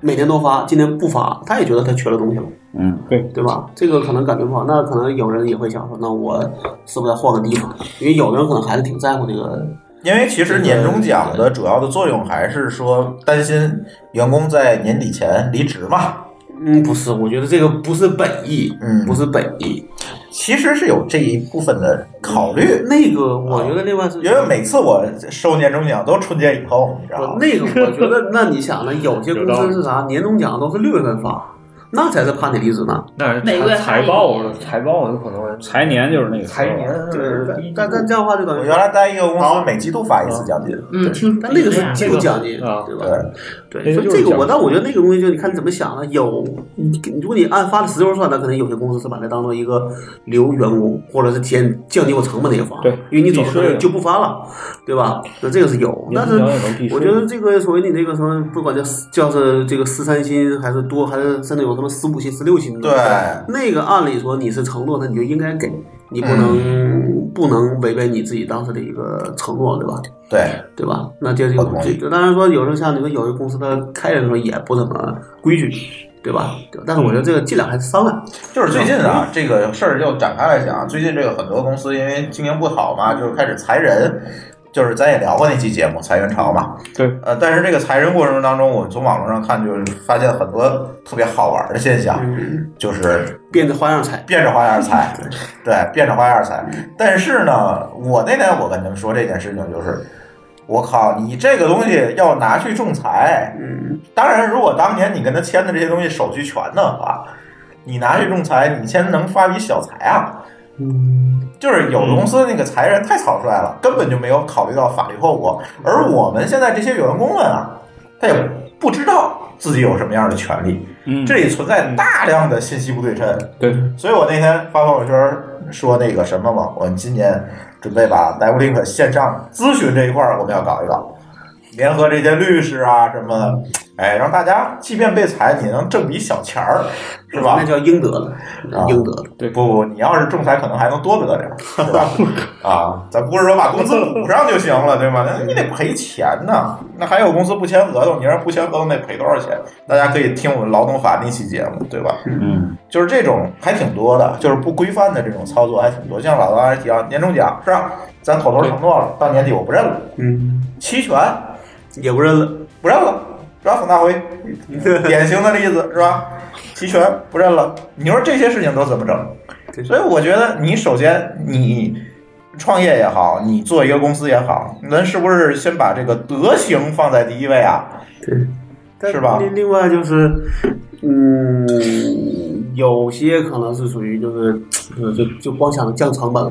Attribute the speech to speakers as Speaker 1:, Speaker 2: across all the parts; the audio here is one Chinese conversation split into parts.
Speaker 1: 每年都发，今年不发，他也觉得他缺了东西了，
Speaker 2: 嗯，
Speaker 1: 对吧？这个可能感觉不好，那可能有人也会想说，那我是不是要换个地方？因为有的人可能还是挺在乎这个
Speaker 3: 因为其实年终奖的主要的作用还是说担心员工在年底前离职嘛。
Speaker 1: 嗯，不是，我觉得这个不是本意，
Speaker 3: 嗯
Speaker 1: 不是本意。
Speaker 3: 其实是有这一部分的考虑，
Speaker 1: 那个，我觉得另外是，
Speaker 3: 因为每次我收年终奖都春节以后，你知道
Speaker 1: 不
Speaker 3: 吗？
Speaker 1: 那个，我觉得那你想呢？有些公
Speaker 4: 有道
Speaker 1: 司
Speaker 4: 理
Speaker 1: 是啥？年终奖都是六月份发，那才是判你离职呢。
Speaker 4: 那
Speaker 5: 每个月
Speaker 4: 财财报财报有可能
Speaker 2: 财年就是那个啊
Speaker 4: 财年是第一
Speaker 1: 呃但但这样的话就等
Speaker 3: 我
Speaker 1: 于
Speaker 3: 原来待一个公司，每季度发一次奖金，
Speaker 5: 嗯，听
Speaker 1: 但那个是季
Speaker 4: 这
Speaker 1: 度
Speaker 4: 个
Speaker 1: 奖金，
Speaker 4: 啊
Speaker 1: 对吧？
Speaker 3: 对，
Speaker 4: 那
Speaker 1: 对，所
Speaker 4: 就
Speaker 1: 以
Speaker 4: 是
Speaker 1: 这个
Speaker 4: 奖
Speaker 1: 我，
Speaker 4: 金
Speaker 1: 但我觉得那个东西就你看你怎么想了。有，你如果你按发的时候算，那可能有些公司是把它当做一个留员工，或者是减降低我成本的一环。
Speaker 4: 对
Speaker 1: 因为你走
Speaker 4: 避税
Speaker 1: 了
Speaker 4: 了
Speaker 1: 就不发了，对吧？那这个是有，但是
Speaker 4: 年终奖也能避税
Speaker 1: 我觉得这个所谓你这个什么，不管叫叫是这个十三薪还是多，还是甚至有什么十五薪、十六薪的，
Speaker 3: 对
Speaker 1: 那个按理说你是承诺的，你就应该给。你不能、
Speaker 3: 嗯
Speaker 1: 不能违背你自己当时的一个承诺，对吧？
Speaker 3: 对，
Speaker 1: 对吧？那这
Speaker 3: 我
Speaker 1: 就
Speaker 3: 同
Speaker 1: 这
Speaker 3: 意
Speaker 1: 这，当然说有时候像你说有些公司它开人的时候也不怎么规矩，对吧？对吧但是我觉得这个尽量还是商量。
Speaker 3: 就是最近啊，这个事儿又展开来讲，啊最近这个很多公司因为经营不好嘛，就是开始裁人，就是咱也聊过那期节目裁员潮嘛，
Speaker 4: 对，
Speaker 3: 呃，但是这个裁人过程当中，我们从网络上看，就是发现很多特别好玩的现象，
Speaker 1: 嗯
Speaker 3: 就是
Speaker 1: 变着花样裁，
Speaker 3: 变着花样裁，对，变着花样裁。但是呢，我那天我跟你们说这件事情，就是我靠，你这个东西要拿去仲裁，
Speaker 1: 嗯，
Speaker 3: 当然如果当年你跟他签的这些东西手续全的话，你拿去仲裁，你先能发笔小财啊。就是有的公司那个裁人太草率了，根本就没有考虑到法律后果，而我们现在这些员工们啊，他也不知道自己有什么样的权利，
Speaker 2: 嗯
Speaker 3: 这里存在大量的信息不对称。
Speaker 4: 对，
Speaker 3: 所以我那天发朋友圈说那个什么嘛，我们今年准备把 l 布林肯线上咨询这一块儿，我们要搞一搞，联合这些律师啊什么的，哎，让大家即便被裁，你能挣笔小钱儿，是吧
Speaker 1: 那？叫应得的，
Speaker 3: 啊
Speaker 1: 应得的。
Speaker 3: 对，不不，你要是仲裁，可能还能多得点儿，是吧？啊，咱不是说把工资补上就行了，对吧？那你得赔钱呢。那还有公司不签合同，你让不签合同得赔多少钱？大家可以听我们劳动法那期节目，对吧？
Speaker 2: 嗯，
Speaker 3: 就是这种还挺多的，就是不规范的这种操作还挺多。像老刚才提到年终奖是吧？咱口头承诺了，到年底我不认了，
Speaker 1: 嗯，
Speaker 3: 期权
Speaker 1: 也不认了。
Speaker 3: 不认了，是吧？冯大辉，典型的例子是吧？期权不认了，你说这些事情都怎么整？所以我觉得你首先你创业也好，你做一个公司也好，咱是不是先把这个德行放在第一位啊？
Speaker 1: 但
Speaker 3: 是吧
Speaker 1: 另另外就是，嗯，有些可能是属于就是，呃就是就就光想着降成本了。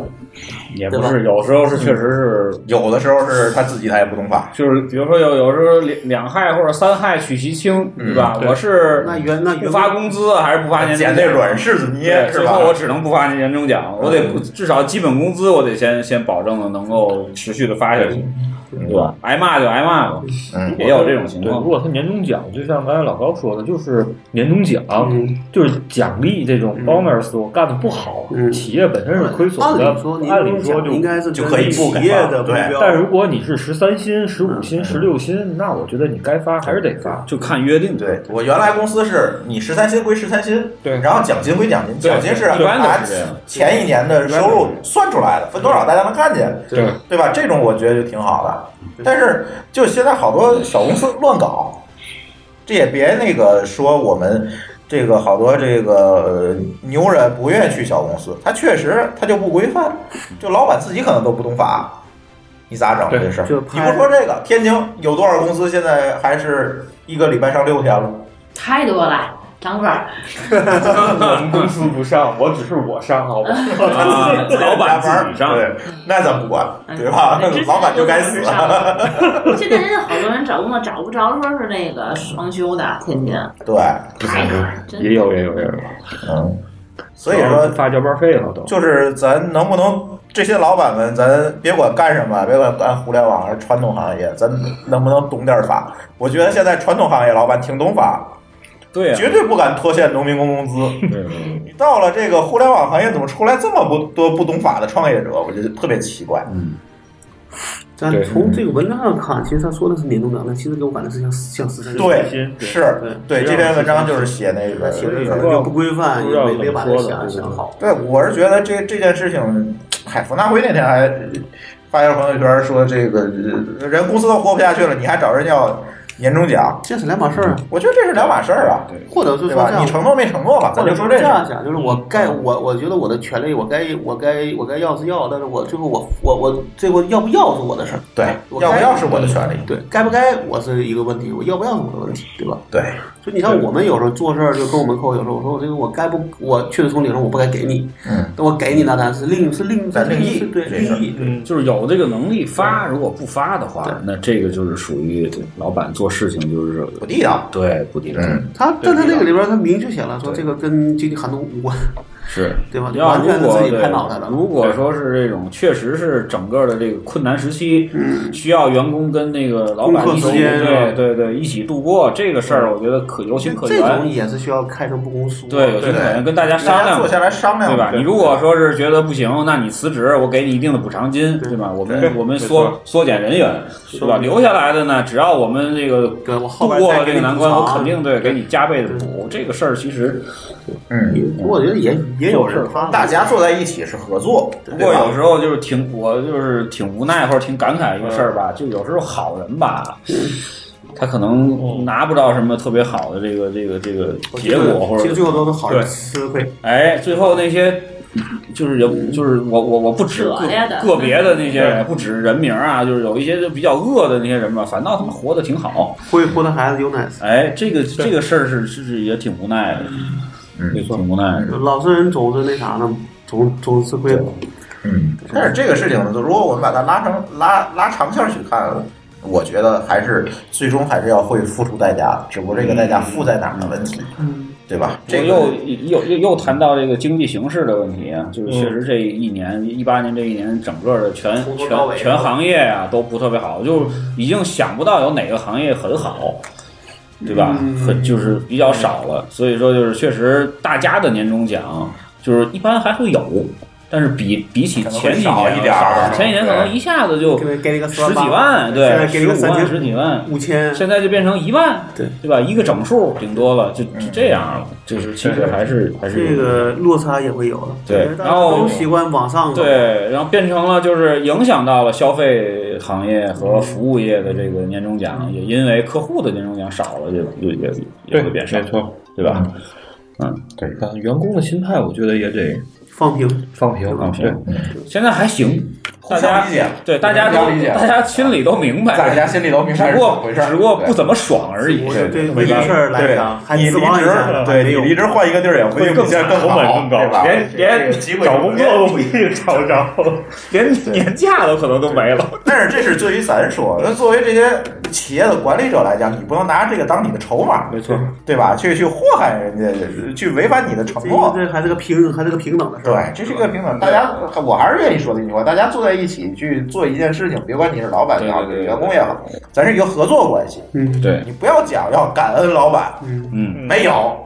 Speaker 2: 也不是，有时候是确实是。
Speaker 3: 有的时候是他自己他也不懂法，
Speaker 2: 就是比如说有有时候两两害或者三害取其轻，
Speaker 3: 嗯
Speaker 2: 对吧？我是
Speaker 1: 那原那原
Speaker 2: 不发工资啊还是不发年终
Speaker 3: 捡
Speaker 2: 奖？
Speaker 1: 啊
Speaker 3: 那软柿子
Speaker 2: 对
Speaker 3: 捏是
Speaker 2: 最
Speaker 3: 吧嗯
Speaker 2: 后？我只能不发年终奖，我得不至少基本工资我得先先保证了能够持续的发下去，对吧？挨骂就挨骂吧，
Speaker 3: 嗯
Speaker 2: 也有这种情
Speaker 4: 对，如
Speaker 2: 况。
Speaker 4: 果他年终奖，就像刚才老高说的，就是年终奖，就是奖励这
Speaker 6: 嗯
Speaker 4: 种 bonus，我干的不好，
Speaker 1: 嗯
Speaker 4: 企业本身是亏损
Speaker 1: 按
Speaker 4: 的
Speaker 1: 理说，，您
Speaker 4: 按理说
Speaker 1: 应该是
Speaker 3: 就
Speaker 1: 跟
Speaker 3: 可以不
Speaker 1: 企
Speaker 3: 给
Speaker 1: 业
Speaker 3: 了
Speaker 1: 的目
Speaker 3: 对
Speaker 1: 标。
Speaker 4: 但如果你是十三薪、十五
Speaker 6: 嗯
Speaker 4: 薪、十六薪，那我觉得你该发还是得 发。
Speaker 2: 就看约定，
Speaker 3: 对我原来公司是你十三薪归十三薪，
Speaker 4: 对
Speaker 3: 然后奖金归奖金，
Speaker 2: 对
Speaker 3: 奖金是
Speaker 2: 一般都是
Speaker 3: 拿
Speaker 2: 这样
Speaker 3: 前一年的收入算出来的，分多少大家能看见，
Speaker 4: 对，
Speaker 3: 对吧？这种我觉得就挺好的。但是就现在好多小公司乱搞，这也别那个说我们这个好多这个呃牛人不愿意去小公司，他确实他就不规范，就老板自己可能都不懂法。你咋整这事儿？
Speaker 1: 就
Speaker 3: 你
Speaker 1: 拍
Speaker 3: 不说这个，天津有多少公司现在还是一个礼拜上六天了？
Speaker 5: 太多了，张哥儿，
Speaker 4: 我们 公司不上，我只是我上， 好吧？
Speaker 2: 啊，老板自己上，嗯
Speaker 3: 对，那咱不管，
Speaker 5: 哎
Speaker 3: 对吧？
Speaker 5: 之前
Speaker 3: 老板就该死
Speaker 5: 都是 上。的现在人家好多人找工作找不着，说是那个双休的，天津
Speaker 3: 对，
Speaker 5: 太难，真
Speaker 4: 也有，也有，也有。
Speaker 3: 嗯，所以说
Speaker 4: 发加班费了都。
Speaker 3: 就是咱能不能这些老板们，咱别管干什么，别管干互联网还是传统行业，咱能不能懂点法？我觉得现在传统行业老板挺懂法，
Speaker 2: 对啊，
Speaker 3: 绝对不敢拖欠农民工工 资。
Speaker 2: 对对
Speaker 3: 你到了这个互联网行业，怎么出来这么不多不懂法的创业者？我觉得特别奇怪。
Speaker 1: 但
Speaker 4: 对
Speaker 1: 从这个文章上看，其实他说的是年终奖，但其实给我感觉是像像十三
Speaker 3: 对
Speaker 4: 心，对
Speaker 3: 是，对这篇文章就是写那个，
Speaker 1: 写的可能就不规范，
Speaker 4: 不知
Speaker 1: 也
Speaker 4: 道
Speaker 1: 没
Speaker 4: 怎么
Speaker 1: 没把它
Speaker 4: 说的
Speaker 1: 想
Speaker 4: 对
Speaker 1: 想好。
Speaker 3: 对，我是觉得这这件事情，嗨，冯大辉那天还发一个朋友圈说，这个呃人公司都活不下去了，你还找人要，年终奖，
Speaker 1: 这是两码事儿啊，
Speaker 3: 我觉得这是两码事儿啊，
Speaker 4: 嗯
Speaker 2: 对
Speaker 1: 或者是
Speaker 3: 对
Speaker 1: 说
Speaker 3: 吧？
Speaker 1: 这样
Speaker 3: 你，承诺没承诺吧，啊
Speaker 1: 或
Speaker 3: 咱
Speaker 1: 者
Speaker 3: 就
Speaker 1: 说
Speaker 3: 说
Speaker 1: 这
Speaker 3: 这嗯事儿。
Speaker 1: 样想，就是我该我我觉得我的权利，我该我该我该要是要，但是我最后我我我最后要不要是我的事儿，哎
Speaker 3: 对，
Speaker 1: 我
Speaker 3: 要
Speaker 1: 该
Speaker 3: 不要是我的权利。
Speaker 1: 对，该不该我是一个问题，我要不要是我的问题，对吧？
Speaker 3: 对，
Speaker 1: 所以你像我们有时候做事儿，就跟我们客户有时候我说我这个我该不我确实从理上我不该给你，
Speaker 3: 嗯，
Speaker 1: 但我给你那单是另是另
Speaker 3: 咱另
Speaker 1: 是
Speaker 3: 议
Speaker 1: 是对
Speaker 3: 这
Speaker 1: 另
Speaker 3: 事儿
Speaker 1: 议，对
Speaker 4: 嗯，
Speaker 2: 就是有这个能力发，如果不发的
Speaker 1: 对
Speaker 2: 话，那这个就是属于老板做事情就是
Speaker 3: 不地道。
Speaker 2: 对不地道，
Speaker 3: 嗯，
Speaker 1: 啊他
Speaker 3: 对
Speaker 1: 但他
Speaker 3: 对
Speaker 1: 这个
Speaker 3: 的
Speaker 1: 里边儿他明确写了说
Speaker 2: 对
Speaker 1: 这个跟经济寒冬无关，
Speaker 2: 是
Speaker 1: 对吧？
Speaker 2: 要
Speaker 1: 完
Speaker 2: 如
Speaker 1: 全是
Speaker 2: 果
Speaker 1: 自己
Speaker 2: 对
Speaker 1: 拍脑袋的。
Speaker 2: 如果说是这种，确实是整个的这个困难时期，需要员工跟那个老板
Speaker 1: 攻克
Speaker 2: 一起
Speaker 1: 嗯时间是吧嗯
Speaker 2: 对对对一起度过这个事儿，我觉得可有情可
Speaker 1: 这种
Speaker 2: 原。
Speaker 1: 也是需要开诚布公说。
Speaker 2: 对，有情可原，跟大家商
Speaker 3: 大家
Speaker 2: 量
Speaker 3: 坐下来商量，
Speaker 2: 对吧？你如果说是觉得不行，那你辞职，我给你一定的补偿金，
Speaker 1: 对
Speaker 2: 对吧？我们
Speaker 3: 对
Speaker 2: 我们
Speaker 4: 没
Speaker 2: 缩
Speaker 4: 错
Speaker 2: 缩减人员，对吧？留下来的呢，只要我们这个
Speaker 1: 对我后
Speaker 2: 度
Speaker 1: 边
Speaker 2: 过
Speaker 1: 再
Speaker 2: 了
Speaker 1: 给
Speaker 2: 这
Speaker 1: 你
Speaker 2: 个难
Speaker 1: 补
Speaker 2: 关，我
Speaker 1: 偿
Speaker 2: 肯定对给你加倍的
Speaker 1: 对
Speaker 2: 补。这个事儿其实，
Speaker 3: 嗯，
Speaker 1: 我觉得也也有人发，
Speaker 3: 大家坐在一起是合作，
Speaker 2: 不
Speaker 3: 对
Speaker 2: 过有
Speaker 3: 吧？
Speaker 2: 时候就是挺我就是挺无奈或者挺感慨一个事儿吧，就有时候好人吧。他可能拿不到什么特别好的这个这个这个
Speaker 1: 我觉
Speaker 2: 结
Speaker 1: 得
Speaker 2: 果，或者
Speaker 1: 其实最后都是好人
Speaker 2: 对
Speaker 1: 吃亏。
Speaker 2: 哎，最后那些就是有，就是我我我不指
Speaker 5: 惹
Speaker 2: 个
Speaker 5: 呀的
Speaker 2: 个别的那些人，不指人名啊，就是有一些就比较恶的那些人吧，反倒他妈活得挺好。
Speaker 1: 会哭的孩子有奶吃，
Speaker 2: 哎，这个这个事儿是是是也挺无奈的，
Speaker 3: 嗯
Speaker 2: 也挺无奈的。
Speaker 1: 老实人总是那啥呢，总总是吃亏的。
Speaker 3: 嗯，但是这个事情呢，就如果我们把它拉成拉拉长线去看，我觉得还是最终还是要会付出代价的，只不过这个代价付在哪儿的问题，
Speaker 1: 嗯，
Speaker 3: 对吧？
Speaker 2: 这
Speaker 3: 这个
Speaker 2: 又又又又谈到这个经济形势的问题啊，就是
Speaker 1: 嗯
Speaker 2: 确实这一年一八年这一年，整个的全
Speaker 1: 从头
Speaker 2: 全
Speaker 1: 到尾
Speaker 2: 全行业啊都不特别好，就已经想不到有哪个行业很好，对吧？
Speaker 1: 嗯
Speaker 2: 很就是比较少了，所以说就是确实大家的年终奖就是一般还会有，但是比比起
Speaker 3: 可能会
Speaker 2: 前几
Speaker 3: 少
Speaker 2: 年
Speaker 3: 一点儿
Speaker 2: 少前几年可能
Speaker 3: 对
Speaker 2: 一下子就
Speaker 1: 给你给你个
Speaker 2: 十
Speaker 1: 万
Speaker 2: 几
Speaker 1: 八
Speaker 2: 万，
Speaker 1: 现在
Speaker 2: 对，
Speaker 1: 给
Speaker 2: 十
Speaker 1: 你个
Speaker 2: 五
Speaker 1: 三
Speaker 2: 万
Speaker 1: 千
Speaker 2: 十几万，
Speaker 1: 五千，
Speaker 2: 现在就变成一万，
Speaker 1: 对
Speaker 2: 对吧？一个整数顶多了，就就这样了，就是其实还是还是
Speaker 1: 这个落差也会有的。
Speaker 2: 对
Speaker 1: 大家
Speaker 2: 然后
Speaker 1: 都习惯往上走。
Speaker 2: 对，然后变成了就是影响到了消费行业和服务业的这个年终奖，也因为客户的年终奖少了，就也也也会变少
Speaker 4: 没，错。
Speaker 2: 对吧？嗯，
Speaker 3: 对，
Speaker 4: 嗯，员工的心态，我觉得也得
Speaker 1: 放平，
Speaker 4: 放平，
Speaker 2: 放平
Speaker 4: 对
Speaker 2: 现在还行，
Speaker 3: 互
Speaker 2: 大家
Speaker 3: 相理解，
Speaker 2: 对大家
Speaker 3: 互
Speaker 2: 都
Speaker 3: 相理解
Speaker 2: 大家心里都明白，
Speaker 3: 大家心里都明白是
Speaker 2: 只
Speaker 3: 怎么
Speaker 2: 不过
Speaker 3: 回事儿，
Speaker 2: 只不过不
Speaker 3: 对
Speaker 2: 怎么爽而已，
Speaker 1: 我是对
Speaker 3: 对
Speaker 1: 为这事儿来讲，还
Speaker 3: 你
Speaker 1: 自
Speaker 3: 离
Speaker 1: 往一
Speaker 3: 职
Speaker 1: 下，，
Speaker 3: 对
Speaker 1: 没
Speaker 3: 你
Speaker 1: 有
Speaker 3: 离职换一个地儿也会
Speaker 4: 会
Speaker 3: 比
Speaker 4: 更
Speaker 3: 现在
Speaker 4: 成
Speaker 3: 好，
Speaker 4: 本 更高
Speaker 3: 对吧？
Speaker 4: 连
Speaker 2: 连
Speaker 3: 这个机会
Speaker 4: 找
Speaker 3: 成
Speaker 4: 工
Speaker 3: 本
Speaker 4: 作都不一定找着了，
Speaker 2: 连年假都可能都没了。
Speaker 3: 但是这是对于咱说，那作为这些企业的管理者来讲，你不能拿这个当你的筹码，
Speaker 2: 没错，
Speaker 3: 对吧？去去祸害人家，去违反你的承
Speaker 1: 这
Speaker 3: 诺。
Speaker 1: 这还是个平，还是个平等的事儿。
Speaker 3: 对，这是一个平等。大家，我还是愿意说的一句话：大家坐在一起去做一件事情，别管你是老板也好，
Speaker 2: 对对对
Speaker 3: 员工也好，咱是一个合作关系。
Speaker 1: 嗯，
Speaker 2: 对，
Speaker 3: 你不要讲要感恩老板，
Speaker 1: 嗯，
Speaker 2: 嗯，
Speaker 3: 没有，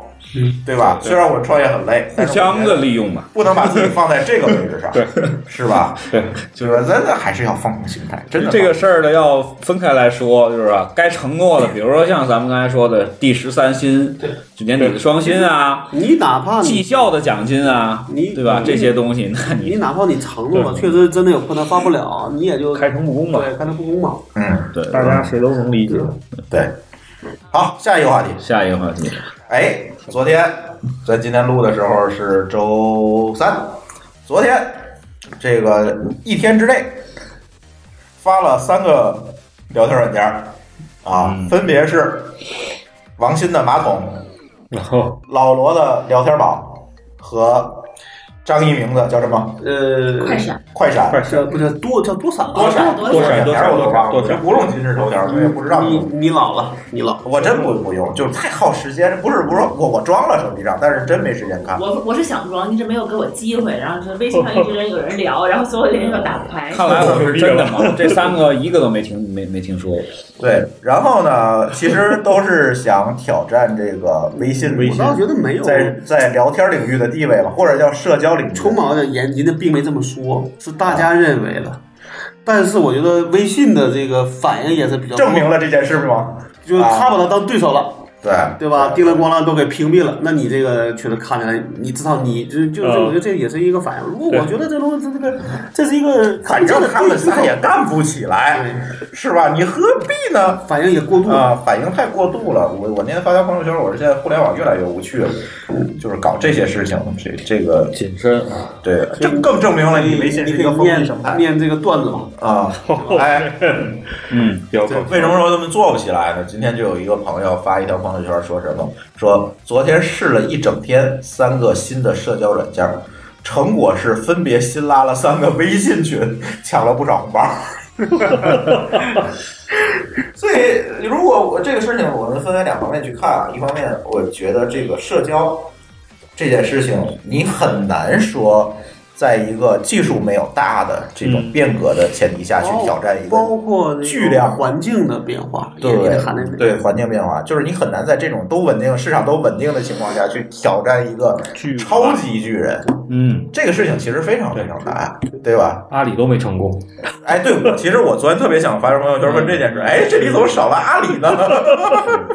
Speaker 3: 对吧？虽然我创业很累，
Speaker 2: 互相的利用吧。
Speaker 3: 不能把自己放在这个位置上，对，是吧？
Speaker 2: 对，
Speaker 3: 就是说咱还是要放平心态，真的
Speaker 2: 这个事儿呢，要分开来说，就是吧，该承诺的，比如说像咱们刚才说的第十三薪，就年底的双薪啊，
Speaker 1: 你哪怕
Speaker 2: 绩
Speaker 1: 你
Speaker 2: 效的奖金啊，
Speaker 1: 你
Speaker 2: 对吧？
Speaker 1: 你
Speaker 2: 这些东西，那
Speaker 1: 你
Speaker 2: 你
Speaker 1: 哪怕你承诺了，确实真的有困难发不了，你也就
Speaker 4: 开诚布公吧，
Speaker 1: 对开诚布公嘛。
Speaker 3: 嗯，
Speaker 2: 对
Speaker 4: 大家谁都能理解。
Speaker 3: 对。好，下一个话题。
Speaker 2: 下一个话题，
Speaker 3: 哎，昨天咱今天录的时候是周三，昨天这个一天之内发了三个聊天软件儿啊，
Speaker 4: 嗯
Speaker 3: 分别是王鑫的马桶、
Speaker 4: 然后
Speaker 3: 老罗的聊天宝和张一鸣的叫什么
Speaker 1: 呃，
Speaker 5: 快闪，
Speaker 3: 快闪。哦
Speaker 4: 快
Speaker 1: 这不是多叫多闪
Speaker 3: 多闪，
Speaker 5: 多
Speaker 4: 闪
Speaker 3: 多闪，我都忘了，
Speaker 4: 多闪多闪嗯
Speaker 3: 我这不用今日头条，我也不知道
Speaker 1: 你你老了，你老了。
Speaker 3: 我真不不用，就是太耗时间。不是不是，我我装了手机上，但是真没时间
Speaker 2: 啊
Speaker 3: 看。
Speaker 5: 我我是想装，一直没有给我机会，然后就微信上一直人有人聊，然后所有的人都打不开。
Speaker 2: 看来我是真的忙，这三个一个都没听没没听说过。
Speaker 3: 对，然后呢，其实都是想挑战这个微信，
Speaker 1: 我倒觉得没有，
Speaker 3: 在在聊天领域的地位吧，或者叫社交领域。
Speaker 1: 从毛的言，人家并没这么说，是
Speaker 3: 啊
Speaker 1: 大家认为的。但是我觉得微信的这个反应也是比较
Speaker 3: 证明了这件事吗？
Speaker 1: 就是他把他当对手了。
Speaker 3: 啊对
Speaker 1: 对吧？叮铃咣啷都给屏蔽了，那你这个确实看起来，你至少你就就
Speaker 4: 嗯
Speaker 1: 就我觉得这也是一个反应。如果
Speaker 4: 对
Speaker 1: 我觉得这东西这个这是一个
Speaker 3: 反正他们仨也
Speaker 1: 大，
Speaker 3: 干不起来，是吧？你何必呢？
Speaker 1: 反应也过度，
Speaker 3: 啊，反应太过度了。我我那天发条朋友圈，我说现在互联网越来越无趣了，就是搞这些事情，这这个
Speaker 4: 谨慎啊，
Speaker 3: 对，这更证明了你微信
Speaker 1: 你
Speaker 3: 是
Speaker 1: 可
Speaker 3: 一个
Speaker 1: 以
Speaker 3: 封闭
Speaker 1: 念
Speaker 3: 生态
Speaker 1: 念这个段子嘛，
Speaker 3: 啊。哎，
Speaker 2: 嗯，
Speaker 4: 比较可
Speaker 3: 为什么说他们做不起来呢？今天就有一个朋友发一条朋友圈，说什么说昨天试了一整天三个新的社交软件儿，成果是分别新拉了三个微信群，抢了不少红包。 所以，如果我这个事情，我们分为两方面去看啊。一方面，我觉得这个社交这件事情，你很难说。在一个技术没有大的这种变革的前提下去挑战一个
Speaker 1: 哦包括这个
Speaker 3: 巨量
Speaker 1: 环境的变化，也
Speaker 3: 对
Speaker 1: 也得含在内。
Speaker 3: 对环境变化，就是你很难在这种都稳定、市场都稳定的情况下去挑战一个超级巨人。
Speaker 4: 嗯，
Speaker 3: 这个事情其实非常非常难，对吧？
Speaker 4: 阿里都没成功，
Speaker 3: 哎，对我其实我昨天特别想发朋友圈问这件事，哎，这里怎么少了阿里呢？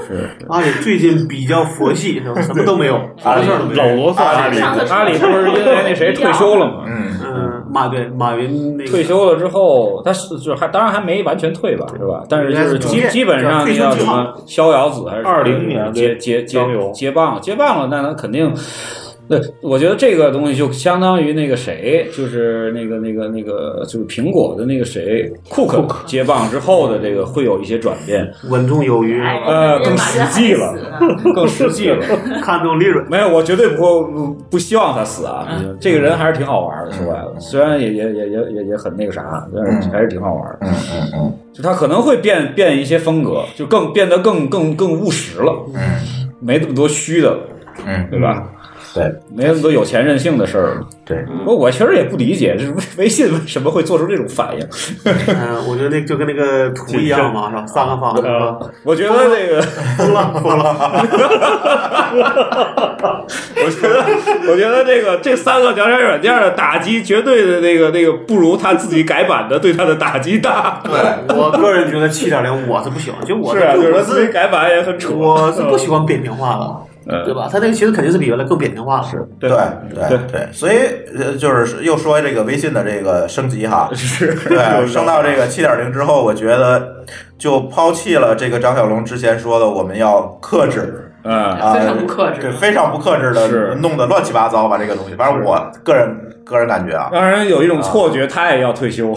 Speaker 2: 是
Speaker 1: 阿里啊最近比较佛系，是吧？什么都没有，什么事儿都没有。
Speaker 4: 老罗算阿里，
Speaker 5: 上次说
Speaker 2: 阿里不是因为那谁退休了 吗？
Speaker 3: 嗯，
Speaker 1: 嗯，马对马云那个
Speaker 2: 退休了之后，他是就是还当然还没完全退吧，是吧？但是就是基基本上那叫什么逍遥子还是
Speaker 4: 20年
Speaker 2: 接
Speaker 4: 对
Speaker 2: 接接
Speaker 4: 张勇
Speaker 2: 接棒接棒了，那他肯定。对，我觉得这个东西就相当于那个谁，就是那个那个那个，就是苹果的那个谁库克接棒之后的这个会有一些转变，
Speaker 1: 稳中有余，
Speaker 5: 哎
Speaker 2: 呃
Speaker 5: 人家
Speaker 2: 更
Speaker 5: 把
Speaker 2: 实
Speaker 5: 人害
Speaker 2: 际
Speaker 5: 死
Speaker 2: 了 更实际了。
Speaker 1: 看重利 润。
Speaker 2: 没有，我绝对不会不希望他死啊！这个人还是挺好玩的，说白了，虽然也也也也也也很那个啥，但是还是挺好玩的。嗯嗯嗯，就他可能会变变一些风格，就更变得更更更务实了，
Speaker 3: 嗯
Speaker 2: 没那么多虚的，
Speaker 3: 嗯，
Speaker 2: 对吧？
Speaker 3: 对
Speaker 2: 没那么多有钱任性的事儿了。
Speaker 3: 对，
Speaker 2: 不过我其实也不理解，就是 微信为什么会做出这种反应？
Speaker 1: 嗯，我觉得那就跟那个图一样嘛，是吧？三个方是吧？
Speaker 2: 我觉得这个。
Speaker 1: 啊疯了，疯了！
Speaker 2: 我觉得，我觉得这个这三个聊天软件的打击，绝对的那个那个不如他自己改版的对他的打击大。
Speaker 3: 对，
Speaker 1: 我个人觉得七点零我是不喜欢，就我
Speaker 2: 是啊，就是
Speaker 1: 我
Speaker 2: 他自己改版也很扯。
Speaker 1: 我是不喜欢扁平化的，
Speaker 2: 嗯
Speaker 1: 对吧？他那个其实肯定是比原来更扁平化了，是
Speaker 2: 对
Speaker 3: 对对对，所以呃，就是又说这个微信的这个升级哈，
Speaker 2: 是
Speaker 3: 对，升到这个七点零之后，我觉得就抛弃了这个张小龙之前说的我们要克制，
Speaker 2: 嗯，
Speaker 3: 啊，
Speaker 5: 非常不克制
Speaker 3: 对，非常不克制
Speaker 2: 是
Speaker 3: 的，弄得乱七八糟吧，这个东西。反正我个人个人感觉啊，
Speaker 2: 让人有一种错觉，他也要退休。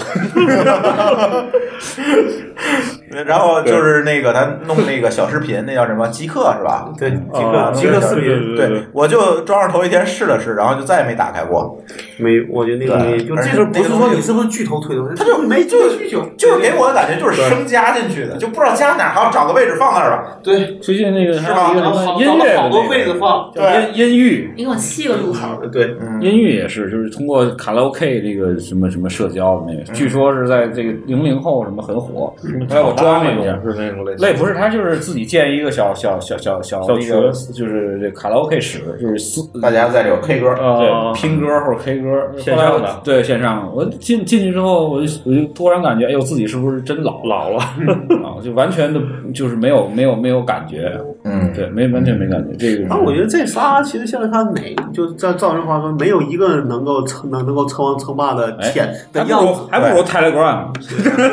Speaker 3: 然后就是那个咱弄那个小视频，那叫什么极客是吧？
Speaker 1: 对，极
Speaker 4: 啊
Speaker 1: 客极客视频
Speaker 4: 对对
Speaker 3: 对
Speaker 4: 对，
Speaker 3: 我就装上头一天试了试，然后就再也没打开过。
Speaker 1: 没有，我觉得那个没有就这个不是说你是不是巨头推动，他就没
Speaker 3: 就
Speaker 1: 需求，
Speaker 3: 就是给我的感觉就是生加进去的，就不知道加哪儿，好找个位置放那儿吧。
Speaker 1: 对，
Speaker 2: 最近那个
Speaker 3: 是吧
Speaker 2: 还有一
Speaker 1: 然
Speaker 2: 个
Speaker 1: 后
Speaker 2: 什么
Speaker 1: 好
Speaker 2: 音
Speaker 1: 找
Speaker 2: 乐
Speaker 1: 了
Speaker 2: 的
Speaker 1: 好多
Speaker 2: 那
Speaker 1: 位置
Speaker 2: 个
Speaker 1: 放，
Speaker 3: 对，
Speaker 2: 音音域。
Speaker 5: 一共七个入口，
Speaker 3: 嗯
Speaker 1: 对，
Speaker 2: 音域也是，就是通过卡拉 OK 这个什么什么社交的那个，据说是在这个零零后什么很火。后来我装了
Speaker 4: 那
Speaker 2: 一下
Speaker 4: 种，，是那种类
Speaker 2: 类
Speaker 4: 型，
Speaker 2: 不是，他就是自己建一个小小小小小
Speaker 4: 小
Speaker 2: 那个，就是这卡拉 OK 室，就是私
Speaker 3: 大家在这有 K 歌，
Speaker 4: 啊
Speaker 2: 对，拼歌或者 K 歌，
Speaker 4: 线上的
Speaker 2: 后来我对线上的。我进进去之后，我就我就突然感觉，哎呦，自己是不是真老
Speaker 4: 老了，
Speaker 2: 啊？就完全的，就是没有没有没有感觉，
Speaker 3: 嗯，
Speaker 2: 对，没完全没感觉。这个是，
Speaker 1: 但我觉得这仨其实现在看哪，就是照照人话说，没有一个能够称能能够称王称霸的
Speaker 3: 哎
Speaker 1: 天
Speaker 2: 还
Speaker 1: 的
Speaker 2: 不
Speaker 1: 样
Speaker 2: 如
Speaker 1: 子，
Speaker 2: 还不如 Telegram，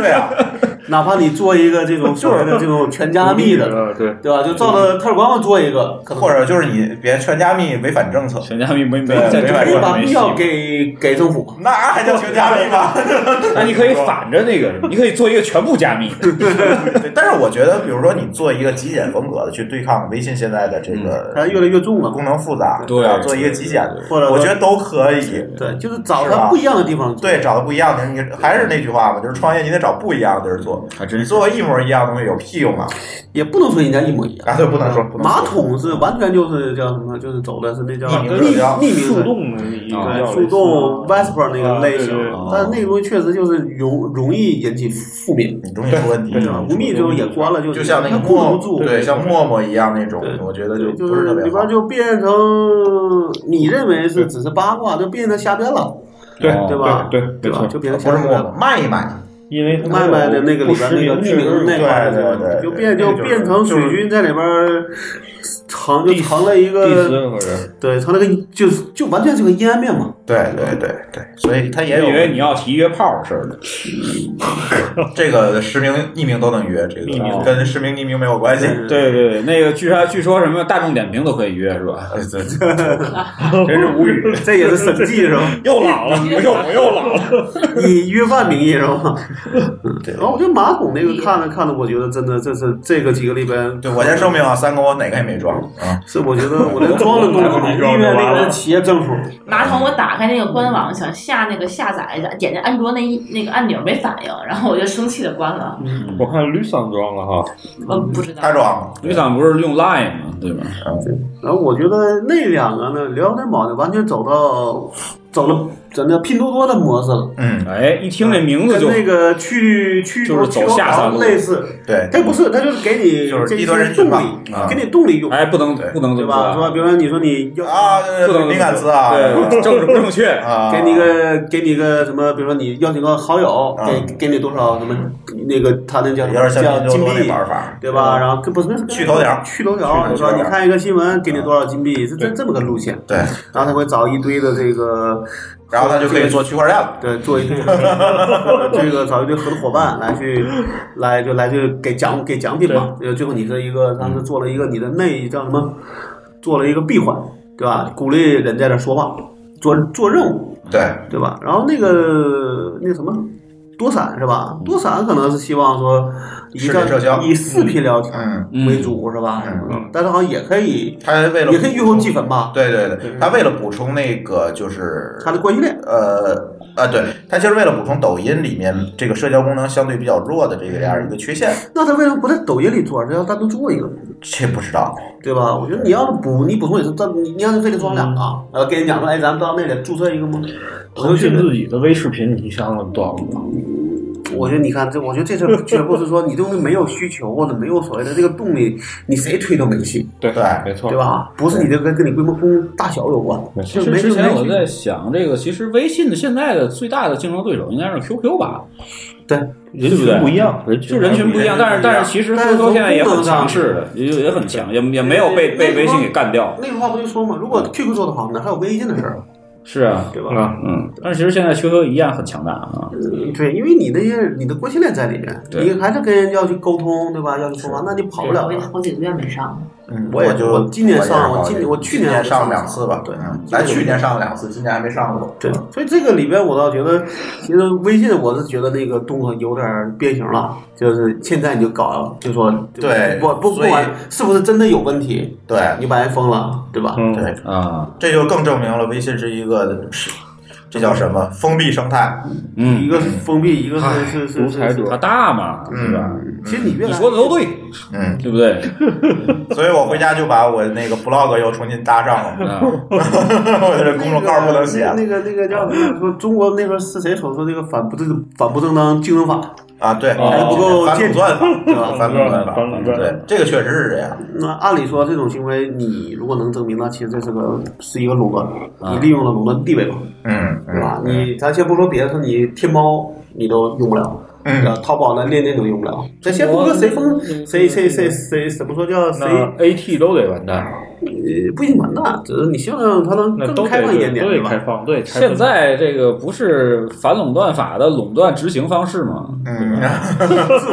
Speaker 3: 对啊，
Speaker 1: 哪怕你做一个这 种所谓的这种全加密的，
Speaker 4: 嗯对，
Speaker 1: 对吧？就照着特尔光做一个，可能
Speaker 3: 或者就是你别全加密违反政策，
Speaker 2: 全家没没没
Speaker 3: 对没嗯
Speaker 2: 在中
Speaker 3: 买
Speaker 1: 可以
Speaker 2: 国
Speaker 1: 把
Speaker 2: 上没
Speaker 1: 必
Speaker 2: 戏。
Speaker 1: 要给给政府嘛。
Speaker 3: 那还叫全加密吗？
Speaker 2: 那你可以反着那个，你可以做一个全部加密。
Speaker 3: 对，但是我觉得，比如说你做一个极简风格的去对抗微信现在的这个
Speaker 1: 嗯它越来越重了，
Speaker 3: 功能复杂，
Speaker 2: 对
Speaker 3: 啊做一个极简的，
Speaker 1: 或者说
Speaker 3: 我觉得都可以。
Speaker 1: 对，就是找
Speaker 3: 是吧
Speaker 1: 它不一样的地方做。
Speaker 3: 对，找的不一样的，你还是那句话嘛，就是创业你得找不一样的地儿做，
Speaker 2: 还啊真
Speaker 3: 你做一模一样的东西有屁用啊！
Speaker 1: 也不能说人家一模一样。
Speaker 3: 啊，对，不能说，不能说
Speaker 1: 马桶是完全就是叫什么，就是走的是那叫
Speaker 3: 匿名
Speaker 1: 匿
Speaker 3: 社交
Speaker 1: 匿名
Speaker 4: 树
Speaker 1: 的
Speaker 4: 洞的一个
Speaker 1: 对
Speaker 4: 叫
Speaker 1: 树洞 Vesper 那
Speaker 4: 啊
Speaker 1: 个类
Speaker 4: 对
Speaker 1: 型
Speaker 4: 对对，
Speaker 1: 但是那个东西确实就是容容易引起负面。
Speaker 3: 你东西出问题，
Speaker 1: 对吧？
Speaker 3: 就
Speaker 1: 无幂最后也关了，就是
Speaker 3: 嗯像那个
Speaker 1: 它控制
Speaker 3: 陌
Speaker 1: 不住，
Speaker 3: 对，像陌陌一样那种
Speaker 1: 对，
Speaker 3: 我觉得
Speaker 1: 对，
Speaker 3: 就
Speaker 1: 就
Speaker 3: 不是特
Speaker 1: 是
Speaker 3: 别
Speaker 1: 里
Speaker 3: 好
Speaker 1: 边。就变成你认为是只是八卦，就变成瞎编了，
Speaker 4: 对
Speaker 2: 哦
Speaker 1: 对吧？
Speaker 4: 对
Speaker 1: 对
Speaker 4: 对没
Speaker 1: 吧？
Speaker 4: 错
Speaker 1: 就变成
Speaker 3: 不
Speaker 1: 瞎
Speaker 3: 是
Speaker 1: 编
Speaker 3: 陌陌，
Speaker 1: 了。
Speaker 3: 卖一卖，
Speaker 4: 因为
Speaker 1: 麦麦的那个里边那个地名那块儿
Speaker 3: 对对对
Speaker 1: 就变就变成水军在里边儿成就
Speaker 4: 第
Speaker 1: 成了一
Speaker 4: 第十
Speaker 1: 个
Speaker 4: 任何人，
Speaker 1: 对成了个就是就完全是个阴暗面嘛。
Speaker 3: 对对对对，所以他也
Speaker 2: 我以为
Speaker 3: 有
Speaker 2: 你要提约炮的事儿呢。
Speaker 3: 这个实名、匿名都能约，这
Speaker 2: 匿名
Speaker 3: 个啊跟实名、匿名没有关系。
Speaker 2: 对对对，那个据说据说什么大众点评都可以约是吧？
Speaker 3: 呃对对
Speaker 2: 真是无语，
Speaker 1: 这也是审计是吧？
Speaker 2: 又老 了，我又我又老 了。
Speaker 1: 以约饭名义是 吧？嗯然后我觉得马桶那个看了看了，我觉得真的这是这个几个里边，
Speaker 3: 对，我先声明啊，三哥我哪个也没装啊。
Speaker 1: 是我觉得我连装的都没有，因为那个企业政府。
Speaker 3: 嗯
Speaker 5: 马桶，我打开那个官网想下那个下载，点那安卓那一那个按钮没反应，然后我就生气的关了。
Speaker 4: 我看吕桑装了哈，
Speaker 3: 嗯
Speaker 5: 我不知道
Speaker 3: 他，装了，
Speaker 2: 吕桑不是用 Line 吗？对吧？
Speaker 1: 然后我觉得那两个呢，聊天宝呢完全走到走了咱的拼多多的模式了，
Speaker 3: 嗯，
Speaker 2: 哎，一听这名字就
Speaker 1: 跟那个去去
Speaker 2: 就是走下三路
Speaker 1: 类似，
Speaker 3: 对，
Speaker 1: 它不是，它就是给你
Speaker 3: 就是
Speaker 1: 这
Speaker 3: 低
Speaker 1: 些
Speaker 3: 端人群
Speaker 1: 动
Speaker 3: 吧
Speaker 1: 力
Speaker 3: 啊，
Speaker 1: 给你动力用，
Speaker 2: 哎，不能
Speaker 3: 对
Speaker 2: 不能这
Speaker 1: 对
Speaker 2: 么
Speaker 1: 吧？是吧？
Speaker 2: 说，
Speaker 1: 比如说你说你要
Speaker 3: 啊，对
Speaker 2: 不
Speaker 3: 对对
Speaker 2: 能
Speaker 3: 敏感词啊，
Speaker 2: 对，政治不正确。
Speaker 3: 啊，
Speaker 1: 给你个给你个什么，比如说你邀请个好友，
Speaker 3: 啊嗯
Speaker 1: 给给你多少什么那个他那叫
Speaker 3: 有
Speaker 1: 什
Speaker 3: 点
Speaker 1: 么
Speaker 3: 像拼
Speaker 1: 叫金
Speaker 3: 多多
Speaker 1: 币
Speaker 3: 那，玩法，
Speaker 1: 对吧？然后跟不是那是
Speaker 3: 去头条
Speaker 1: 去头
Speaker 3: 去头
Speaker 1: 条，
Speaker 3: 条
Speaker 1: 你说你看一个新闻，给你多少金币，是这这么个路线。
Speaker 3: 嗯对，
Speaker 1: 然后他会找一堆的这个，
Speaker 3: 然后他就可以做区块链了。
Speaker 1: 对，做一 堆这个找一堆合作伙伴来去，来就来去给奖给奖品嘛。呃，最后你是一个，当时做了一个你的内叫什么，做了一个闭环，对吧？鼓励人在这说话，做做任务，
Speaker 3: 对，
Speaker 1: 对吧？然后那个那什么，多闪是吧？多闪可能是希望说以
Speaker 3: 嗯视频社交
Speaker 1: 以视频聊天
Speaker 3: 嗯，
Speaker 1: 为主是吧？
Speaker 3: 嗯
Speaker 4: 嗯
Speaker 1: 但是好像也可以，
Speaker 3: 他为了
Speaker 1: 也可以
Speaker 3: 补
Speaker 1: 月后
Speaker 3: 充
Speaker 1: 积分吧？
Speaker 3: 对对对，他为了补充那个就是
Speaker 1: 它的关系链，
Speaker 3: 呃啊，对，他其实为了补充抖音里面这个社交功能相对比较弱的这个
Speaker 1: 嗯
Speaker 3: 样一个缺陷，
Speaker 1: 那他为什么不在抖音里做，他要单独做一个，
Speaker 3: 这不知道。
Speaker 1: 对吧？
Speaker 3: 嗯
Speaker 1: 我觉得你要是补，你补充也是单，你你要是非得装两个，呃，跟人讲说，哎，咱们到那里注册一个吗？我
Speaker 4: 腾
Speaker 1: 就觉
Speaker 4: 讯
Speaker 1: 得，
Speaker 4: 自己的微视频，你想想多少个？
Speaker 1: 我觉得你看这，我觉得这事儿绝不是说你对东西没有需求或者没有所谓的这个动力，你谁推都没戏，
Speaker 4: 对
Speaker 3: 对
Speaker 4: 没错，
Speaker 1: 对？吧？不是你这跟跟你规模公大小有关，
Speaker 4: 没
Speaker 2: 其
Speaker 4: 错，
Speaker 2: 实
Speaker 1: 没
Speaker 2: 之
Speaker 1: 就
Speaker 2: 前
Speaker 1: 没
Speaker 2: 我
Speaker 1: 去
Speaker 2: 在想，这个其实微信的现在的最大的竞争对手应该是 QQ 吧，
Speaker 1: 对。
Speaker 4: 人群不一样，人
Speaker 2: 就人群不一样，但是但是其实
Speaker 1: 但是
Speaker 2: QQ 现在也
Speaker 1: 从功能
Speaker 2: 很
Speaker 1: 上
Speaker 2: 强势的，也也很强，也也没有被被微信给干掉。
Speaker 1: 那句话不就说嘛，如果 QQ 做得好，哪还有微信的事儿，
Speaker 2: 是啊，
Speaker 1: 对吧？
Speaker 4: 啊，
Speaker 2: 嗯，但是其实现在 QQ 一样很强大啊。
Speaker 1: 对，因为你那些你的关系链在里面，
Speaker 2: 对
Speaker 1: 你还是跟人要去沟通，对吧？要去说话，那你跑不了
Speaker 5: 我也
Speaker 1: 了。
Speaker 5: 好几个月没上了。
Speaker 3: 嗯，
Speaker 1: 我也
Speaker 3: 就
Speaker 1: 我今年
Speaker 3: 也
Speaker 1: 上
Speaker 3: 是
Speaker 1: 我
Speaker 3: 搞
Speaker 1: 今
Speaker 3: 这个
Speaker 1: 我去
Speaker 3: 今
Speaker 1: 年
Speaker 3: 年上
Speaker 1: 上
Speaker 3: 了两
Speaker 1: 了
Speaker 3: 次吧，
Speaker 1: 对
Speaker 3: 嗯
Speaker 1: 今
Speaker 3: 咱
Speaker 1: 年
Speaker 3: 去年上了两次，今年还没上过。
Speaker 1: 对，所以这个里边我倒觉得，其实微信我是觉得那个动作有点变形了，就是现在你就搞，就说
Speaker 3: 对
Speaker 1: 不不不
Speaker 3: 所以
Speaker 1: 管是不是真的有问题，
Speaker 3: 对
Speaker 1: 你把人封了，对吧？
Speaker 4: 嗯，
Speaker 3: 对，
Speaker 2: 啊，
Speaker 3: 这就更证明了微信是一个是这叫什么封闭生态。
Speaker 1: 一
Speaker 2: 嗯，
Speaker 1: 个是封闭，一个是是是
Speaker 4: 独裁
Speaker 1: 是
Speaker 4: 者
Speaker 2: 它大嘛，对吧？
Speaker 1: 其实你越
Speaker 2: 嗯你
Speaker 1: 来
Speaker 2: 说的都对，
Speaker 3: 嗯，
Speaker 2: 对不对？
Speaker 3: 所以我回家就把我那个 blog 又重新搭上了，
Speaker 2: 啊，
Speaker 3: 我这公众号不能写
Speaker 1: 那
Speaker 3: 了
Speaker 1: 那个那个叫什么？说中国那时候是谁所说这个反不正反不正当竞争法？
Speaker 3: 啊。对，
Speaker 4: 哦
Speaker 3: 还不够反垄断法，对吧？
Speaker 4: 反
Speaker 3: 反
Speaker 4: 垄
Speaker 3: 垄
Speaker 4: 断法
Speaker 3: 断法，
Speaker 4: 反垄断法
Speaker 3: 对，这个确实是这样。
Speaker 1: 那按理说这种行为，你如果能证明，那其实这是个是一个垄断，你利用了垄断地位嘛，
Speaker 3: 嗯，
Speaker 1: 对吧？
Speaker 3: 嗯
Speaker 1: 你咱先不说别的，说你天猫你都用不了。
Speaker 3: 嗯
Speaker 1: 呃，淘宝的链接都用不了。咱先不说谁封谁谁谁谁怎么说叫谁，
Speaker 4: 那 AT 都得完蛋，
Speaker 1: 呃不一定完蛋，只是你希望它能
Speaker 4: 那
Speaker 1: 更
Speaker 4: 都
Speaker 1: 开
Speaker 4: 得
Speaker 1: 放一点点，
Speaker 4: 都
Speaker 1: 对
Speaker 4: 得
Speaker 1: 吧
Speaker 4: 开？放，对。开放
Speaker 2: 现在这个不是反垄断法的垄断执行方式吗？
Speaker 3: 嗯，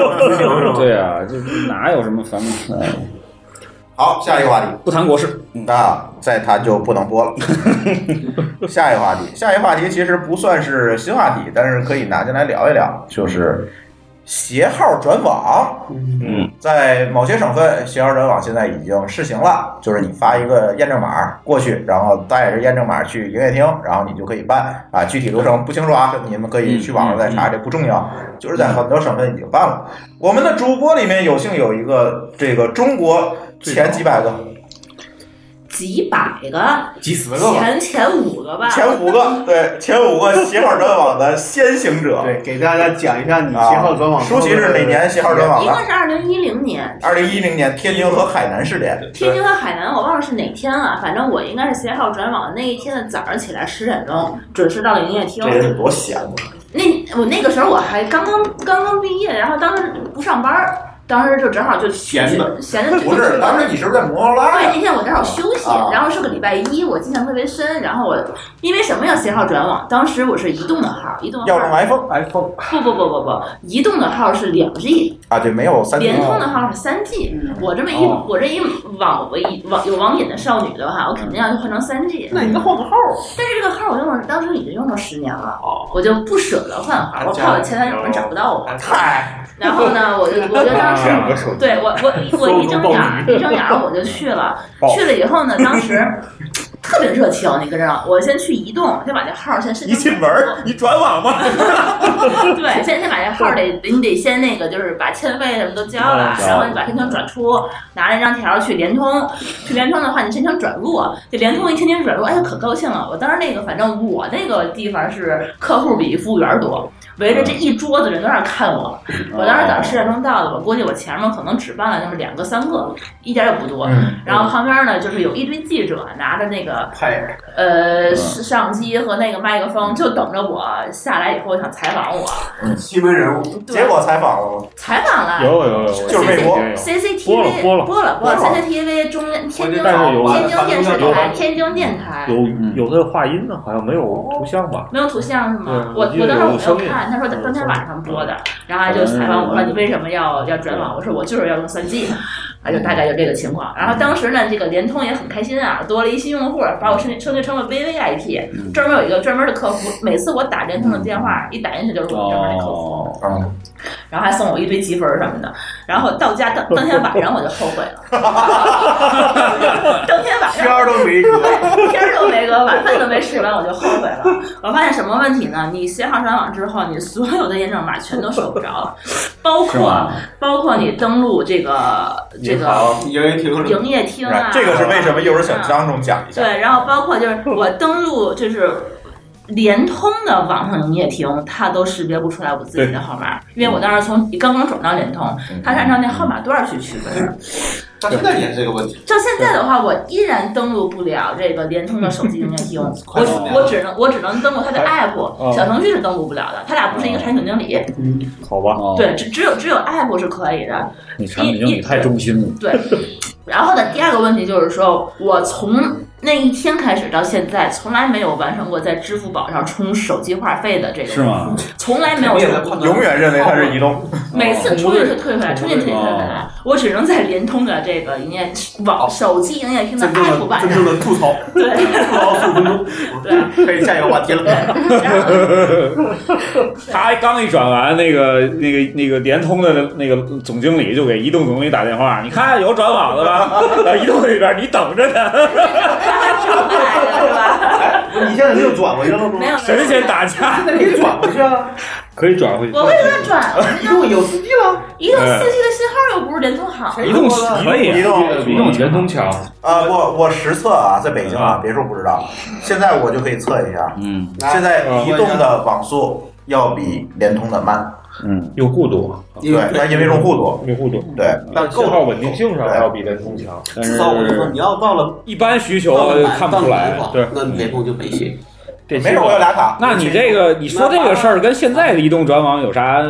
Speaker 2: 对啊，就是哪有什么反垄断？
Speaker 3: 好，下一个话题。
Speaker 2: 不谈国事，
Speaker 3: 那再谈就不能播了。下一个话题，下一个话题其实不算是新话题，但是可以拿进来聊一聊，就是携号转网。嗯，在某些省份，携号转网现在已经试行了，就是你发一个验证码过去，然后带着验证码去营业厅，然后你就可以办啊。具体流程不清楚啊，你们可以去网上再查，这不重要。就是在很多省份已经办了。我们的主播里面有幸有一个这个中国前几百个。
Speaker 5: 几百个，
Speaker 3: 几十个吧，
Speaker 5: 前前五个 吧，
Speaker 3: 前五个，对，前五个携号转网的先行者。
Speaker 1: 对，给大家讲一下你
Speaker 3: 啊
Speaker 1: 携号转网。
Speaker 3: 舒淇是哪年携号转网
Speaker 5: 一个
Speaker 3: 的？
Speaker 5: 是二零一零年，
Speaker 3: 二零一零年，天津和海南试点。
Speaker 5: 天津和海南，我忘了是哪天了，反正我应该是携号转网那一天的早上起来十点钟，准时到了营业厅
Speaker 3: 这。人有多闲啊！
Speaker 5: 那我那个时候我还刚刚刚刚毕业，然后当时不上班儿，当时就正好就
Speaker 7: 闲的
Speaker 5: 闲的
Speaker 3: 不是，当时你是不是在摩托罗拉
Speaker 5: 对，
Speaker 3: 哎呀？
Speaker 5: 那天我正好休息，
Speaker 3: 啊
Speaker 5: 然后是个礼拜一，我印象特别深。然后我因为什么要携号转网？当时我是移动的号，移动的
Speaker 3: 要用
Speaker 5: 号
Speaker 3: iPhone，iPhone
Speaker 5: 不不不不不，移动的号是两 G，
Speaker 3: 啊，对，没有三 G 哦
Speaker 5: 联通的号是三 G。我这么一
Speaker 2: 哦
Speaker 5: 我这一网我一网有网瘾的少女的话，我肯定要换成三 G。
Speaker 3: 嗯
Speaker 1: 那你再换个号儿，
Speaker 5: 但是这个号我用了，当时已经用了十年了，
Speaker 3: 哦
Speaker 5: 我就不舍得换号，我怕我前男友们找不到我。
Speaker 3: 嗨，
Speaker 5: 然后呢，我就我就 当时
Speaker 7: 两个手机，
Speaker 5: 对我我我一睁眼儿一睁眼儿我就 去了，去了以后呢，当时 特别热情，你跟着我先去移动，先把这号儿先申
Speaker 3: 一
Speaker 5: 请
Speaker 3: 进门儿你转网吗？
Speaker 5: 对，先先把这号儿得你得先那个就是把签费什么都交了，然后你把申请转出，拿那张条儿去联通，去联通的话你申请转入，这联通一听您转入，哎呀可高兴了，我当时那个反正我那个地方是客户比服务员儿多。围着这一桌子人都在那儿看我，我当时早上十点钟到的，我估计我前面可能只办了那么两个三个，一点儿也不多。
Speaker 3: 嗯，
Speaker 5: 然后旁边呢，就是有一堆记者拿着那个
Speaker 1: 拍
Speaker 5: 呃摄像机和那个麦克风，就等着我下来以后想采访我。
Speaker 1: 新闻人物，
Speaker 5: 对
Speaker 3: 结果采访了吗？
Speaker 5: 采访了，
Speaker 4: 有有有有，
Speaker 3: 就是
Speaker 4: 美
Speaker 3: 微博
Speaker 4: 国
Speaker 5: CCTV
Speaker 4: 播了播了
Speaker 5: 播了
Speaker 3: 播了
Speaker 5: CCTV 中天津
Speaker 4: 但是有啊
Speaker 5: 天津电视
Speaker 4: 有
Speaker 5: 台天津电台
Speaker 4: 有啊有的话音呢，好像没有图像吧？
Speaker 5: 没有图像是吗
Speaker 4: 嗯？
Speaker 5: 我
Speaker 4: 我记
Speaker 5: 我
Speaker 4: 得
Speaker 5: 当时
Speaker 4: 有
Speaker 5: 我
Speaker 4: 声
Speaker 5: 没
Speaker 4: 音嗯
Speaker 5: 有看，他说当天晚上播的，然后他就采访我说你为什么要要转网？我说我就是要用三 G，啊，就大概就这个情况。然后当时呢，这个联通也很开心啊，多了一新用户，把我升升级成了
Speaker 4: 嗯
Speaker 5: VVIP，专门有一个专门的客服，每次我打联通的电话一打进去就是我们专门的客服，
Speaker 2: 哦，
Speaker 3: 嗯，
Speaker 5: 然后还送我一堆积分什么的。然后到 家当当天晚上我就后悔了，当天晚 上
Speaker 7: 天儿都没隔，
Speaker 5: 天儿都没隔，晚饭都没吃完，我就后悔了。我发现什么问题呢？你携号转网之后，你所有的验证码全都收不着 了，包
Speaker 2: 是
Speaker 5: 括
Speaker 2: 吗？
Speaker 5: 包括你登录这个这个
Speaker 1: 营业厅
Speaker 5: 营业厅啊，
Speaker 3: 这个是为什么？一会儿想当中讲一下。
Speaker 5: 对，然后包括就是我登录就是。联通的网上营业厅，它都识别不出来我自己的号码，因为我当时从刚刚转到联通，它是按照那号码段儿去区分的。
Speaker 1: 到现在也是这个问题。
Speaker 5: 到现在的话，我依然登录不了这个联通的手机营业厅，我只我只能我只能登录它的 app，小程序是登录不了的，它俩不是一个产品经理，
Speaker 4: 好吧，
Speaker 2: 哦
Speaker 5: 对，，只只有只有 app 是可以的，
Speaker 2: 你产品经理太忠心了，
Speaker 5: 对。然后呢，第二个问题就是说，我从那一天开始到现在，从来没有完成过在支付宝上充手机话费的这个，
Speaker 2: 是？吗？
Speaker 5: 从来没有充过，
Speaker 3: 永远认为它是移动，
Speaker 5: 每次充进去退回来，
Speaker 4: 哦
Speaker 5: 充进去退回来，我只能在联通的这个营业网手机营业厅的
Speaker 1: 真正
Speaker 5: app
Speaker 1: 的
Speaker 5: 版
Speaker 1: 真
Speaker 5: 上
Speaker 1: 正，的吐槽，
Speaker 5: 对。
Speaker 1: 吐槽四分钟，
Speaker 5: 对
Speaker 1: 可以下一个话题了。
Speaker 5: 然后
Speaker 2: 他刚一转完，那个、那个、那个联通的那个总经理就给移动总经理打电话，你看有转网的吧？然后移动那边你等着呢，
Speaker 5: 转过来的是吧？
Speaker 7: 你现在又转回去了吗？
Speaker 5: 没有，
Speaker 2: 谁先？打架？
Speaker 1: 那可以转回去 啊，
Speaker 4: 可以转回去。
Speaker 5: 我为什么转？
Speaker 1: 移动有司机了，
Speaker 5: 移动四 G 的信号又不是联通好。
Speaker 2: 移动可以，
Speaker 3: 移动
Speaker 4: 比那种联通强，
Speaker 3: 啊，我我实测啊，在北京啊，别处不知道，现在我就可以测一下，
Speaker 2: 嗯
Speaker 3: 现在移动的网速要比联通的慢，
Speaker 2: 嗯，
Speaker 4: 用户多，
Speaker 3: 对，那因为用户多，
Speaker 4: 用户多，
Speaker 3: 对，
Speaker 1: 但
Speaker 4: 信
Speaker 1: 够
Speaker 4: 号稳定性上要比联通强。
Speaker 2: 但
Speaker 1: 至少我就说，
Speaker 2: 是
Speaker 1: 你要到了
Speaker 2: 一般需求
Speaker 1: 到了南
Speaker 2: 看不出来，
Speaker 1: 到了南方
Speaker 2: 对。
Speaker 1: 那联通就没戏。
Speaker 4: 这
Speaker 3: 没事，我有俩卡。
Speaker 2: 那你这个你说这个事儿跟现在的移动转网有啥呃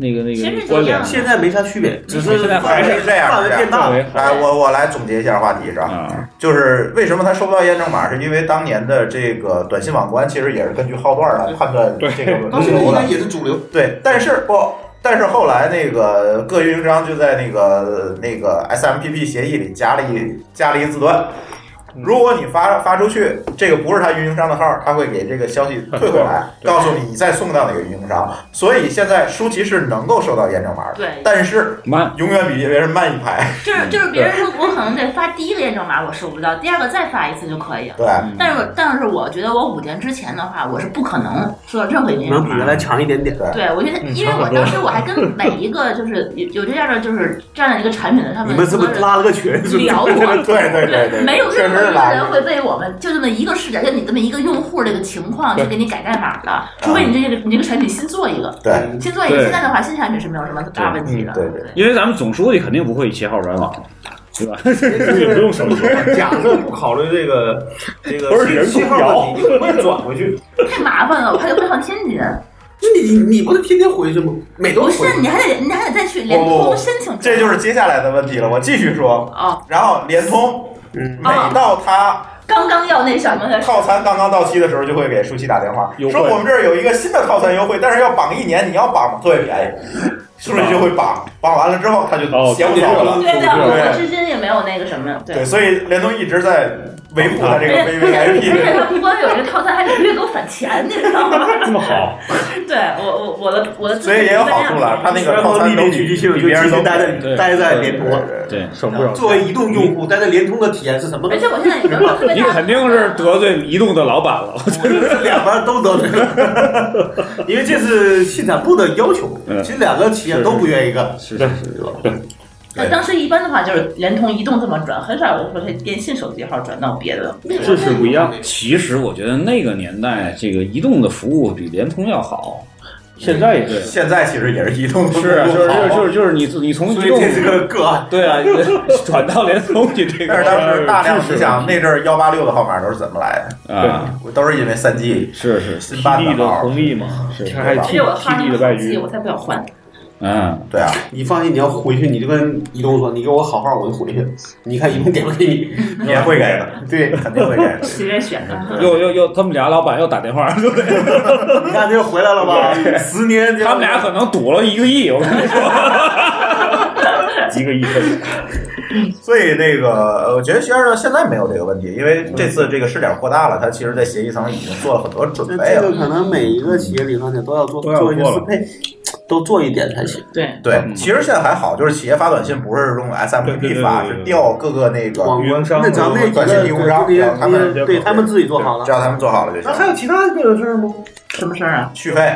Speaker 2: 那个那
Speaker 5: 其实
Speaker 2: 个
Speaker 5: 就
Speaker 2: 关联吗？
Speaker 1: 现在没啥区别，只是
Speaker 2: 现在
Speaker 3: 还
Speaker 2: 还是
Speaker 3: 是这样
Speaker 1: 范围
Speaker 3: 的。
Speaker 1: 变大了。
Speaker 3: 来，哎我我来总结一下话题是吧？
Speaker 2: 啊，
Speaker 3: 就是为什么他收不到验证码，是因为当年的这个短信网关其实也是根据号段来判断这个
Speaker 1: 到
Speaker 3: 轮
Speaker 1: 现在应
Speaker 3: 流
Speaker 1: 该
Speaker 3: 的。
Speaker 1: 也是主流，
Speaker 3: 对，但是不，但是后来那个各运营商就在那个那个 SMPP 协议里加了一加了一字段。如果你发发出去，这个不是他运营商的号，他会给这个消息退回来，告诉你你再送到哪个运营商。所以现在舒淇是能够收到验证码的，
Speaker 5: 对
Speaker 3: 但是
Speaker 2: 慢，
Speaker 3: 永远比别人慢一拍。
Speaker 5: 就是就是别人说我可能得发第一个验证码我收不到，第二个再发一次就可以了。
Speaker 3: 对，
Speaker 5: 但是但是我觉得我五年之前的话，我是不可能收到任何一个验
Speaker 1: 能
Speaker 5: 证
Speaker 1: 比
Speaker 5: 码
Speaker 1: 原
Speaker 5: 的。
Speaker 1: 来强一点点。
Speaker 5: 对，我觉得，
Speaker 3: 嗯
Speaker 5: 因为我当时我还 跟每一个就是有有这样的就是这样的一个产品的他
Speaker 1: 你
Speaker 5: 们
Speaker 1: 们是
Speaker 5: 所
Speaker 1: 不
Speaker 5: 有
Speaker 1: 是
Speaker 5: 人
Speaker 1: 拉了个群？是不是
Speaker 5: 聊过，
Speaker 3: 对对对对，
Speaker 5: 嗯没有
Speaker 3: 确
Speaker 5: 任
Speaker 3: 实
Speaker 5: 何
Speaker 3: 是
Speaker 5: 一个
Speaker 3: 懒
Speaker 5: 人会为我们就这么一个视角，就你这么一个用户这个情况去给你改代码的，除非你这个你这个产品新做一个，
Speaker 3: 嗯对，
Speaker 5: 新做一个，
Speaker 2: 对
Speaker 5: 现在的话新产品是没有什么大问题的。
Speaker 3: 对对
Speaker 2: 因为咱们总书记肯定不会以携号转网，对吧？
Speaker 4: 也不用手机，
Speaker 7: 假设不考虑这个这个
Speaker 4: 不是人工
Speaker 7: 信号问题，你转回去，
Speaker 5: 太麻烦了，我还得换趟天津。
Speaker 1: 你 你不是天天回去吗？每周
Speaker 5: 不
Speaker 1: 都回
Speaker 5: 是，
Speaker 1: 去。
Speaker 5: 你还得你还得再去联通申请。
Speaker 3: 这就是接下来的问题了。我继续说，
Speaker 5: 哦，
Speaker 3: 然后联通，每到他
Speaker 5: 刚刚要那什么的时候，
Speaker 3: 套餐刚刚到期的时候，就会给舒淇打电话，
Speaker 4: 优惠
Speaker 3: 说我们这儿有一个新的套餐优惠，但是要绑一年，你要绑吗？特别便宜，舒淇就会绑，绑完了之后他就
Speaker 4: 哦
Speaker 3: 嫌我早了。
Speaker 5: 对对，我
Speaker 3: 对
Speaker 5: 我至今也没有那个什么，
Speaker 3: 对，所以联通一直在维护他这
Speaker 5: 而
Speaker 3: 个
Speaker 5: 且而 且而
Speaker 3: VVIP
Speaker 5: 且
Speaker 3: 的。
Speaker 5: 他不光有一个套餐，还每个月给我返钱，你知道吗？
Speaker 4: 这么好，
Speaker 5: 对我我我的我的资
Speaker 3: 所
Speaker 5: 本
Speaker 3: 以也
Speaker 5: 是这
Speaker 3: 有
Speaker 5: 样的，
Speaker 3: 好处了，他那个
Speaker 1: 然
Speaker 3: 套
Speaker 1: 后
Speaker 3: 餐
Speaker 1: 立
Speaker 3: 都
Speaker 1: 面狙击性就
Speaker 3: 别
Speaker 1: 继
Speaker 3: 人
Speaker 1: 续
Speaker 3: 都
Speaker 1: 待在
Speaker 2: 对
Speaker 1: 待在
Speaker 3: 对
Speaker 1: 联通了。
Speaker 3: 对
Speaker 2: 对，
Speaker 4: 省不了。
Speaker 1: 作为移动用户，待在联通的体验是什么呢
Speaker 5: 而？且我现在已经有 特别
Speaker 2: 你
Speaker 5: 大
Speaker 2: 肯定是得罪移动的老板了。
Speaker 1: 两边都得罪了， 因为这是信产部的要求
Speaker 2: 嗯。
Speaker 1: 其实两个企业都不愿意干。
Speaker 2: 是是是，
Speaker 5: 那当时一般的话就是联通、移动这么转，很少有说这电信手机号转到别的。
Speaker 4: 这是不一样。
Speaker 2: 其实我觉得那个年代，这个移动的服务比联通要好。
Speaker 4: 现在也
Speaker 2: 对
Speaker 4: 是，
Speaker 3: 现在其实也是移动
Speaker 2: 是啊，就是就是就是就是你你从
Speaker 1: 所
Speaker 2: 移
Speaker 1: 以
Speaker 2: 动
Speaker 1: 这是个个案。
Speaker 2: 对啊， 你转到联通去这个
Speaker 3: 但是当时大量，你想那阵儿幺八六的号码都是怎么来的？
Speaker 2: 啊，
Speaker 3: 都是因为三 G
Speaker 2: 是是
Speaker 3: 新办
Speaker 4: TD 的
Speaker 3: 号
Speaker 4: 红。利嘛，
Speaker 3: 是
Speaker 4: 还有
Speaker 5: 其实我号
Speaker 4: TD
Speaker 5: 那
Speaker 4: 的
Speaker 5: 个
Speaker 4: 外
Speaker 5: 手机，
Speaker 4: 语
Speaker 5: 我，才不想换。
Speaker 2: 嗯，
Speaker 3: 对啊，
Speaker 1: 你放心，你要回去，你就跟移动说，你给我好号，我就回去。你看移动给不给你？
Speaker 3: 也会给的，
Speaker 1: 对，
Speaker 3: 肯定会给 的。
Speaker 5: 随便选的，
Speaker 2: 又又又，他们俩老板又打电话， 对不对？
Speaker 1: 你看这又回来了吧？十年，
Speaker 2: 他们俩可能赌了一个亿，我跟你说，
Speaker 4: 一个亿分，
Speaker 3: 所以那个，呃我觉得学生现在没有这个问题，因为这次这个试点扩大了，他其实在协议层已经做了很多准
Speaker 1: 这
Speaker 3: 备
Speaker 1: 这个
Speaker 3: 了。
Speaker 1: 可能每一个企业理论上都要做
Speaker 4: 都要
Speaker 1: 做一些
Speaker 4: 做
Speaker 1: 适
Speaker 4: 了
Speaker 1: 配，都做一点才行。
Speaker 5: 对，
Speaker 3: 对，其实现在还好，就是企业发短信不是用
Speaker 4: 对
Speaker 3: SMP 发，
Speaker 4: 对对对对
Speaker 3: 是调各个那个，
Speaker 1: 网
Speaker 4: 运营商
Speaker 1: 那咱们那几个
Speaker 3: 短信提供商
Speaker 1: 对
Speaker 3: 然后他们
Speaker 1: 对他们自己做好了
Speaker 3: 只。要他们做好了就
Speaker 1: 那还
Speaker 3: 行。
Speaker 1: 有其他的事儿吗？
Speaker 5: 什么事儿啊？
Speaker 3: 续费，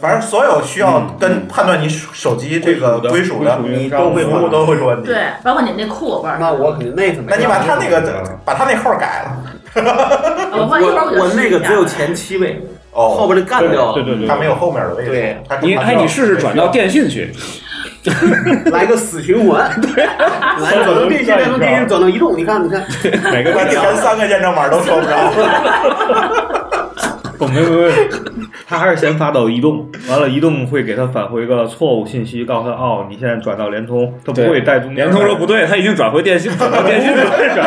Speaker 3: 反正所有需要跟判断你手机这个归属的，
Speaker 4: 归属的
Speaker 3: 都会服务都会出问题。
Speaker 5: 对，包括你们那库，我玩
Speaker 1: 那我肯定那什么？
Speaker 3: 那你把他那个把他那号改了
Speaker 5: 我
Speaker 1: 我
Speaker 5: 换一会儿就
Speaker 1: 我那个只有前
Speaker 5: 前
Speaker 1: 七位，后
Speaker 3: 哦，
Speaker 1: 边的干掉
Speaker 4: 对
Speaker 1: 了，
Speaker 4: 对对，
Speaker 3: 他没有后面的位置。
Speaker 1: 对
Speaker 3: 他只
Speaker 2: 你
Speaker 3: 能
Speaker 2: 哎，你试试转到电信去，
Speaker 1: 来个死循环，来转到电信，再从电信转到移动，你看你看，
Speaker 4: 每 个
Speaker 3: 把
Speaker 4: 单
Speaker 3: 前三个验证码都抽不着。
Speaker 4: 不没没没，他还是先发到移动，完了移动会给他返回个错误信息，告诉他哦，你现在转到联通，他不
Speaker 2: 对
Speaker 4: 会带中间
Speaker 2: 联通说不对，他已经转回电信，转到电信
Speaker 4: 转，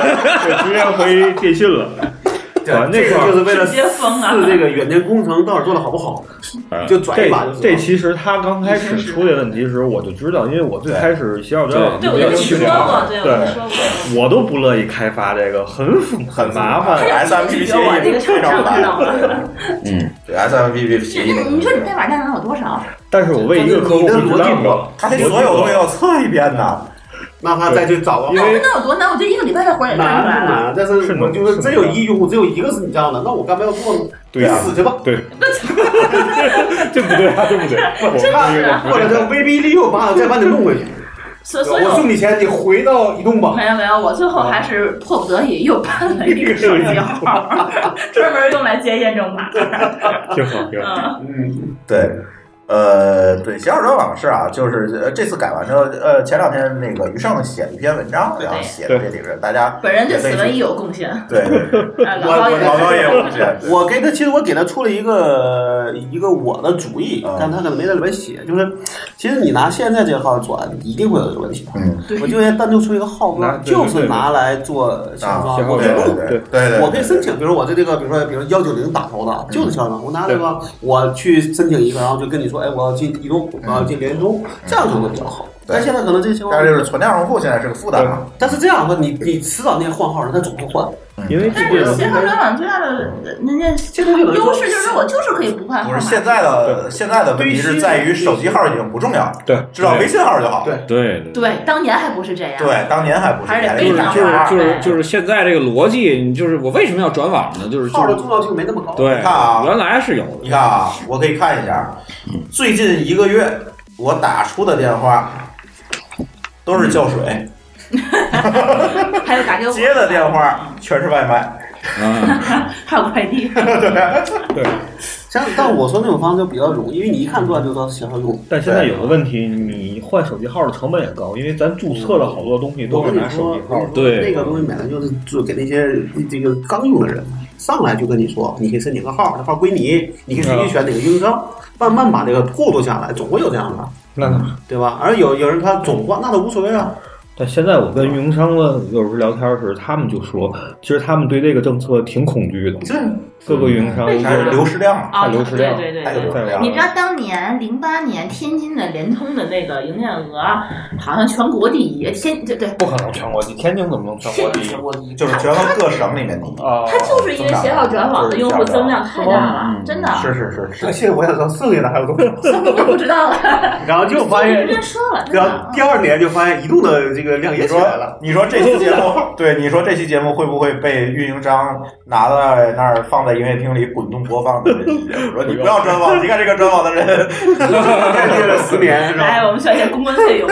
Speaker 2: 了。
Speaker 4: 对，直接回电信了。啊，那
Speaker 1: 这
Speaker 4: 块儿
Speaker 1: 个就是为了
Speaker 5: 直接封啊！
Speaker 1: 是这个远程工程到底做的好不好，就转一把就
Speaker 4: 哎这这
Speaker 1: 行。
Speaker 4: 其实他刚开始出这问题时，我就知道，因为我最开始写小站，
Speaker 5: 对，我就听说过，对，我
Speaker 4: 对
Speaker 5: 就说过。
Speaker 4: 我都不乐意开发这个，很复很麻烦。
Speaker 3: S M P P
Speaker 5: 拒
Speaker 3: 协
Speaker 5: 绝 我这
Speaker 3: 议
Speaker 5: 个
Speaker 3: 非
Speaker 5: 厂
Speaker 3: 常
Speaker 5: 商，知道
Speaker 3: 难，
Speaker 5: 吗？
Speaker 3: 对 S M P P
Speaker 5: 这
Speaker 3: 协议那
Speaker 5: 那你说你代
Speaker 3: 个，
Speaker 5: 码量能有多少？
Speaker 4: 但是我为一个客户值当过，
Speaker 3: 他得所有东西要测一遍呢。
Speaker 1: 那他再去找啊
Speaker 4: 因
Speaker 1: 个。
Speaker 4: 为
Speaker 5: 那有多难？我觉得一个礼拜的活儿也干
Speaker 1: 难
Speaker 5: 不出来
Speaker 1: 不
Speaker 5: 了。
Speaker 1: 难，但是我就是真有一用户，只有一个是你这样的，那我干嘛要做呢？
Speaker 4: 对
Speaker 1: 你
Speaker 4: 呀，
Speaker 1: 死去吧！
Speaker 4: 对， 这不对啊，这不对， 我
Speaker 1: 或者这威逼利诱把我再把你弄回去，
Speaker 5: 所所以
Speaker 1: 我送你钱，你回到移动吧。
Speaker 5: 没有没有，我最后还是
Speaker 3: 啊
Speaker 5: 迫不得已又办了一个手机 号，专门用来接验证码。
Speaker 4: 挺好，挺好。
Speaker 5: 嗯，
Speaker 1: 嗯，
Speaker 3: 对，呃，对，写小说往事啊，就是呃这次改完之后，呃，前两天那个于胜写了一篇文章，然后写的这里边，大家
Speaker 5: 本人对此文
Speaker 3: 也
Speaker 5: 一有贡 献，啊，
Speaker 3: 对对对
Speaker 5: 老高也
Speaker 3: 老高也有贡献，对
Speaker 1: 我给他，其实我给他出了一个一个我的主意
Speaker 3: 嗯，
Speaker 1: 但他可能没在里边写。就是，其实你拿现在这号转，一定会有这个问题的。
Speaker 3: 嗯，
Speaker 1: 我就应该单独出一个号
Speaker 4: 拿
Speaker 1: 标，
Speaker 4: 对对
Speaker 1: 就
Speaker 4: 对
Speaker 1: 是
Speaker 4: 对
Speaker 1: 拿来做小
Speaker 3: 啊
Speaker 1: 号
Speaker 4: 小
Speaker 1: 我
Speaker 4: 号
Speaker 1: 可以
Speaker 3: 对
Speaker 4: 标
Speaker 1: 录。
Speaker 3: 对对对对，嗯
Speaker 1: 我可以申请，比如说我在这个，比如说比如幺九零打头的，就是小张，我拿这个我去申请一个，然后就跟你说，哎，我要进移动，我要进联通，这样就会比较好。但现在可能这个情
Speaker 3: 嗯
Speaker 1: 况
Speaker 3: 但，是就是存量用户现在是个负担嘛，
Speaker 1: 但是这样的话，你你迟早那些换号人他总会换，
Speaker 4: 因为这
Speaker 5: 但
Speaker 4: 个
Speaker 5: 是协和转网最大的人家
Speaker 1: 现在就能
Speaker 5: 优
Speaker 1: 说
Speaker 5: 势就是我就是可以不换号
Speaker 3: 不
Speaker 5: 码
Speaker 3: 是。现在的现在的问题是在于手机号已经不重要，
Speaker 4: 对
Speaker 3: 知道微信号就好。
Speaker 1: 对
Speaker 2: 对对
Speaker 5: 对，当年还不是这样。
Speaker 3: 对，当年还不是
Speaker 5: 还是得
Speaker 2: 就
Speaker 5: 对
Speaker 2: 是
Speaker 5: 非常
Speaker 2: 就是
Speaker 5: 好
Speaker 2: 就是就是现在这个逻辑，你就是我为什么要转网呢？就是就
Speaker 1: 号的
Speaker 2: 是
Speaker 1: 重要性没那么高。
Speaker 2: 对，
Speaker 3: 你看啊
Speaker 2: 原来是有的
Speaker 3: 你看啊，我可以看一下，啊最近一个月我打出的电话都是叫水，
Speaker 5: 还有打给我
Speaker 3: 接的电话全是外卖。
Speaker 2: 啊，
Speaker 5: 还有快 递，
Speaker 1: 像但我说那种方式就比较容易，因为你一看段就知道是小号用。
Speaker 4: 但现在有个问题，你换手机号的成本也高，因为咱注册了好多东西
Speaker 1: 我
Speaker 4: 都是
Speaker 1: 跟你
Speaker 4: 拿手
Speaker 1: 说
Speaker 4: 机号，
Speaker 2: 对
Speaker 1: 那个东西买来就是做给那些这个刚用的人，上来就跟你说，你可以申请个号，这号归你，你可以随意选哪个运营商，慢慢把这个过渡下来，总会有这样的，
Speaker 4: 那
Speaker 1: 对吧？而有有人他总换，那都无所谓啊。
Speaker 4: 但现在我跟运营商的有时候聊天的时，候，他们就说，其实他们对这个政策挺恐惧的。
Speaker 3: 这
Speaker 4: 各个运营商
Speaker 3: 还是流失量啊，
Speaker 5: 啊，
Speaker 4: 看流
Speaker 5: 对
Speaker 4: 失量
Speaker 5: 对对
Speaker 3: 太流
Speaker 5: 对。
Speaker 3: 失量
Speaker 5: 你知
Speaker 3: 了。
Speaker 5: 道当年零八年天津的联通的那个营业额啊好像全国第一，天对对，
Speaker 4: 不可能全国第一，天津怎么能全国第一
Speaker 3: 就是全国各省里面第一。
Speaker 1: 哦
Speaker 4: 啊？
Speaker 5: 它就是因为携号转网的用户增量太大了，真的，
Speaker 3: 是是是
Speaker 1: 这
Speaker 3: 是，
Speaker 1: 些我想知道剩下的还有多少，
Speaker 5: 我不知道了，
Speaker 1: 然后就发
Speaker 5: 人
Speaker 1: 现，
Speaker 5: 家说了，真
Speaker 1: 然后
Speaker 5: 的。
Speaker 1: 第二年就发现移动的这个量也
Speaker 3: 你
Speaker 1: 起来了。
Speaker 3: 说你说这期节目， 对你说这期节目会不会被运营商拿到那儿放在营业厅里滚动播放的 这期节目？说你不要专网，你看这个专网的人，
Speaker 1: 干这了十年是吧？
Speaker 5: 哎，我们选一些公关费用。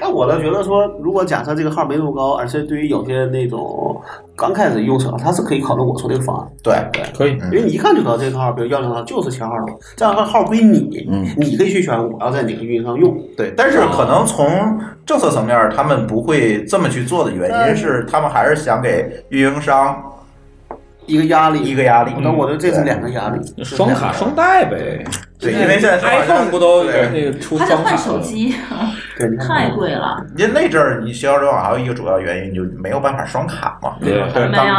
Speaker 1: 但我倒觉得说，如果假设这个号没那么高，而且对于有些那种刚开始用者，他是可以考虑我说这个方案，
Speaker 3: 对，
Speaker 4: 可以，
Speaker 3: 嗯
Speaker 1: 因为你一看就知道这个号，比如幺零号就是前号的，这样的号归你，
Speaker 2: 嗯
Speaker 1: 你可以去选我要在哪个运营商用。
Speaker 3: 对，但
Speaker 1: 哦
Speaker 3: 是可能从政策层面儿，他们不会这么去做的原因是，他们还是想给运营商
Speaker 1: 一个压力，
Speaker 3: 一个压力。嗯
Speaker 1: 那我觉得这是两个压力，就是
Speaker 2: 双
Speaker 1: 两个
Speaker 2: 卡双待呗。
Speaker 3: 对，因为现在
Speaker 2: iPhone 不都
Speaker 3: 对
Speaker 2: 那个出
Speaker 5: 还得
Speaker 2: 双卡
Speaker 5: 换
Speaker 2: 了
Speaker 5: 手
Speaker 2: 吗？
Speaker 5: 机，
Speaker 1: 对，你看
Speaker 5: 太贵了。
Speaker 3: 因为那阵儿你销售还有一个主要原因，你就没有办法双卡嘛。
Speaker 2: 对
Speaker 5: 没有，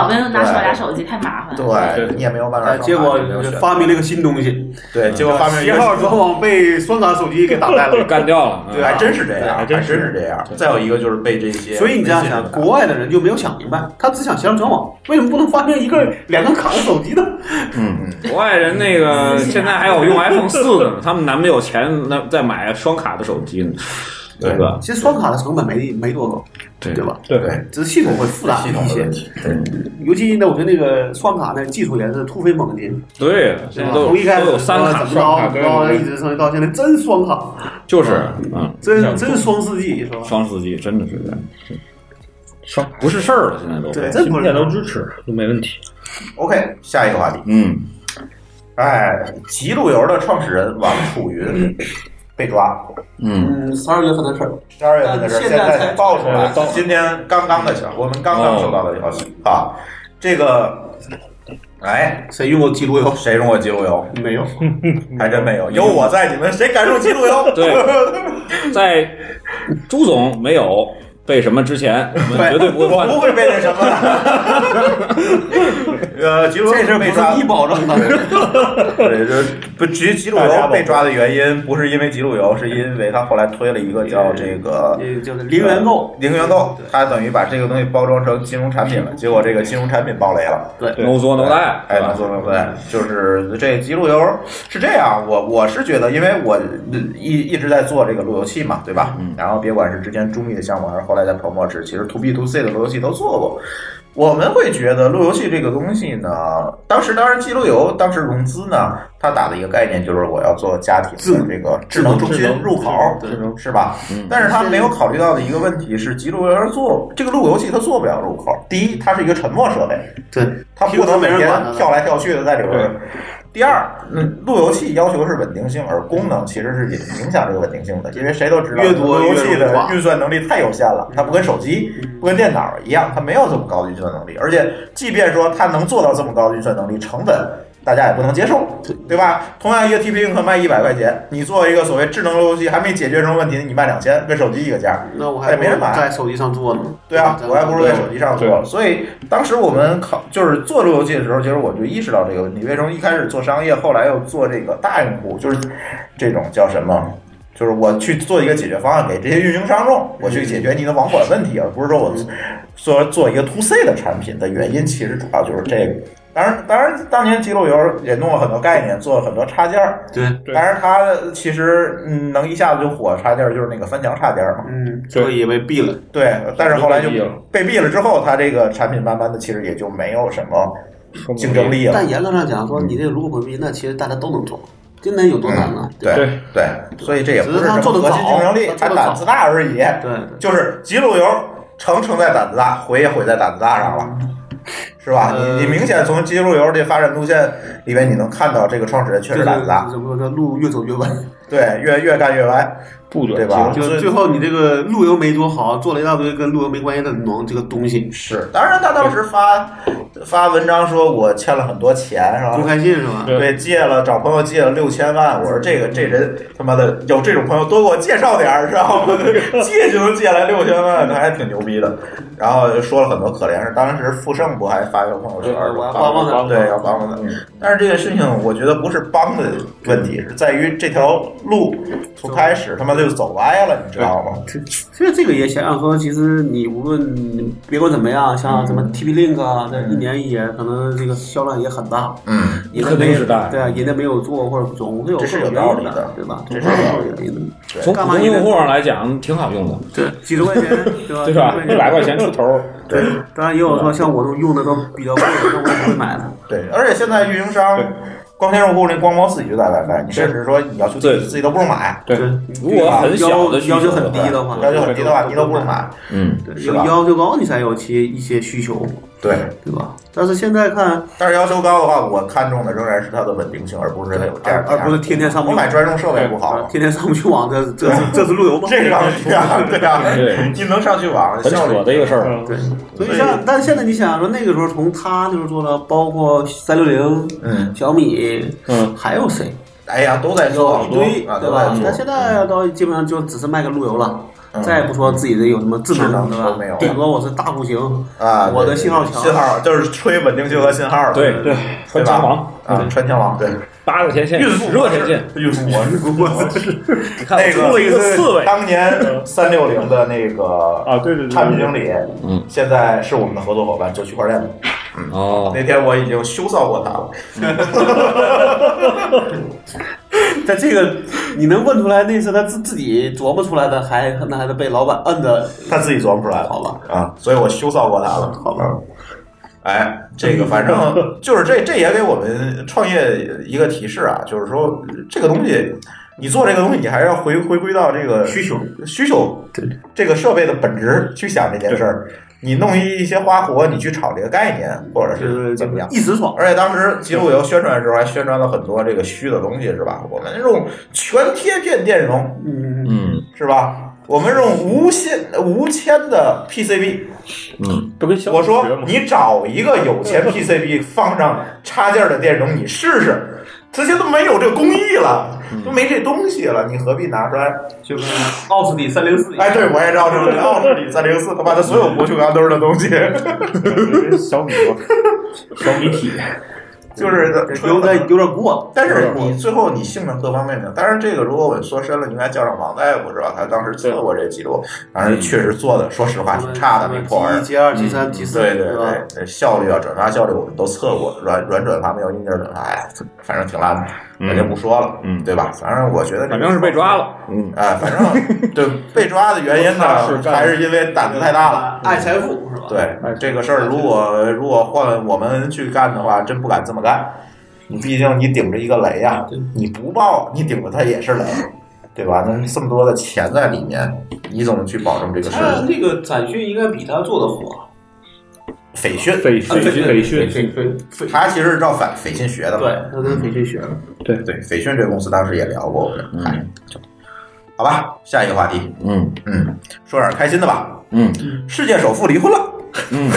Speaker 5: 没有拿手
Speaker 3: 对
Speaker 5: 拿手机太麻烦。
Speaker 3: 对，你也没有办法
Speaker 1: 哎
Speaker 3: 双卡。
Speaker 1: 结果
Speaker 3: 没有选择
Speaker 1: 发明了一个新东西，
Speaker 3: 对，结果发明一
Speaker 1: 携
Speaker 3: 个
Speaker 1: 号转网被双卡手机给打 败了。
Speaker 2: 干掉了。啊
Speaker 3: 对，还真是这样，还
Speaker 4: 对还真
Speaker 3: 真
Speaker 4: 是
Speaker 3: 是这样。再有一个就是被这些，
Speaker 1: 啊所以你这样想，国外的人就没有想明白，他只想协商转网，为什么不能发明一个两个卡的手机呢？
Speaker 3: 嗯
Speaker 2: 国外人那个现在还有用 iPhone 四的呢，他们难不有钱那再买双卡的手机呢？
Speaker 3: 对
Speaker 2: 吧？
Speaker 1: 其实双卡的成本没没多高，
Speaker 2: 对嗯
Speaker 1: 对吧？
Speaker 4: 对
Speaker 3: 对
Speaker 1: 只是系统会复杂
Speaker 3: 系统
Speaker 1: 一
Speaker 3: 的
Speaker 1: 些
Speaker 3: 问，题，对
Speaker 1: 尤其呢，我觉得那个双卡那技术也是突飞猛进，
Speaker 2: 对，啊现
Speaker 1: 对吧
Speaker 2: 在都
Speaker 1: 从一开始啊
Speaker 2: 有都有三卡
Speaker 1: 怎么
Speaker 4: 双卡
Speaker 1: 着，哎
Speaker 4: 对
Speaker 1: 然后
Speaker 4: 对
Speaker 1: 一直升级到现在真双卡，
Speaker 2: 就是嗯，
Speaker 1: 真真双世纪是吧？
Speaker 2: 双司机真的是这样
Speaker 4: 双卡
Speaker 2: 不是事儿了，现在都
Speaker 1: 对，真
Speaker 4: 芯
Speaker 1: 不是
Speaker 4: 片都支持，就没问题。
Speaker 3: OK，下一个话题，
Speaker 2: 嗯，
Speaker 3: 哎，极路由的创始人王楚云被抓，
Speaker 2: 嗯
Speaker 1: 嗯，十二月份的事儿，
Speaker 3: 十二月份的事儿，
Speaker 1: 嗯现
Speaker 3: 现
Speaker 1: 在才
Speaker 3: 在爆出来
Speaker 4: 爆，
Speaker 3: 今天刚刚的消，我们刚刚收到的消息
Speaker 1: 哦
Speaker 3: 啊，这个，哎，
Speaker 1: 谁用过记录有？
Speaker 3: 谁用过极路由？
Speaker 1: 没有，
Speaker 3: 嗯还真没有，有我在，你们谁敢用极路由？
Speaker 2: 对在朱总没有被什么之前，我们绝对不会
Speaker 3: 我
Speaker 2: 换
Speaker 3: 不会被那什么 的。呃，吉鲁
Speaker 1: 这事儿不
Speaker 3: 被抓
Speaker 1: 是一保证的。
Speaker 3: 对，就是不吉吉鲁游被抓的原因，不是因为吉鲁游，是因为他后来推了一个叫这个。
Speaker 1: 这就是零元购，
Speaker 3: 零元购，他等于把这个东西包装成金融产品了，结果这个金融产品爆雷了。
Speaker 2: no 作 no 带，
Speaker 3: 哎，
Speaker 2: 是吧
Speaker 3: 能做能做，就是这吉路由是这样，我我是觉得，因为我一一直在做这个路由器嘛，对吧？然后别管是之前朱密的项目，还是后来在泡沫时，其实 to B to C 的路由器都做过。我们会觉得路由器这个东西呢，当时当然基路由当时融资呢，它打的一个概念就是我要做家庭的这个智能嗯中心入口，是吧？但是他没有考虑到的一个问题是，极路由它做这个路由器它做不了入口。第一，它是一个沉默设备，
Speaker 1: 对，
Speaker 3: 它不能每
Speaker 1: 平时没
Speaker 3: 天
Speaker 1: 人管它的
Speaker 3: 跳来跳去的在里边儿。第二，嗯，路由器要求是稳定性，而功能其实是影影响这个稳定性的，因为谁都知道
Speaker 1: 越多
Speaker 3: 路由器
Speaker 1: 越容易
Speaker 3: 的
Speaker 1: 挂
Speaker 3: 运算能力太有限了，它不跟手机、
Speaker 1: 嗯
Speaker 3: 不跟电脑一样，它没有这么高的运算能力。而且，即便说它能做到这么高的运算能力，成本大家也不能接受，对吧？同样一个 TP-Link 卖一百块钱，你做一个所谓智能路由器还没解决什么问题，你卖两千，跟手机一个价。
Speaker 1: 那我还不
Speaker 3: 哎没人
Speaker 1: 如
Speaker 3: 买
Speaker 1: 在手机上做呢。
Speaker 3: 对啊，我还不如在手机上
Speaker 4: 对
Speaker 3: 做。所以当时我们考就是做路由器的时候，其实我就意识到这个问题：为什么一开始做商业，后来又做这个大用户，就是这种叫什么？就是我去做一个解决方案给这些运营商
Speaker 4: 嗯
Speaker 3: 用，我去解决你的网管问题，而不是说我说做一个 to C 的产品的原因，其实主要就是这个。
Speaker 4: 嗯
Speaker 3: 当然，当然，当年极路由也弄了很多概念，做了很多插件儿。
Speaker 1: 对，
Speaker 4: 对
Speaker 3: 但是它其实嗯能一下子就火的插件儿就是那个翻墙插件儿嘛。
Speaker 1: 嗯，所以也被毙了。
Speaker 3: 对，但是后来就
Speaker 4: 被毙了
Speaker 3: 被毙了之后，它这个产品慢慢的其实也就没有什么
Speaker 4: 说不定
Speaker 3: 竞争力了
Speaker 1: 但。严格上讲，说你这个如果回避，那其实大家都能做，真的有多难呢？
Speaker 3: 嗯对
Speaker 4: 对
Speaker 3: 对，所以这也不是什么核心竞争力，
Speaker 1: 只是它
Speaker 3: 它
Speaker 1: 做得早它做得
Speaker 3: 胆子大而已。
Speaker 1: 对对
Speaker 3: 就是极路由成成在胆子大，毁也毁在胆子大上了，
Speaker 1: 嗯
Speaker 3: 是吧？
Speaker 1: 呃
Speaker 3: 你你明显从极路由这发展路线里面，你能看到这个创始人确
Speaker 1: 就是
Speaker 3: 实胆子大，
Speaker 1: 怎么说，路越走越歪。
Speaker 3: 对，越越干越歪，
Speaker 4: 不准
Speaker 3: 对吧？
Speaker 1: 就最后你这个路由没做好，做了一大堆跟路由没关系的农这个东西。
Speaker 3: 是，当然他当时发发文章说我欠了很多钱，是吧？
Speaker 1: 公开信是吧？
Speaker 3: 对，嗯借了找朋友借了六千万，我说这个这人他妈的有这种朋友多给我介绍点儿，知道 吗？借就能借来六千万，他还挺牛逼的。然后就说了很多可怜事，当时傅盛不还发一个朋友圈儿
Speaker 1: 我要
Speaker 3: 吗，
Speaker 1: 帮帮他。
Speaker 3: 对，要帮帮他。嗯但是这个事情，我觉得不是帮的问题，是在于这条路从开始他妈就走歪了，你知道吗？
Speaker 1: 所以这个也想想说，其实你无论别管怎么样，
Speaker 3: 嗯
Speaker 1: 像什么 TP Link 啊，这一年也可能这个销量也很大，
Speaker 3: 嗯，
Speaker 1: 人家
Speaker 2: 肯定
Speaker 1: 没
Speaker 2: 是大呀
Speaker 1: 对啊，人家没有做或者总会有
Speaker 3: 这是
Speaker 1: 各种
Speaker 3: 有道
Speaker 1: 原因
Speaker 3: 理
Speaker 1: 的
Speaker 3: 的，
Speaker 1: 对吧？
Speaker 3: 这
Speaker 1: 总
Speaker 3: 是
Speaker 1: 会
Speaker 3: 有道
Speaker 1: 有
Speaker 3: 理的
Speaker 1: 原因的。
Speaker 2: 从普通用户上来讲，挺好用的，
Speaker 1: 对，几十块钱，对 吧？
Speaker 2: 对吧？
Speaker 1: 几十
Speaker 2: 一百块钱出头，
Speaker 3: 对
Speaker 1: 当然也有说像我都用的都 比较贵，那我不会买的。
Speaker 3: 对，而且现在运营商
Speaker 2: 对
Speaker 3: 光天用户那光猫自己就带 WiFi，你甚至说你要去
Speaker 2: 对
Speaker 3: 自己都不用买，
Speaker 2: 对，如果很小的需
Speaker 1: 要
Speaker 2: 求
Speaker 1: 求很低的
Speaker 2: 的
Speaker 1: 话
Speaker 2: 话，
Speaker 3: 要求很低的话你都不用买。
Speaker 2: 嗯，
Speaker 1: 对，
Speaker 3: 是
Speaker 1: 有
Speaker 3: 吧
Speaker 1: 要求高你才有其一些需求，
Speaker 3: 对，
Speaker 1: 对吧？但是现在看，
Speaker 3: 但是要求高的话，我看重的仍然是它的稳定性，而不是它有这样
Speaker 1: 而而不是天天上
Speaker 3: 我
Speaker 1: 网
Speaker 3: 买专用设备不好
Speaker 1: 啊
Speaker 3: 吗？
Speaker 1: 天天上不去网，这这是这是路由吗？
Speaker 3: 这个对 啊，对啊
Speaker 2: 对，
Speaker 3: 你能上去网，
Speaker 2: 很
Speaker 3: 效率
Speaker 2: 扯的一个事儿。
Speaker 4: 嗯
Speaker 1: 对，所以像，但是现在你想说，那个时候从他那时候做的，包括三六零、
Speaker 3: 嗯，
Speaker 1: 小米，
Speaker 2: 嗯，
Speaker 1: 还有谁，
Speaker 3: 哎呀，都在
Speaker 1: 有
Speaker 3: 做，
Speaker 1: 一堆，
Speaker 3: 啊，
Speaker 1: 对
Speaker 3: 都在
Speaker 1: 吧？那
Speaker 3: 做，
Speaker 1: 现在到基本上就只是卖个路由了，
Speaker 3: 嗯
Speaker 1: 再也不说自己的有什么智
Speaker 3: 智能
Speaker 1: 能，对
Speaker 3: 都
Speaker 1: 吧
Speaker 3: 没有？了
Speaker 1: 顶多我是大户型，
Speaker 3: 啊，
Speaker 1: 我的
Speaker 3: 对
Speaker 1: 信号强
Speaker 3: 信号就是吹稳定性和信号了，
Speaker 2: 对
Speaker 3: 对，
Speaker 2: 穿
Speaker 3: 吧
Speaker 2: 墙嗯王
Speaker 3: 啊，穿墙网，对，
Speaker 2: 八个天线，
Speaker 3: 孕妇
Speaker 2: 十个天线，，
Speaker 3: 孕妇我是，
Speaker 2: 你看
Speaker 3: 那
Speaker 2: 我出了一个刺猬，
Speaker 3: 当年三六零的那个
Speaker 4: 啊，对对对，
Speaker 3: 产品经理，
Speaker 2: 嗯，
Speaker 3: 现在是我们的合作伙伴，就区块链的。
Speaker 2: 哦，
Speaker 3: 那天我已经羞臊过他了，
Speaker 1: 但这个你能问出来，那是他自自己琢磨出来的，还那还是被老板摁着。
Speaker 3: 他自己琢磨出来
Speaker 1: 好
Speaker 3: 了
Speaker 1: 吧，
Speaker 3: 啊，所以我羞臊过他了。好吧，哎，这个反正就是这，这也给我们创业一个提示啊，就是说这个东西，你做这个东西，你还是要回回归到这个需求需求，
Speaker 1: 对
Speaker 3: 这个设备的本质去想这件事儿。你弄一一些花活，你去炒这个概念，或者是怎么样？
Speaker 1: 一时爽，
Speaker 3: 而且当时极路由宣传的时候还宣传了很多这个虚的东西，是吧？我们用全贴片电容，
Speaker 1: 嗯，
Speaker 2: 嗯
Speaker 3: 是吧？我们用无线无铅的 PCB，
Speaker 2: 嗯，
Speaker 4: 不跟小
Speaker 3: 我
Speaker 4: 学
Speaker 3: 说
Speaker 4: 嘛
Speaker 3: 你找一个有钱 PCB 放上插件的电容，你试试，这些都没有这个工艺了，都没这东西了，你何必拿出来？
Speaker 1: 就跟奥斯底三零四一样
Speaker 3: 哎，对，我也知道这个奥是里三零四，他妈的所有不锈钢都是这东西，
Speaker 4: 小米嘛，小米体，
Speaker 3: 就是
Speaker 1: 有点有点过了。
Speaker 3: 但是你最后你性能各方面的，当然这个如果我说深了，应该叫上王大夫是吧？他当时测过这记录，当时确实做的，说实话挺差的，那破玩意
Speaker 1: 什
Speaker 3: 儿嗯
Speaker 1: 么 G 一、。G 二、G 三、G 四，
Speaker 3: 对对
Speaker 1: 吧？
Speaker 3: 对，对效率啊，转发效率我们都测过，软软转发没有硬件转发，哎，反正挺烂的，我就不说了，
Speaker 2: 嗯
Speaker 3: 对吧？反正我觉得这个
Speaker 2: 反正是被抓，了，嗯，
Speaker 3: 哎，反 正对被抓的原因
Speaker 4: 他是
Speaker 3: 呢，
Speaker 4: 干
Speaker 3: 还是因为胆子太大了。
Speaker 1: 爱财富是吧？
Speaker 3: 对
Speaker 2: 哎
Speaker 3: 这个事儿，如果如果换我们去干的话，真不敢这么干。你毕竟你顶着一个雷呀、你不报，你顶着它也是雷，对吧？那这么多的钱在里面，你怎么去保证这个事
Speaker 1: 他
Speaker 2: 哎
Speaker 3: 儿？
Speaker 1: 那个展讯应该比他做的火，
Speaker 3: 匪讯，
Speaker 4: 斐讯斐
Speaker 1: 斐
Speaker 4: 讯，
Speaker 1: 讯斐斐，
Speaker 3: 他其实是照反匪讯学的嘛。
Speaker 1: 对，他跟斐讯学 的。
Speaker 3: 对，斐讯这个公司当时也聊过，我
Speaker 1: 嗯
Speaker 3: 们嗨，就好吧。下一个话题，
Speaker 2: 嗯
Speaker 3: 嗯，说点开心的吧。
Speaker 2: 嗯
Speaker 3: 世界首富离婚了，
Speaker 2: 嗯，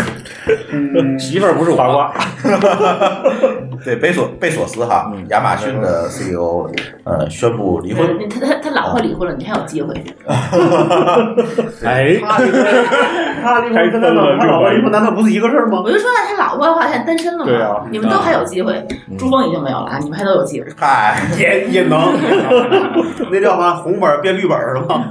Speaker 1: 嗯，
Speaker 2: 媳妇儿不是我，
Speaker 4: 瓜，
Speaker 3: 对，贝索贝索斯哈，
Speaker 1: 嗯
Speaker 3: 亚马逊的 CEO 呃宣布离婚。
Speaker 5: 他他他老婆离婚了，你还有机会。
Speaker 2: 哎，
Speaker 1: 他离婚跟他老他老婆离婚，难道不是一个事儿吗？
Speaker 5: 我就说他老婆的话，现在单身了嘛，
Speaker 4: 对啊
Speaker 5: 你们都还有机会。朱峰已经没有了啊，你们还都有机会。
Speaker 3: 嗨，
Speaker 1: 也也能， 那叫什么红本儿变绿本儿是吧？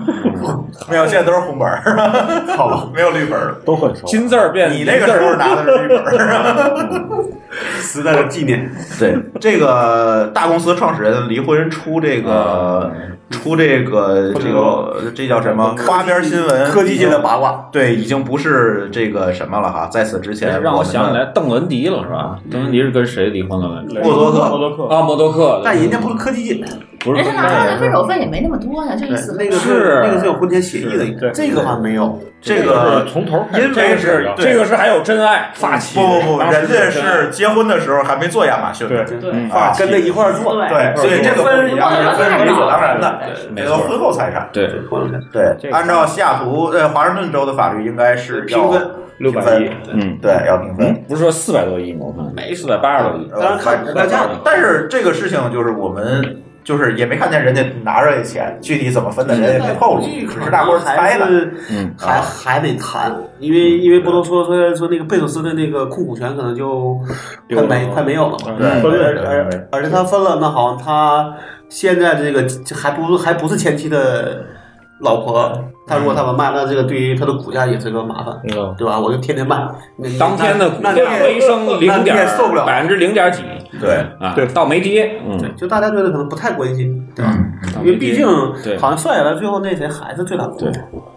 Speaker 3: 没有，现在都是红本儿，
Speaker 1: 好吧，
Speaker 3: 没有绿本儿。
Speaker 4: 都很熟。
Speaker 2: 金字儿变
Speaker 3: 你那个时候拿的是绿本儿。
Speaker 1: 时代的纪念。
Speaker 3: 对，这个大公司创始人离婚出这
Speaker 2: 啊
Speaker 3: 个出这个这个这叫什么花边新闻？
Speaker 1: 科技界的八卦，
Speaker 3: 对，已经不是这个什么了哈。在此之前，
Speaker 2: 哎让我
Speaker 3: 我们的
Speaker 2: 想起来邓文迪了，是吧？邓文迪是跟谁离婚了来着？
Speaker 3: 默多克哎
Speaker 4: 默多克，
Speaker 2: 啊，默多克，
Speaker 1: 但人家不是科技界，
Speaker 2: 不是
Speaker 5: 人家哪怕
Speaker 2: 那
Speaker 5: 的分手费也没那么多呀，就一次。
Speaker 1: 那个
Speaker 2: 是
Speaker 1: 那个是有婚前协议的，应该
Speaker 4: 对
Speaker 1: 这个还没有。
Speaker 3: 这个
Speaker 4: 从头开始
Speaker 3: 因为是
Speaker 4: 聊
Speaker 2: 这个是还有真爱发
Speaker 1: 嗯
Speaker 2: 妻，
Speaker 3: 不不不，
Speaker 2: 当时
Speaker 3: 人家
Speaker 2: 有真爱
Speaker 3: 是结婚的时候还没做亚马逊，
Speaker 4: 对
Speaker 5: 对
Speaker 3: 啊，
Speaker 1: 跟着一块儿做，
Speaker 3: 对，所以这个不一样，这是理所当然的，
Speaker 2: 没
Speaker 3: 这个
Speaker 2: 错，
Speaker 3: 婚后财产。
Speaker 2: 对，
Speaker 3: 对，按照西雅图呃华盛顿州的法律，应该是
Speaker 1: 平
Speaker 3: 要
Speaker 1: 分
Speaker 4: 六百亿，
Speaker 2: 嗯，
Speaker 3: 对，要评分。
Speaker 2: 不是说四百多亿吗？我看嗯
Speaker 1: 没
Speaker 2: 四百八十多亿，
Speaker 1: 当然看
Speaker 3: 呃反
Speaker 1: 大家
Speaker 3: 但是这个事情就是我们就是也没看见人家拿着钱，具体怎么分的人也没透露，只是大伙儿猜
Speaker 1: 还
Speaker 3: 的。
Speaker 1: 是啊
Speaker 2: 嗯
Speaker 1: 还还得谈，因为因为不能说说说那个贝佐斯的那个控股权可能就快没快没有了嘛。
Speaker 4: 嗯
Speaker 1: 而
Speaker 4: 分
Speaker 1: 且
Speaker 4: 了
Speaker 1: 而而而且他分了，那好，他现在这个还不还不是前妻的老婆，他如果他把卖，那这个对于他的股价也是个麻烦，
Speaker 4: 嗯，
Speaker 1: 对吧？我就天天卖，那你
Speaker 2: 当天的股
Speaker 1: 那
Speaker 2: 价
Speaker 1: 那那
Speaker 2: 飞升
Speaker 1: 那
Speaker 2: 零
Speaker 1: 你也
Speaker 2: 点
Speaker 1: 受不了
Speaker 2: 百分之零点几
Speaker 3: 对，
Speaker 2: 啊，
Speaker 4: 对
Speaker 2: 倒没跌，嗯，
Speaker 1: 就大家对他可能不太关心，对吧？
Speaker 2: 倒
Speaker 1: 因为
Speaker 2: 没跌
Speaker 1: 毕竟
Speaker 2: 嗯对
Speaker 1: 好像算下来，最后那谁还是最大股东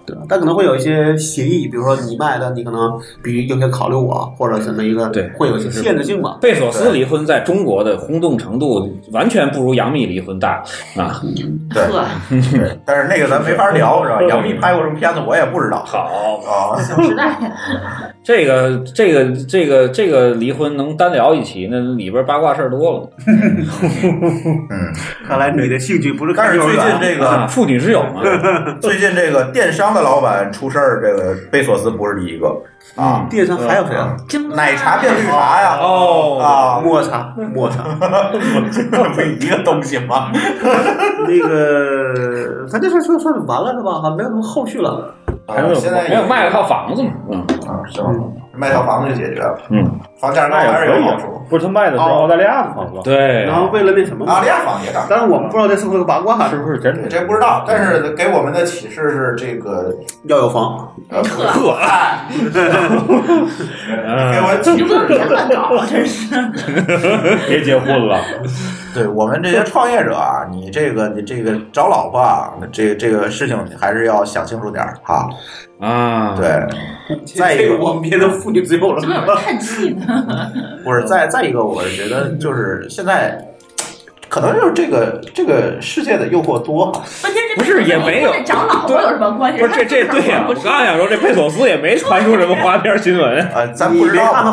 Speaker 2: 对，
Speaker 1: 对吧？但可能会有一些协议，比如说你卖的，你可能比如优先考虑我，或者什么一个，
Speaker 2: 对
Speaker 1: 会有一些限制性吧。
Speaker 2: 贝索斯离婚在中国的轰动程度完全不如杨幂离婚大啊！
Speaker 3: 对
Speaker 5: 呵，
Speaker 3: 对，但是那个咱没法聊，是吧？杨幂拍过什么片子我也不知道。
Speaker 2: 好，
Speaker 3: 啊，
Speaker 5: 小时代，
Speaker 2: 这个这个这个这个离婚能单聊一期，那里边八卦事儿多了
Speaker 3: 嗯，
Speaker 1: 看来你的兴趣不是
Speaker 3: 但
Speaker 1: 看
Speaker 3: 是
Speaker 1: 幼儿
Speaker 3: 最近
Speaker 1: 园，
Speaker 3: 这
Speaker 2: 啊！
Speaker 3: 个
Speaker 2: 妇女之友 嘛，
Speaker 3: 最近这个电商的老板出事儿，这个贝索斯不是第一个啊，
Speaker 1: 电商还有谁啊？
Speaker 5: 京东啊
Speaker 3: 奶茶变绿茶呀，
Speaker 2: 哦
Speaker 3: 啊，
Speaker 1: 抹茶，抹茶，
Speaker 3: 不啊一个东西吗？
Speaker 1: 那个咱这事儿算算完了是吧？好像没有什么后续了。
Speaker 3: 啊
Speaker 2: 还有
Speaker 3: 现在
Speaker 2: 还有卖了套房子嘛，嗯，
Speaker 3: 啊，是吧？卖套房子就解决了，
Speaker 2: 嗯，
Speaker 3: 房价高
Speaker 4: 那
Speaker 3: 还
Speaker 4: 也
Speaker 3: 是
Speaker 4: 可
Speaker 3: 有
Speaker 4: 以
Speaker 3: 好
Speaker 4: 啊
Speaker 3: 处。，哦
Speaker 4: 不是他卖的是澳大利亚的房子吧，
Speaker 2: 对，
Speaker 1: 然后为了那什么
Speaker 3: 澳
Speaker 1: 嘛
Speaker 3: 大利，亚房也涨，
Speaker 1: 但是我们不知道这是不是个八卦，
Speaker 4: 是不是真的？
Speaker 3: 这不知道，但是给我们的启示是这个，
Speaker 1: 要有房，
Speaker 3: 呃，给
Speaker 5: 呵，
Speaker 4: 嗯
Speaker 3: 我
Speaker 5: 你
Speaker 3: 启
Speaker 5: 就不能
Speaker 3: 示
Speaker 5: 别
Speaker 3: 是，
Speaker 5: 乱搞，真是。
Speaker 4: 别结婚了，
Speaker 3: 对我们这些创业者啊，你这个你这个找老婆啊，这这个事情你还是要想清楚点儿哈。
Speaker 2: 啊，
Speaker 3: 对， 再一
Speaker 1: 这
Speaker 3: 个
Speaker 1: 个我们变成妇女之友了
Speaker 5: 怎。么有人叹气呢？
Speaker 3: 不是再再一个，我是觉得就是现在。可能就是这个这个世界的诱惑多，
Speaker 5: 问题是
Speaker 2: 不是也没有
Speaker 5: 这长老婆有什么关系？
Speaker 2: 不是这这对啊呀、我刚想说这贝索斯也没传出什么花边新闻，
Speaker 3: 呃，咱
Speaker 1: 你
Speaker 3: 不知
Speaker 1: 没
Speaker 3: 道
Speaker 1: 看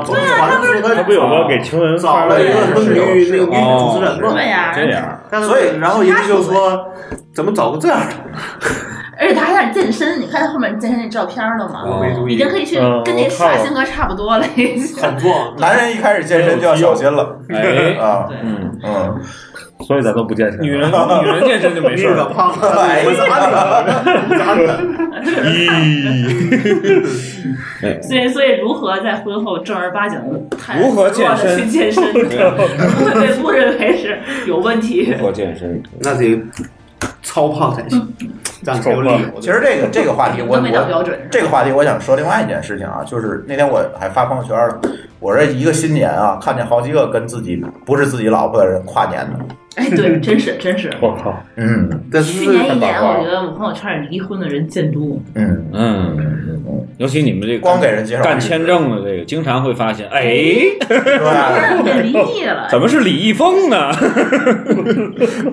Speaker 3: 嘛，
Speaker 1: 后
Speaker 3: 但
Speaker 1: 边
Speaker 3: 是总
Speaker 1: 吗？他不是
Speaker 4: 他不有个给情人
Speaker 1: 找
Speaker 4: 发
Speaker 1: 了
Speaker 4: 了
Speaker 1: 一
Speaker 4: 一
Speaker 1: 个哦
Speaker 4: 个
Speaker 1: 女
Speaker 3: 是有
Speaker 1: 女
Speaker 3: 是
Speaker 1: 女
Speaker 3: 有
Speaker 1: 主持人嘛
Speaker 5: 对，啊呀、
Speaker 2: 这样，
Speaker 1: 但是
Speaker 3: 所以
Speaker 1: 然后一句就说，怎么找个这样的？
Speaker 5: 而且他还想健身，你看后面健身那照片了吗？
Speaker 1: 我没
Speaker 2: 哦
Speaker 1: 注
Speaker 5: 已
Speaker 1: 意
Speaker 5: 经，可以去
Speaker 2: 嗯
Speaker 5: 跟那傻星哥差不多了，已经。
Speaker 1: 很 壮，
Speaker 3: 男人一开始健身就要小心了
Speaker 2: 哎，
Speaker 3: 啊，
Speaker 2: 嗯，
Speaker 3: 嗯，
Speaker 4: 所以咱都不健身。
Speaker 2: 女人女人健身就没
Speaker 1: 你
Speaker 2: 事儿
Speaker 1: 个
Speaker 2: 了，
Speaker 1: 胖子，我咋的？咋的？
Speaker 5: 所以，所以如何在婚后正儿八经谈
Speaker 2: 如何健身
Speaker 5: 地去健 身， 不会被误认为是有问题？
Speaker 2: 我健身，
Speaker 1: 那得超胖才行，
Speaker 5: 嗯
Speaker 1: 这样才有理由。
Speaker 3: 其实这个这个话题我，
Speaker 5: 都没到
Speaker 3: 我
Speaker 5: 标准。
Speaker 3: 这个话题我想说另外一件事情啊，就是那天我还发朋友圈了，我这一个新年啊，看见好几个跟自己不是自己老婆的人跨年的，
Speaker 5: 哎，对，真是真是。
Speaker 4: 我靠，
Speaker 3: 嗯
Speaker 1: 但
Speaker 5: 去
Speaker 1: 是
Speaker 5: 年一年，我觉得我朋友圈里离婚的人见 多。
Speaker 3: 嗯，
Speaker 2: 嗯，尤其你们这
Speaker 3: 光给人介绍
Speaker 2: 干签证的这个，经常会发现，哎，
Speaker 3: 是吧？
Speaker 5: 变离异了，
Speaker 2: 怎么是李易峰呢？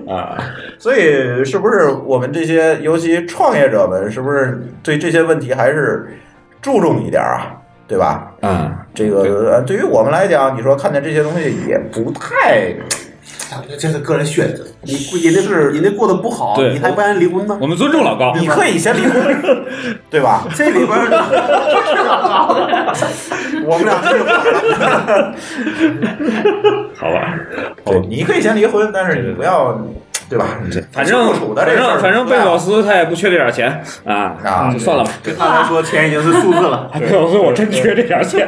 Speaker 2: 啊，
Speaker 3: 所以是不是我们这些尤其创业者们，是不是对这些问题还是注重一点啊？对吧？
Speaker 2: 嗯，
Speaker 3: 这个呃对于我们来讲，你说看见这些东西也不太
Speaker 1: 啊这是个人选择，你人家是人家过得不好，
Speaker 2: 对
Speaker 3: 哦
Speaker 1: 你还不让人离婚吗？
Speaker 2: 我们尊重老高，
Speaker 3: 你可以先离婚， 对吧？
Speaker 1: 这里边 儿
Speaker 3: 我们俩是
Speaker 2: 好吧？
Speaker 3: 对，
Speaker 2: 哦
Speaker 3: 你可以先离婚，但是你不要，对吧？嗯
Speaker 2: 反正
Speaker 3: 清楚的
Speaker 2: 反
Speaker 3: 这事儿
Speaker 2: 正反正
Speaker 3: 不要
Speaker 2: 贝索斯他也不缺这点钱啊，
Speaker 3: 啊
Speaker 2: 就算了吧。
Speaker 1: 啊跟刚才说钱已经是数字了，
Speaker 2: 贝索斯，我真缺这点钱。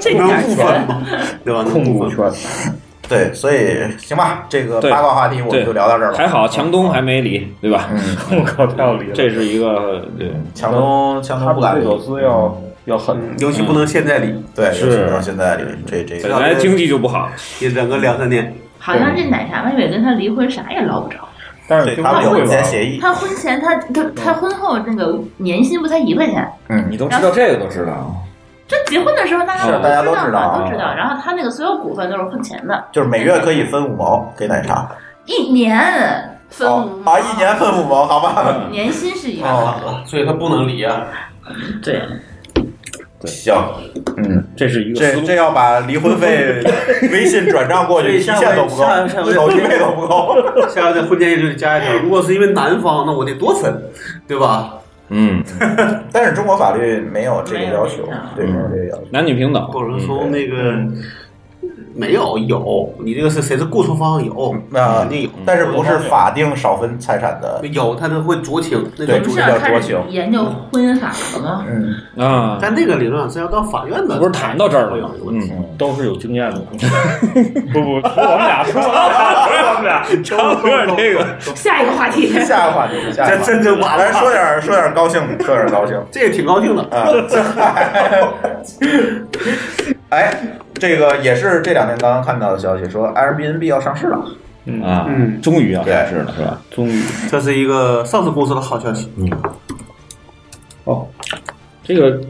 Speaker 5: 这
Speaker 1: 能
Speaker 5: 点
Speaker 1: 不
Speaker 5: 钱
Speaker 1: 分？吗？对吧？
Speaker 4: 控股圈，
Speaker 3: 对，所以行吧，这个
Speaker 2: 对
Speaker 3: 八卦话题我们
Speaker 2: 对
Speaker 3: 就聊到这儿吧。嗯
Speaker 2: 还好嗯强东还没离，对吧？
Speaker 4: 我靠，太有理了。
Speaker 2: 这是一个对，
Speaker 3: 强
Speaker 1: 嗯
Speaker 3: 东，强
Speaker 4: 他
Speaker 3: 东不
Speaker 4: 比
Speaker 3: 敢
Speaker 4: 贝
Speaker 3: 离
Speaker 4: 索斯要要狠，
Speaker 1: 尤其不能现在离，
Speaker 3: 对，
Speaker 2: 是
Speaker 3: 尤其到现在这这
Speaker 2: 本
Speaker 3: 个，
Speaker 2: 来经济就不好，
Speaker 1: 也忍个两三年。
Speaker 5: 好像这奶茶妹妹跟他离婚啥也捞不着。
Speaker 4: 但
Speaker 3: 对
Speaker 4: 是
Speaker 3: 他们有婚前协议，
Speaker 5: 他婚前他他他婚后那个年薪不才一块钱，
Speaker 2: 你都知道这个都知道，
Speaker 5: 就结婚的时候大家
Speaker 3: 是大家都知道啊
Speaker 5: 嘛都知道。然后他那个所有股份都是婚前的，
Speaker 3: 就是每月可以分五毛给奶茶，
Speaker 5: 一年分五
Speaker 3: 哦
Speaker 5: 毛
Speaker 3: 啊，一年分五毛，好 吧？
Speaker 5: 年薪是一样。
Speaker 1: 哦，所以他不能离啊。
Speaker 5: 对，
Speaker 3: 行，嗯，
Speaker 2: 这是一个思
Speaker 3: 这
Speaker 2: 路
Speaker 3: 这。要把离婚 费微信转账过去，
Speaker 1: 对
Speaker 3: 一
Speaker 1: 下回
Speaker 3: 线都不够
Speaker 1: 下下，回
Speaker 3: 手续费都不够。
Speaker 1: 下回在婚前也就得加一条，如果是因为男方，那我得多分，对吧？
Speaker 3: 嗯， 但是中国法律没有这个要求
Speaker 5: 没有这啊个，
Speaker 3: 对，没有这个要求。
Speaker 2: 男女平等，
Speaker 1: 或者说那个嗯没有有，你这个是谁是雇佣方有，
Speaker 3: 那
Speaker 1: 肯定有，
Speaker 3: 嗯啊但是不是
Speaker 5: 嗯
Speaker 3: 法定少分财产的？
Speaker 1: 有他都会酌情，那
Speaker 3: 对
Speaker 1: 个
Speaker 3: 主
Speaker 5: 不是
Speaker 3: 要
Speaker 5: 要
Speaker 3: 多
Speaker 5: 开始
Speaker 3: 情
Speaker 5: 研究婚姻法了吗？
Speaker 3: 嗯
Speaker 2: 啊，
Speaker 1: 但那个理论上是要到法院的，
Speaker 2: 不是谈到这儿了吗嗯
Speaker 1: 有问题。
Speaker 4: 都是有经验的。不不，说我们俩，说我们俩，
Speaker 2: 超哥这个
Speaker 5: 下一个话题，
Speaker 3: 下一个话题，下一个
Speaker 1: 这
Speaker 3: 话题
Speaker 1: 真正
Speaker 3: 嗯
Speaker 1: 完
Speaker 3: 来
Speaker 1: 了，
Speaker 3: 说点儿说点儿高兴的，说点儿高兴的。
Speaker 1: 这也挺高兴的。
Speaker 3: 啊，这哎，这个也是这两天刚刚看到的消息，说 Airbnb 要上市了。
Speaker 2: 啊，
Speaker 1: 嗯
Speaker 2: 终于要开始了是吧？
Speaker 4: 终于，
Speaker 1: 这是一个上市公司的好消息。
Speaker 2: 这个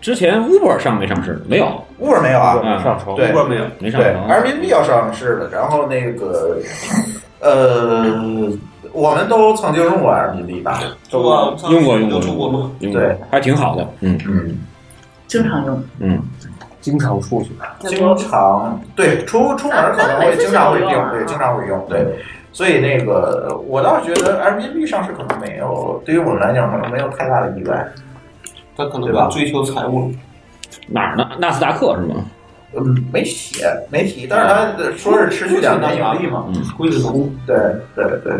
Speaker 2: 之前 Uber 上没上市？没有，
Speaker 3: Uber 没有啊？
Speaker 2: 啊
Speaker 4: 上床，
Speaker 3: 对
Speaker 1: 不，过没有，
Speaker 2: 没上
Speaker 3: 对
Speaker 2: 成。
Speaker 3: ，Airbnb 要上市了。然后那个，呃，
Speaker 1: 嗯
Speaker 3: 我们都曾经用过 Airbnb 吧？
Speaker 1: 中国
Speaker 2: 用过用过
Speaker 1: 出
Speaker 2: 用
Speaker 1: 国
Speaker 2: 过
Speaker 1: 吗？
Speaker 2: 用过
Speaker 3: 对，
Speaker 2: 还挺好的。嗯
Speaker 3: 嗯，
Speaker 5: 经常用。
Speaker 2: 嗯，
Speaker 4: 经常出去。
Speaker 3: 经常对出出门可能会经常会用，啊对，经常会用，对。所以那个，我倒是觉得 Airbnb 上市可能没有，对于我们来讲可能没有太大的意外。
Speaker 1: 他可
Speaker 3: 对
Speaker 1: 能
Speaker 3: 吧
Speaker 1: 要追求财务了。
Speaker 2: 哪儿呢？纳斯达克是吗？
Speaker 3: 嗯，没写，没提，但是他说是持续两年盈利嘛。
Speaker 1: 估嗯计是公，
Speaker 3: 对对对，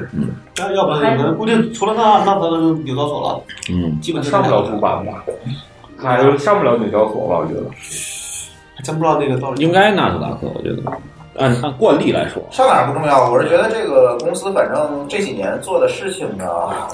Speaker 1: 要要不然可能估计除了那那他就扭到手了，
Speaker 2: 嗯，
Speaker 1: 基本
Speaker 7: 上不了主
Speaker 1: 图，
Speaker 7: 板吧？
Speaker 1: 哎
Speaker 7: 那就上不了纽交所吧？我觉得
Speaker 1: 还真不知道那个到底
Speaker 2: 应该纳斯达克，我觉得按按惯例来说，
Speaker 3: 上哪儿不重要，我是觉得这个公司反正这几年做的事情呢，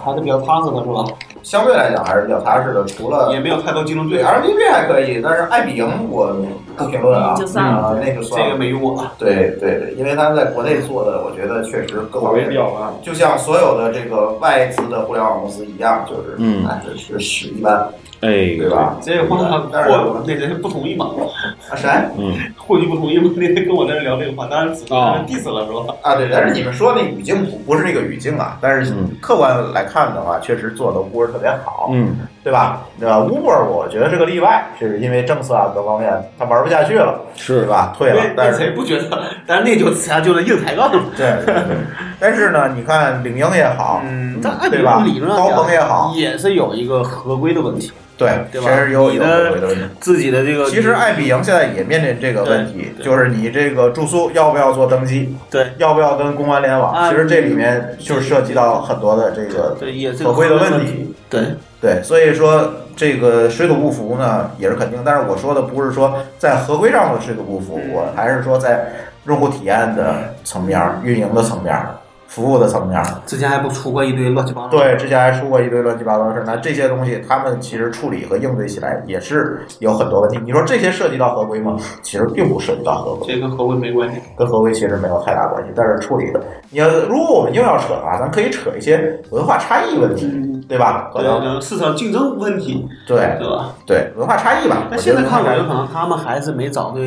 Speaker 1: 还是比较踏实的是吧？
Speaker 3: 相对来讲还是比较踏实的。除了
Speaker 1: 也没有太多竞争对
Speaker 3: 对
Speaker 1: 手，
Speaker 3: RBB 还可以，但是爱彼迎我不评论啊，
Speaker 5: 嗯就算了
Speaker 3: 啊那就
Speaker 1: 这
Speaker 3: 算
Speaker 1: 个
Speaker 3: 了。
Speaker 1: 没用啊过。
Speaker 3: 对对对，因为他们在国内做的，我觉得确实更
Speaker 7: 法律比较烂。
Speaker 3: 就像所有的这个外资的互联网公司一样，就是
Speaker 2: 嗯
Speaker 3: 哎，是屎一般，
Speaker 2: 哎，
Speaker 3: 对？吧？
Speaker 1: 这个话
Speaker 3: 但是
Speaker 1: 我那人不同意嘛，
Speaker 3: 啊谁？
Speaker 2: 嗯，
Speaker 1: 霍炬不同意嘛，那天跟我在这聊这个话，当然
Speaker 3: 哦
Speaker 1: 只当然 diss 了是吧？
Speaker 3: 啊，对，但是你们说那语境不不是那个语境啊，但是
Speaker 2: 嗯
Speaker 3: 客观来看的话，确实做的都不是特别好，
Speaker 2: 嗯，
Speaker 3: 对吧？对吧？Uber 我觉得是个例外，是因为政策啊各方面它玩不下去了，对
Speaker 2: 是吧？
Speaker 3: 吧？退了
Speaker 1: 那，
Speaker 3: 但
Speaker 1: 那谁
Speaker 3: 是
Speaker 1: 不觉得？但是那就他就是硬抬杠嘛。
Speaker 3: 对对对，但是呢，你看领英也好，
Speaker 1: 嗯但按
Speaker 3: 对吧
Speaker 1: 理论？上
Speaker 3: 高
Speaker 1: 讲
Speaker 3: 朋也好，
Speaker 1: 也是有一个合规的问题，
Speaker 3: 对，
Speaker 1: 对吧
Speaker 3: 确实有
Speaker 1: 你
Speaker 3: 有
Speaker 1: 的
Speaker 3: 回的问题。
Speaker 1: 自己的这个
Speaker 3: 其实爱彼迎现在也面临这个问题，
Speaker 1: 对对
Speaker 3: 就是你这个住宿要不要做登记，
Speaker 1: 对，
Speaker 3: 要不要跟公安联网？
Speaker 1: 啊
Speaker 3: 其实这里面就涉及到很多的这个
Speaker 1: 对也是
Speaker 3: 合规的
Speaker 1: 合
Speaker 3: 问
Speaker 1: 问
Speaker 3: 题。
Speaker 1: 对，
Speaker 3: 对，所以说这个水土不服呢也是肯定，但是我说的不是说在合规上的水土不服，
Speaker 1: 嗯
Speaker 3: 我还是说在用户体验的层面
Speaker 1: 嗯
Speaker 3: 儿、运营的层面儿、服务的层面儿。
Speaker 1: 之前还不出过一堆乱七八糟。
Speaker 3: 对，之前还出过一堆乱七八糟的事儿。那这些东西，他们其实处理和应对起来也是有很多问题。你说这些涉及到合规吗？其实并不涉及到合规，
Speaker 1: 嗯这跟合规没关系。
Speaker 3: 跟合规其实没有太大关系。但是处理的，你要如果我们硬要扯啊，咱可以扯一些文化差异问题，
Speaker 1: 嗯，
Speaker 3: 对吧？可
Speaker 1: 对
Speaker 3: 能
Speaker 1: 对，市场竞争问题，
Speaker 3: 对
Speaker 1: 对吧？
Speaker 3: 对文化差异吧。
Speaker 1: 但现在看，
Speaker 3: 我
Speaker 1: 我
Speaker 3: 觉
Speaker 1: 觉
Speaker 3: 得
Speaker 1: 得可能他们还是没找对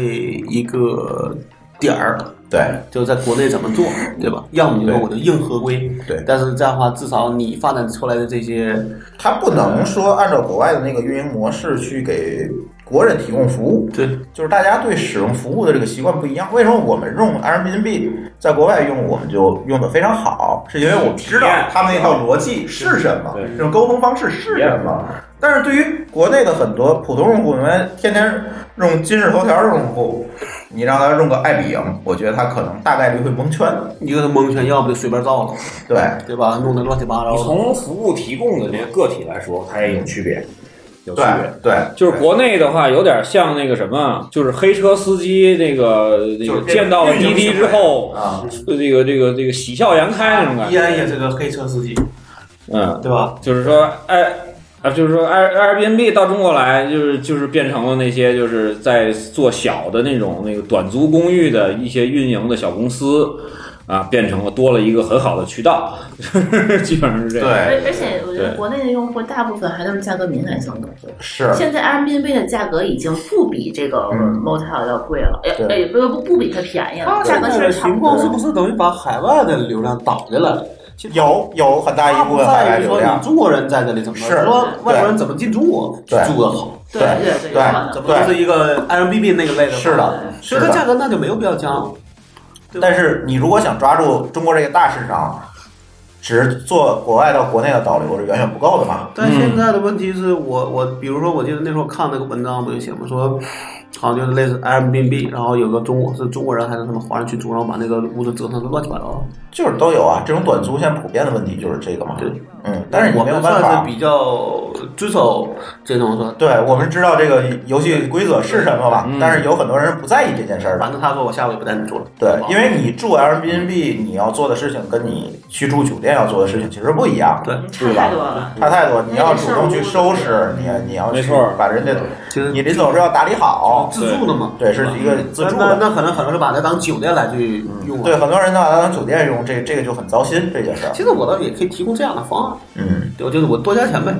Speaker 1: 一个点儿，
Speaker 3: 对
Speaker 1: 就是在国内怎么做，对吧？要么你说
Speaker 3: 对
Speaker 1: 我就硬合规，
Speaker 3: 对
Speaker 1: 但是这样的话，至少你发展出来的这些，
Speaker 3: 他不能说按照国外的那个运营模式去给国人提供服务，
Speaker 1: 对
Speaker 3: 就是大家对使用服务的这个习惯不一样。为什么我们用 Airbnb 在国外用，我们就用的非常好？是因为我们知道他们那套逻辑是什么，这种沟通方式是什么。但是对于国内的很多普通用户，你们天天用今日头条的用户，你让他用个爱彼迎，我觉得他可能大概率会蒙圈。
Speaker 1: 一个是蒙圈，要不就随便造了，
Speaker 3: 对，
Speaker 1: 对吧？弄得乱七八糟
Speaker 2: 你
Speaker 1: 的。
Speaker 2: 从服务提供的这个个体来说，它也有区别，有区
Speaker 3: 对
Speaker 2: 别。，
Speaker 3: 对，
Speaker 2: 就是国内的话，有点像那个什么，就是黑车司机那个那
Speaker 3: 就是
Speaker 2: 个
Speaker 3: 这个
Speaker 2: 见到滴滴之后，
Speaker 3: 啊，
Speaker 2: 这个这个这个喜笑颜开那种感
Speaker 1: 依
Speaker 2: 觉。
Speaker 1: 然 E 也是个黑车司机，
Speaker 2: 嗯，
Speaker 1: 对吧？
Speaker 2: 就是说，哎。啊，就是说，Air Airbnb 到中国来，就是就是变成了那些就是在做小的那种那个短租公寓的一些运营的小公司，啊，变成了多了一个很好的渠道， 基本上是这样。
Speaker 3: 对，
Speaker 5: 而而且我觉得
Speaker 2: 对
Speaker 5: 国内的用户大部分还都是价格敏感型的。
Speaker 3: 是
Speaker 5: 现在 Airbnb 的价格已经不比这个
Speaker 3: 嗯
Speaker 5: Motel 要贵了，哎
Speaker 3: 对
Speaker 5: 哎，不不不比它便宜了，哦价
Speaker 1: 现
Speaker 5: 格
Speaker 1: 在
Speaker 5: 是
Speaker 1: 的
Speaker 5: 差
Speaker 1: 情
Speaker 5: 不
Speaker 1: 况
Speaker 5: 多
Speaker 1: 是
Speaker 5: 的。
Speaker 1: 不是等于把海外的流量导进来了？其实它
Speaker 3: 有有很大
Speaker 1: 它
Speaker 3: 一部
Speaker 1: 不
Speaker 3: 分海外
Speaker 1: 在于
Speaker 3: 流
Speaker 1: 说
Speaker 3: 量
Speaker 1: 你，中国人在这里怎么着，
Speaker 3: 是
Speaker 1: 说
Speaker 3: 对
Speaker 1: 外国人怎么进中国去
Speaker 3: 对
Speaker 1: 住的好，
Speaker 5: 对对对，有可能
Speaker 1: 怎么就是一个 Airbnb 那个类的话，
Speaker 3: 是的，
Speaker 1: 所
Speaker 3: 是
Speaker 1: 以它价
Speaker 3: 的。
Speaker 1: 格那就没有必要降。对吧
Speaker 3: 但是你如果想抓住中国这个大市场，只做国外到国内的导流是远远不够的嘛。
Speaker 1: 但现在的问题是我我，比如说，我记得那时候看那个文章，不就写嘛，说好像就是类似 Airbnb，然后有个中国是中国人还是什么华人去租，然后把那个屋子折腾的乱七八糟。
Speaker 3: 就是都有啊，这种短租现在普遍的问题就是这个嘛。
Speaker 1: 对，
Speaker 3: 嗯，但是
Speaker 1: 我
Speaker 3: 你没有
Speaker 1: 们
Speaker 3: 办
Speaker 1: 算
Speaker 3: 法
Speaker 1: 是。比较遵守这种说，
Speaker 3: 对，我们知道这个游戏规则是什么吧，
Speaker 1: 嗯
Speaker 3: 但是有很多人是不在意这件事儿的。
Speaker 1: 反正他说我下午也不带你住了。
Speaker 3: 对，
Speaker 1: 好
Speaker 3: 因为你住 Airbnb，你要做的事情跟你去住酒店要做的事情其实不一样，
Speaker 1: 对，
Speaker 5: 差太多了。
Speaker 3: 差太多。你要主动去收拾，你你要
Speaker 2: 没
Speaker 3: 去
Speaker 2: 错
Speaker 3: 把人家，
Speaker 1: 其实
Speaker 3: 你临走是要打理好。
Speaker 1: 自助的嘛，
Speaker 3: 对，是一个自
Speaker 1: 那
Speaker 3: 助
Speaker 1: 那
Speaker 3: 的。嗯
Speaker 1: 那可能很多是把它当酒店来去用了。啊
Speaker 3: 对，，很多人都把它当酒店用，这这个就很糟心这件事儿。
Speaker 1: 其实我倒也可以提供这样的方案，
Speaker 3: 嗯，
Speaker 1: 对，就是我多加钱呗。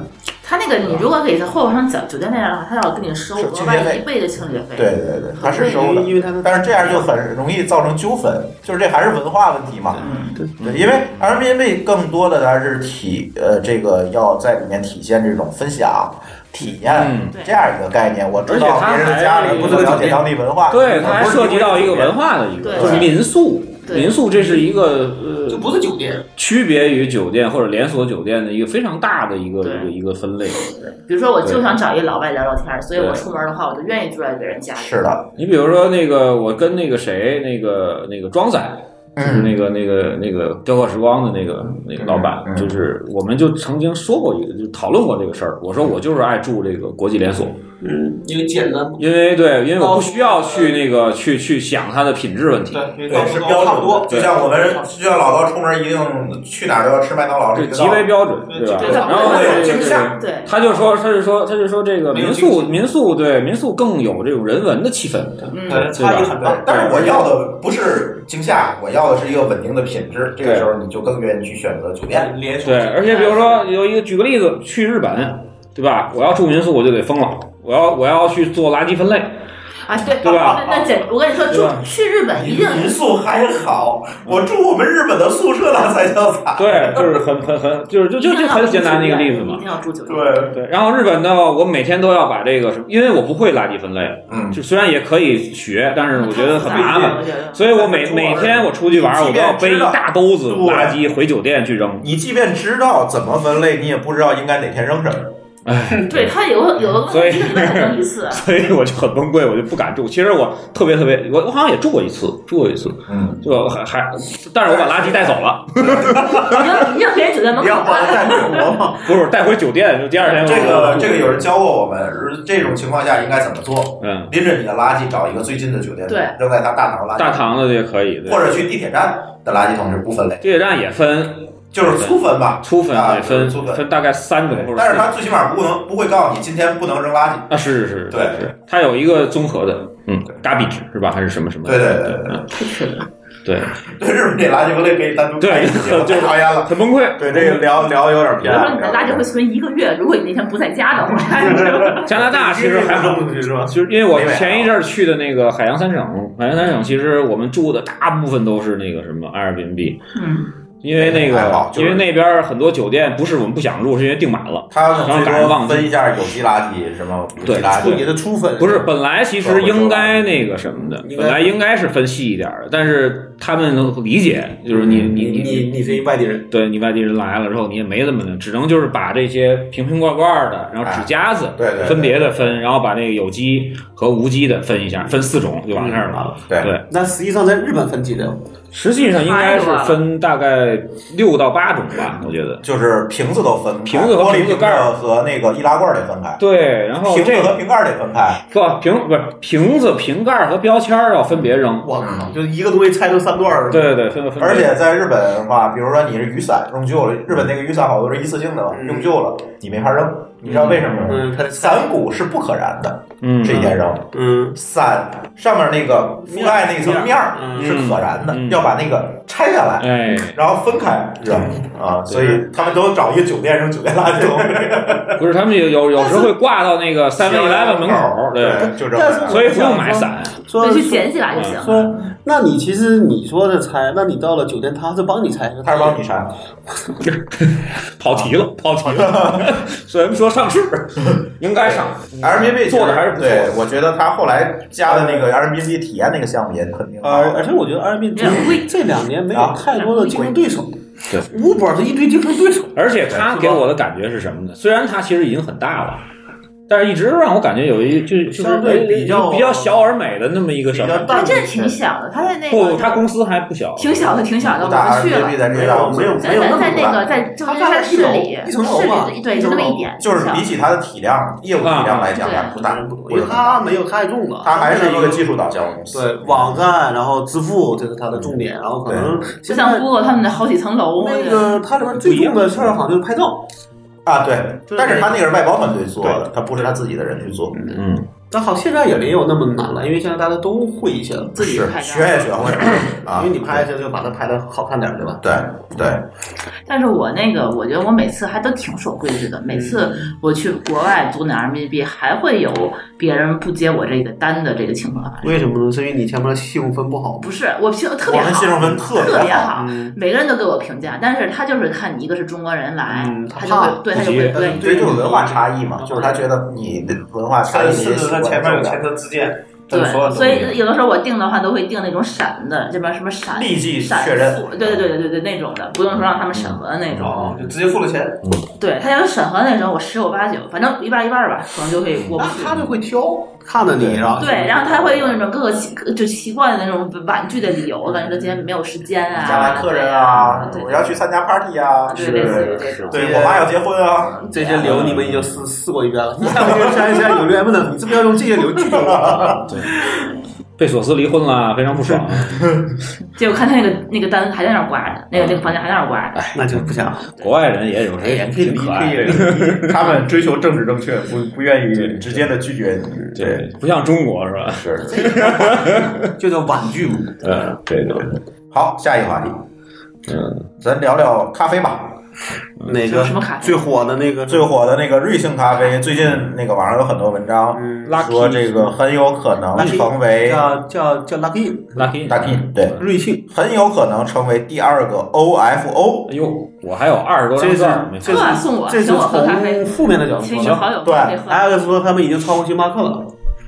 Speaker 5: 他那个你如果给他货物上酒酒店那样的话，他要跟你收
Speaker 3: 是
Speaker 5: 额
Speaker 3: 清洁
Speaker 5: 外
Speaker 3: 费
Speaker 5: 一倍的清洁费。
Speaker 3: 对对对，它是收
Speaker 1: 因
Speaker 3: 的
Speaker 1: 为，因为它的
Speaker 3: 但是这样就很容易造成纠纷，就是这还是文化问题嘛。
Speaker 1: 对
Speaker 3: 对，因为 Airbnb 更多的还是体呃这个要在里面体现这种分享。体验
Speaker 2: 嗯
Speaker 3: 这样一个概念，我知道
Speaker 2: 而且它
Speaker 3: 别人的家里，
Speaker 2: 还
Speaker 3: 不了解当地文化，
Speaker 2: 对，它还
Speaker 3: 我不是
Speaker 2: 涉及到一个文化的一个，
Speaker 5: 对
Speaker 2: 就是民宿。
Speaker 5: 对
Speaker 2: 民宿这是一个呃，
Speaker 1: 就不是酒店，
Speaker 2: 区别于酒店或者连锁酒店的一个非常大的一个
Speaker 5: 对
Speaker 2: 一个一个分类。
Speaker 5: 比如说，我就想找一老外聊聊天儿，所以我
Speaker 2: 对
Speaker 5: 出门的话，我就愿意住在别人家里。
Speaker 3: 是的，
Speaker 2: 你比如说那个，我跟那个谁，那个那个庄仔，就是那个那个那个雕刻时光的那个那个老板
Speaker 3: 嗯嗯，
Speaker 2: 就是我们就曾经说过一个，就讨论过这个事儿。我说我就是爱住这个国际连锁，
Speaker 1: 嗯，因为简单，
Speaker 2: 因为对，因为我不需要去那个去去想它的品质问题。
Speaker 1: 对，因为
Speaker 3: 对
Speaker 1: 到
Speaker 3: 是
Speaker 1: 时
Speaker 3: 标
Speaker 1: 候差
Speaker 3: 准
Speaker 1: 不多
Speaker 3: 的，，就像我们就像老高出门一定去哪儿都要吃麦当劳，
Speaker 2: 对，
Speaker 3: 这
Speaker 2: 极为标准，
Speaker 1: 对
Speaker 2: 对吧？
Speaker 1: 对
Speaker 2: 然后
Speaker 3: 对
Speaker 2: 对
Speaker 3: 惊吓
Speaker 5: 对，
Speaker 2: 他就说，他就说，他就说这个
Speaker 1: 没有
Speaker 2: 民
Speaker 1: 惊
Speaker 2: 宿，
Speaker 1: 喜
Speaker 2: 民宿对民宿更有这种人文的气氛，对
Speaker 5: 嗯，
Speaker 2: 吧
Speaker 1: 差异很
Speaker 3: 但
Speaker 1: 大。
Speaker 3: 啊但是我要的不是惊吓，我要的是一个稳定的品质。这个
Speaker 2: 对
Speaker 3: 时候你就更愿意去选择酒店。
Speaker 1: 连锁
Speaker 2: 对，而且比如说有一个举个例子，去日本，对吧？我要住民宿，我就得疯了，我要我要去做垃圾分类，
Speaker 5: 啊，对，
Speaker 2: 对吧
Speaker 5: 那那简，我跟你说，
Speaker 2: 对吧
Speaker 5: 住去日本一定
Speaker 3: 民宿还好，我住我们日本的宿舍那才叫惨。
Speaker 2: 对，就是很很很，就是就就
Speaker 5: 一定
Speaker 2: 就
Speaker 5: 要
Speaker 2: 很
Speaker 5: 住
Speaker 2: 简单的一个
Speaker 5: 酒店
Speaker 2: 例子嘛
Speaker 5: 一。定要住酒店。
Speaker 3: 对，
Speaker 2: 对，然后日本的我每天都要把这个什么，因为我不会垃圾分类，
Speaker 3: 嗯，
Speaker 2: 就虽然也可以学，但是我觉得很麻
Speaker 5: 我
Speaker 2: 烦，
Speaker 5: 觉得
Speaker 2: 所以我每每天我出去玩，我都要背一大兜子垃圾回酒店去扔。
Speaker 3: 你即便知道怎么分类，你也不知道应该哪天扔什么。
Speaker 2: 哎，
Speaker 5: 对他有个有个
Speaker 2: 所以
Speaker 5: 问题，一个礼拜才 扔一次。
Speaker 2: 所以我就很崩溃，我就不敢住。其实我特别特别，我我好像也住过一次，住过一次，
Speaker 3: 嗯，
Speaker 2: 就还还，但是我把垃圾带走了。
Speaker 5: 已经已经给酒店门
Speaker 3: 你
Speaker 5: 口
Speaker 3: 要不然
Speaker 5: 了。
Speaker 3: 在美国 吗？
Speaker 2: 不是带回酒店，就第
Speaker 5: 哎
Speaker 2: 二天
Speaker 3: 这个这个有人教过我们，这种情况下应该怎么做？
Speaker 2: 嗯，
Speaker 3: 拎着你的垃圾找一个最近的酒店，
Speaker 5: 对
Speaker 3: 扔在他大堂垃圾，
Speaker 2: 大堂的也可以，对
Speaker 3: 或者去地铁站的垃圾桶是不分类，
Speaker 2: 地铁站也分
Speaker 3: 就是粗分吧，
Speaker 2: 粗分
Speaker 3: 啊
Speaker 2: 也分
Speaker 3: 粗分
Speaker 2: 分大概三种或者
Speaker 3: 但是
Speaker 2: 四种
Speaker 3: 他最起码不能不会告诉你今天不能扔垃圾。
Speaker 2: 啊是是是，
Speaker 3: 对
Speaker 2: 是它有一个综合的，嗯
Speaker 3: 对
Speaker 2: ，garbage 是吧？还是什么什么？
Speaker 3: 对对对对
Speaker 2: 嗯对，
Speaker 3: 对日本这垃圾分类可以单独
Speaker 2: 对
Speaker 3: 开一期我
Speaker 2: 就
Speaker 3: 太讨厌了。
Speaker 2: 很崩溃。
Speaker 3: 对这个聊聊有点
Speaker 5: 比
Speaker 3: 偏
Speaker 5: 如
Speaker 3: 了
Speaker 5: 说，你的垃圾会存一个月，如果你那天不在家 的话，嗯
Speaker 2: 加拿大其实还好。
Speaker 1: 出去是吧？
Speaker 2: 啊就是因为我前一阵儿去的那个海洋三省，海洋三省其实我们住的大部分都是那个什么 Airbnb，
Speaker 5: 嗯，
Speaker 2: 因为那
Speaker 3: 还好
Speaker 2: 个
Speaker 3: 就是
Speaker 2: 因为那边儿很多酒店不是我们不想住，是因为订满了。
Speaker 3: 他们最多分一下有机垃圾什么无机
Speaker 2: 对
Speaker 3: 垃
Speaker 1: 处理
Speaker 3: 圾，
Speaker 1: 的出分
Speaker 2: 不是，本来其实应该那个什么的，
Speaker 1: 应该
Speaker 2: 本来应该是分细一点儿的，但是他们能理解，就是你
Speaker 1: 你你
Speaker 2: 你你，
Speaker 1: 你是一外地人，
Speaker 2: 对你外地人来了之后，你也没怎么的，只能就是把这些瓶瓶罐罐的，然后纸夹子，
Speaker 3: 对对对
Speaker 2: 分别的分，然后把那个有机和无机的分一下，分四种就完事儿了。
Speaker 3: 对
Speaker 2: 对，
Speaker 1: 那实际上在日本分级的，
Speaker 2: 实际上应该是分大概六到八种吧，我觉得。
Speaker 3: 就是瓶子都分开，
Speaker 2: 瓶子和
Speaker 3: 玻璃
Speaker 2: 瓶子
Speaker 3: 瓶
Speaker 2: 盖儿
Speaker 3: 和那个易拉罐儿得分开，
Speaker 2: 对，然后
Speaker 3: 瓶
Speaker 2: 这
Speaker 3: 子和
Speaker 2: 个
Speaker 3: 瓶盖儿得分开，
Speaker 2: 不瓶不是瓶子、瓶盖儿和标签儿要分别扔。
Speaker 1: 我靠，就是一个东西拆成三段儿，
Speaker 2: 对对对，分分别。
Speaker 3: 而且在日本的话，比如说你是雨伞用旧了，日本那个雨伞好多是一次性的嘛，
Speaker 1: 嗯
Speaker 3: 用旧了你没法扔，你知道为什么吗？
Speaker 1: 嗯，它
Speaker 3: 伞骨是不可燃的，
Speaker 2: 嗯，
Speaker 3: 这一点扔。
Speaker 1: 嗯，
Speaker 3: 伞上面那个覆盖那层面儿
Speaker 1: 嗯
Speaker 3: 是可燃的，
Speaker 2: 嗯
Speaker 3: 要把那个拆下来，
Speaker 2: 哎，
Speaker 3: 然后分开扔啊，所以他们都找一个酒店扔酒店垃圾桶，
Speaker 2: 不是，他们有有有时候会挂到那个 Seven Eleven 门口，对，
Speaker 3: 对，就扔
Speaker 1: 但是
Speaker 3: 在那儿。
Speaker 2: 所以不用买伞。
Speaker 1: 说
Speaker 5: 就去捡起来就行。
Speaker 1: 说，那你其实你说的拆，那你到了酒店，他是帮你拆，
Speaker 3: 他是帮你拆，
Speaker 2: 跑题了，跑题了。 虽然说上市，应该上，
Speaker 3: Airbnb
Speaker 2: 做得还是不错
Speaker 3: 对，我觉得他后来加的那个 Airbnb
Speaker 1: 呃
Speaker 3: 体验那个项目也肯定好
Speaker 1: 而而且我觉得 Airbnb
Speaker 5: 有点贵
Speaker 3: 啊
Speaker 1: 这两年没有太多的竞争对手，
Speaker 2: 对，
Speaker 1: 五本是一堆竞争对手，
Speaker 2: 而且他给我的感觉是什么呢？虽然他其实已经很大了，但是一直让我感觉有一就就是
Speaker 1: 相对比较
Speaker 2: 比较小而美的那么一个小
Speaker 1: 比较
Speaker 2: 厂
Speaker 1: 大
Speaker 2: 商。
Speaker 5: 他真的挺小的，他在那
Speaker 2: 不，
Speaker 5: 个
Speaker 2: 他公司还不小，
Speaker 5: 挺小的，挺小的，我
Speaker 3: 大
Speaker 5: 们去
Speaker 3: RGB
Speaker 5: 了。
Speaker 3: 在这上
Speaker 1: 没有
Speaker 5: 咱咱在那个在就
Speaker 1: 它
Speaker 5: 是
Speaker 1: 大概
Speaker 5: 在
Speaker 1: 一
Speaker 5: 市
Speaker 1: 楼
Speaker 5: 里，
Speaker 1: 一
Speaker 5: 市
Speaker 1: 层楼吧
Speaker 5: 里对
Speaker 1: 一
Speaker 5: 就
Speaker 1: 层
Speaker 5: 那么
Speaker 1: 楼
Speaker 5: 一点，
Speaker 3: 就是
Speaker 5: 挺小
Speaker 3: 比起它的体量、业务体量来讲，
Speaker 5: 啊
Speaker 3: 还不大，不
Speaker 1: 因
Speaker 3: 是
Speaker 1: 为
Speaker 3: 很大
Speaker 1: 他没有太重了，
Speaker 3: 它还是一个技术导向公司。
Speaker 1: 对网站，然后支付这是它的重点，然后可能
Speaker 5: 就
Speaker 1: 现
Speaker 5: 像
Speaker 1: 在
Speaker 5: Google 他们的好几层楼，
Speaker 1: 那个它里面最重的事儿好像就是拍照，
Speaker 3: 啊，对，
Speaker 1: 就是
Speaker 3: 但是它那个是外包团队做的，它不是他自己的人去做，
Speaker 2: 嗯，
Speaker 1: 但好现在也没有那么难了，因为现在大家都会一些了，
Speaker 5: 自己
Speaker 3: 是
Speaker 5: 拍
Speaker 3: 学也学会了啊
Speaker 1: 因为。你拍一下就把它拍的好看点儿，对吧？
Speaker 3: 对对，
Speaker 5: 但是我那个，我觉得我每次还都挺守规矩的。每次
Speaker 1: 嗯
Speaker 5: 我去国外租那 RMB，还会有别人不接我这个单的这个情况发生。
Speaker 1: 为什么呢？是因为你前面信用分不好
Speaker 5: 不是，我评特
Speaker 3: 我
Speaker 5: 别
Speaker 3: 们信
Speaker 5: 好，
Speaker 3: 用分特
Speaker 5: 特别
Speaker 3: 别好，
Speaker 5: 好，
Speaker 1: 嗯，
Speaker 5: 每个人都给我评价。但是他就是看你一个是中国人来
Speaker 1: 嗯，
Speaker 5: 他
Speaker 1: 他
Speaker 5: 就
Speaker 1: 怕
Speaker 5: 会对他就
Speaker 2: 不
Speaker 5: 会
Speaker 2: 接
Speaker 5: 对。
Speaker 3: 这就是文化差异嘛，就是他觉得你的文化差异，你也习惯了这样
Speaker 6: 车自荐，
Speaker 5: 对，所以有的时候我订的话都会订那种闪的，这边什么闪
Speaker 3: 立即
Speaker 5: 闪
Speaker 3: 确认嗯哦
Speaker 5: 付，对对对对对对那种的，不用说让他们审核的那种。
Speaker 6: 就直接付了钱。
Speaker 5: 对他要是审核那种，我十有八九，反正一半一半吧，可能就会
Speaker 3: 嗯
Speaker 5: 过不
Speaker 1: 那
Speaker 5: 去。
Speaker 1: 他就会挑，看着你，然后
Speaker 5: 对，然后他会用那种各个奇就奇怪的那种婉拒的理由，感觉今天没有时间啊，
Speaker 3: 加来客人
Speaker 5: 啊
Speaker 3: 啊，，
Speaker 5: 对
Speaker 3: 我要去参加 party 啊，
Speaker 5: 对类似
Speaker 3: 是，
Speaker 5: 于这种。
Speaker 3: 对我妈要结婚啊，
Speaker 1: 这些流你们已经试试过一遍了，你看我们现在现在有缘分的，你是不是要用这些流拒绝我？
Speaker 2: 贝索斯离婚了，非常不 爽。
Speaker 5: 结果看他那个那个单还在那儿挂着，那个那个房间还在那儿挂着，
Speaker 1: 哎那就不想了。
Speaker 2: 国外人也有谁也挺哎可爱的，
Speaker 7: 人，他们追求政治正确，不不愿意
Speaker 3: 直接的拒绝你，
Speaker 2: 对，不像中国是吧？
Speaker 3: 是。
Speaker 1: 就叫婉拒嘛。
Speaker 2: 嗯，对对，
Speaker 3: 好，下一个话题，
Speaker 2: 嗯，
Speaker 3: 咱聊聊咖啡吧。
Speaker 1: 哪
Speaker 5: 有
Speaker 1: 个
Speaker 5: 什么卡？
Speaker 1: 最火的那个？
Speaker 3: 最火的那个瑞幸咖啡，最近那个网上有很多文章
Speaker 1: 嗯
Speaker 3: 说这个很有可能
Speaker 1: Lucky
Speaker 3: 成为
Speaker 1: 叫叫叫 Lucky
Speaker 2: 拉 u
Speaker 3: 大 P，对，
Speaker 1: 瑞幸，
Speaker 3: 很有可能成为第二个 OFO。
Speaker 2: 哎呦，我还有二十多
Speaker 1: 这
Speaker 2: 张
Speaker 1: 是
Speaker 2: 券没发
Speaker 1: 这
Speaker 5: 喝
Speaker 1: 是
Speaker 5: 啊送我，
Speaker 1: 这是
Speaker 5: 请我喝咖啡
Speaker 1: 从，负面的角度
Speaker 5: 请
Speaker 1: 说
Speaker 5: 你
Speaker 1: 的。
Speaker 5: 好友喝咖啡喝。
Speaker 1: 还有说他们已经超过星巴克了，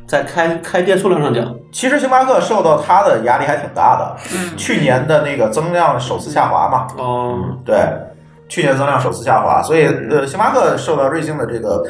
Speaker 1: 在开开店数量上讲，
Speaker 3: 其实星巴克受到它的压力还挺大的，
Speaker 5: 嗯，
Speaker 3: 去年的那个增量首次下滑嘛，
Speaker 1: 哦，
Speaker 3: 对，去年增量首次下滑，所以呃，星巴克受到瑞幸的这个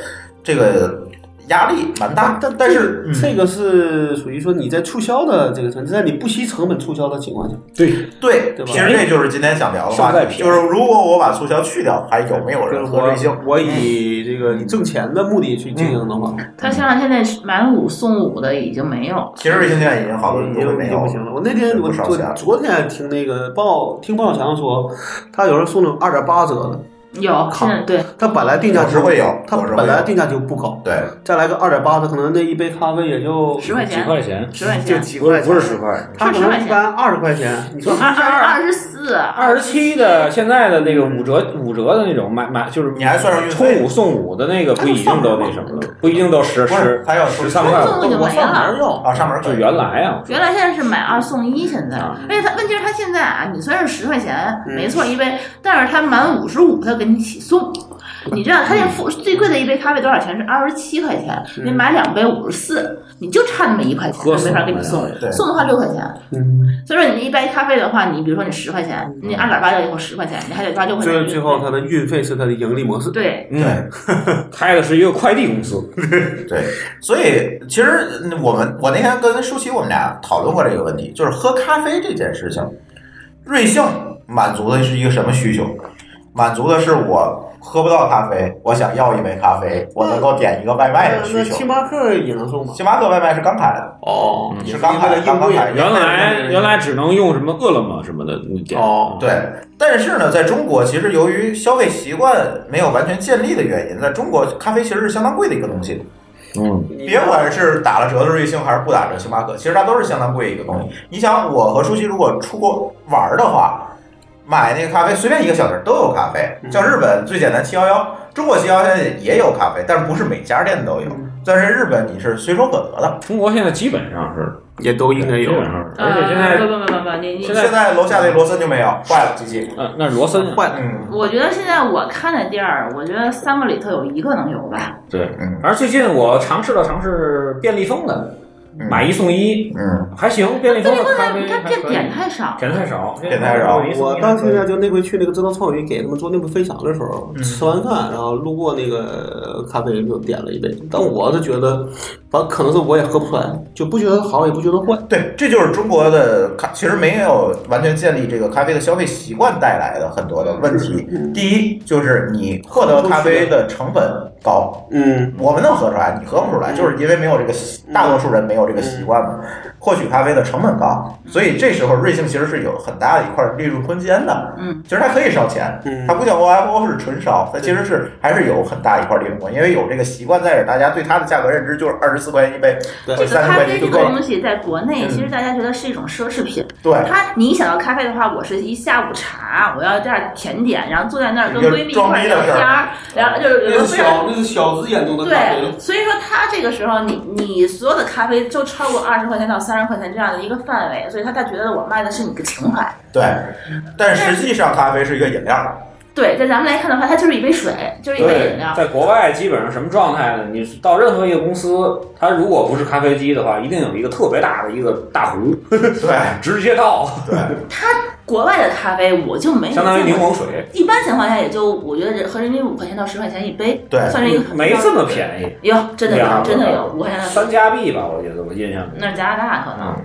Speaker 3: 这个压力蛮大，但但是嗯
Speaker 1: 这个是属于说你在促销的这个层次，在你不惜成本促销的情况下，
Speaker 3: 对
Speaker 1: 对，吧
Speaker 3: 其实这就是今天想聊的话
Speaker 2: 胜在
Speaker 3: 题，
Speaker 2: 便
Speaker 3: 就
Speaker 2: 宜
Speaker 3: 是如果我把促销去掉，还有没有
Speaker 1: 就
Speaker 3: 人
Speaker 1: 是
Speaker 3: 喝
Speaker 1: 我
Speaker 3: 瑞幸？
Speaker 1: 我以这个以挣钱的目的去经营的话，
Speaker 5: 他前
Speaker 1: 嗯
Speaker 5: 两天那买五送五的已经没有了，
Speaker 3: 其实瑞幸现在已经好多
Speaker 1: 已
Speaker 3: 人
Speaker 1: 经
Speaker 3: 都
Speaker 1: 已
Speaker 3: 没
Speaker 1: 经
Speaker 3: 有
Speaker 1: 嗯不行了。我那天我
Speaker 3: 不少钱
Speaker 1: 我昨天听那个鲍听鲍小强说，他有时候送那种二点八折的，
Speaker 5: 有现在对
Speaker 1: 他本来定价
Speaker 3: 我是
Speaker 1: 就
Speaker 3: 会有
Speaker 1: 他
Speaker 3: 我是会有
Speaker 1: 本来定价就不高，
Speaker 3: 对，
Speaker 1: 再来个二点八折，可能那一杯咖啡也就
Speaker 5: 十块
Speaker 2: 几
Speaker 5: 钱，
Speaker 2: 块钱，
Speaker 5: 十块
Speaker 1: 就
Speaker 5: 钱，
Speaker 1: 几块钱，
Speaker 7: 块，
Speaker 1: 他可能一般二十块钱，你说
Speaker 5: 二二二十四，
Speaker 2: 二十七的现在的那个五折五折的那种买买就是
Speaker 3: 你还算上运
Speaker 2: 充
Speaker 3: 费
Speaker 2: 五，送五的那个不一定都那什么了，不一定都十
Speaker 3: 不是
Speaker 2: 十
Speaker 3: 他要
Speaker 2: 十三块
Speaker 5: 送就
Speaker 1: 我
Speaker 5: 没
Speaker 1: 上哪
Speaker 5: 了
Speaker 1: 儿。要？
Speaker 3: 啊，上门可
Speaker 2: 就
Speaker 3: 以
Speaker 2: 原来啊，
Speaker 5: 原来现在是买二送一，现在，而且他问题是他现在啊，你虽然是十块钱，
Speaker 1: 嗯
Speaker 5: 没错一杯，但是他满五十五他给你起送。
Speaker 2: 嗯
Speaker 5: 你知道他那付最贵的一杯咖啡多少钱？是二十七块钱，你买两杯五十四，你就差那么一块钱，
Speaker 2: 喝
Speaker 5: 他
Speaker 2: 死
Speaker 5: 没法
Speaker 2: 了
Speaker 5: 给你送
Speaker 3: 对。
Speaker 5: 送的话六块钱，
Speaker 1: 嗯，
Speaker 5: 所以说你一杯咖啡的话，你比如说你十块钱，你二点八掉以后十块钱，你还得抓六块钱
Speaker 1: 最
Speaker 5: 运费。
Speaker 1: 最后它的运费是它的盈利模式。
Speaker 5: 对，
Speaker 1: 嗯
Speaker 3: 对
Speaker 2: 嗯 开的是一个快递公司，
Speaker 3: 对，所以其实嗯我们我那天跟舒淇我们俩讨论过这个问题，就是喝咖啡这件事情，瑞幸满足的是一个什么需求？满足的是我喝不到咖啡，我想要一杯咖啡，我能够点一个外卖的哎需
Speaker 1: 呃
Speaker 2: 呃
Speaker 1: 那
Speaker 3: 求
Speaker 1: 星。巴克也能送吗？
Speaker 3: 星巴克嗯外卖是刚开的，
Speaker 1: 哦
Speaker 2: 嗯
Speaker 3: 是刚开的，刚刚开的。
Speaker 2: 哎原来原来只能用什么饿了么什么的那点，
Speaker 1: 哦，
Speaker 3: 对，但是呢，在中国，其实由于消费习惯没有完全建立的原因，在中国咖啡其实是相当贵的一个东西。
Speaker 2: 嗯，
Speaker 3: 别管是打了折的瑞幸还是不打折星巴克，其实它都是相当贵一个东西。你想，我和舒淇如果出国玩儿的话，买那个咖啡随便一个小地儿都有咖啡，
Speaker 2: 嗯
Speaker 3: 像日本最简单七幺幺，中国七幺幺现在也有咖啡，但是不是每家店都有。
Speaker 2: 嗯
Speaker 3: 但是日本你是随手可得的，
Speaker 2: 中国现在基本上是
Speaker 1: 也都应该
Speaker 2: 基
Speaker 1: 有。
Speaker 2: 本上是，
Speaker 5: 啊
Speaker 2: 而且现在
Speaker 5: 不不不不不，你你
Speaker 2: 现在
Speaker 3: 现在楼下那罗森就没有，坏了，机器。
Speaker 2: 呃那罗森
Speaker 1: 坏了，
Speaker 3: 嗯，
Speaker 5: 我觉得现在我看的店儿，我觉得三个里头有一个能有吧。
Speaker 2: 对
Speaker 3: 嗯，
Speaker 2: 而最近我尝试了尝试便利蜂的，买一送一，
Speaker 3: 嗯，
Speaker 2: 还行，便利
Speaker 5: 对
Speaker 2: 蜂
Speaker 5: 因
Speaker 2: 的
Speaker 5: 为
Speaker 2: 咖
Speaker 5: 它
Speaker 2: 啡
Speaker 5: 它
Speaker 2: 还
Speaker 5: 这
Speaker 2: 可以
Speaker 5: 点太少，
Speaker 2: 点太少，
Speaker 3: 点太少
Speaker 2: 买一送
Speaker 1: 我
Speaker 2: 一
Speaker 1: 当时呢，就那回去那个知道臭鱼给他们做内部分享的时候，吃完饭然后路过那个咖啡就点了一杯，但我是觉得，反正可能是我也喝不出来，就不觉得好也不觉得坏。
Speaker 3: 对，这就是中国的咖，其实没有完全建立这个咖啡的消费习惯带来的很多的问题。第一就是你获得咖啡的成本高，
Speaker 1: 嗯
Speaker 3: 我们能喝出来，你喝不出来，就是因为没有这个习，大多数人没有这个习惯嘛。
Speaker 1: 嗯
Speaker 3: 获取咖啡的成本高，所以这时候瑞幸其实是有很大的一块利润空间的。
Speaker 5: 嗯，
Speaker 3: 其实它可以烧钱，
Speaker 1: 嗯
Speaker 3: 它不像 O F O 是纯烧，它其实是还是有很大一块利润空间，因为有这个习惯在这儿，大家对它的价格认知就是二十四块钱一杯，
Speaker 1: 对
Speaker 3: 或者
Speaker 5: 这个
Speaker 3: 三十
Speaker 5: 咖
Speaker 3: 块
Speaker 5: 啡
Speaker 3: 钱
Speaker 5: 这
Speaker 3: 就
Speaker 5: 个
Speaker 3: 够了。
Speaker 5: 东西在国内，
Speaker 3: 嗯
Speaker 5: 其实大家觉得是一种奢侈品。
Speaker 3: 对，
Speaker 5: 它，你一想到咖啡的话，我是一下午茶，我要加点甜点，然后坐在那儿
Speaker 3: 一
Speaker 5: 跟
Speaker 3: 个
Speaker 5: 闺蜜一块儿聊天儿，然后就是有
Speaker 1: 那
Speaker 5: 的
Speaker 1: 是
Speaker 5: 非常
Speaker 1: 小那是小资眼中的咖啡
Speaker 5: 对，。所以说它这个时候你你所有的咖啡就超过二十块钱到三十块钱这样的一个范围，所以他才觉得我卖的是你的情怀。
Speaker 3: 对，但实际上咖啡是一个饮料，
Speaker 5: 对，在咱们来看的话，它就是一杯水，就是一杯饮
Speaker 2: 对，
Speaker 5: 料。
Speaker 2: 在国外基本上什么状态呢？你到任何一个公司，它如果不是咖啡机的话，一定有一个特别大的一个大壶，
Speaker 3: 对
Speaker 2: 直接倒，
Speaker 3: 对，
Speaker 5: 国外的咖啡我就没有
Speaker 2: 相当于
Speaker 5: 见
Speaker 2: 柠
Speaker 5: 过
Speaker 2: 檬水，
Speaker 5: 一般情况下也就我觉得人合人民币五块钱到十块钱一杯，
Speaker 3: 对
Speaker 5: 算
Speaker 2: 哎
Speaker 5: 是一个很
Speaker 2: 没这么便宜，
Speaker 5: 有真的
Speaker 2: 两
Speaker 5: 有
Speaker 2: 个
Speaker 5: 真的有五块钱的，
Speaker 2: 三加币吧，我觉得我印象里。
Speaker 5: 那是加拿大可能，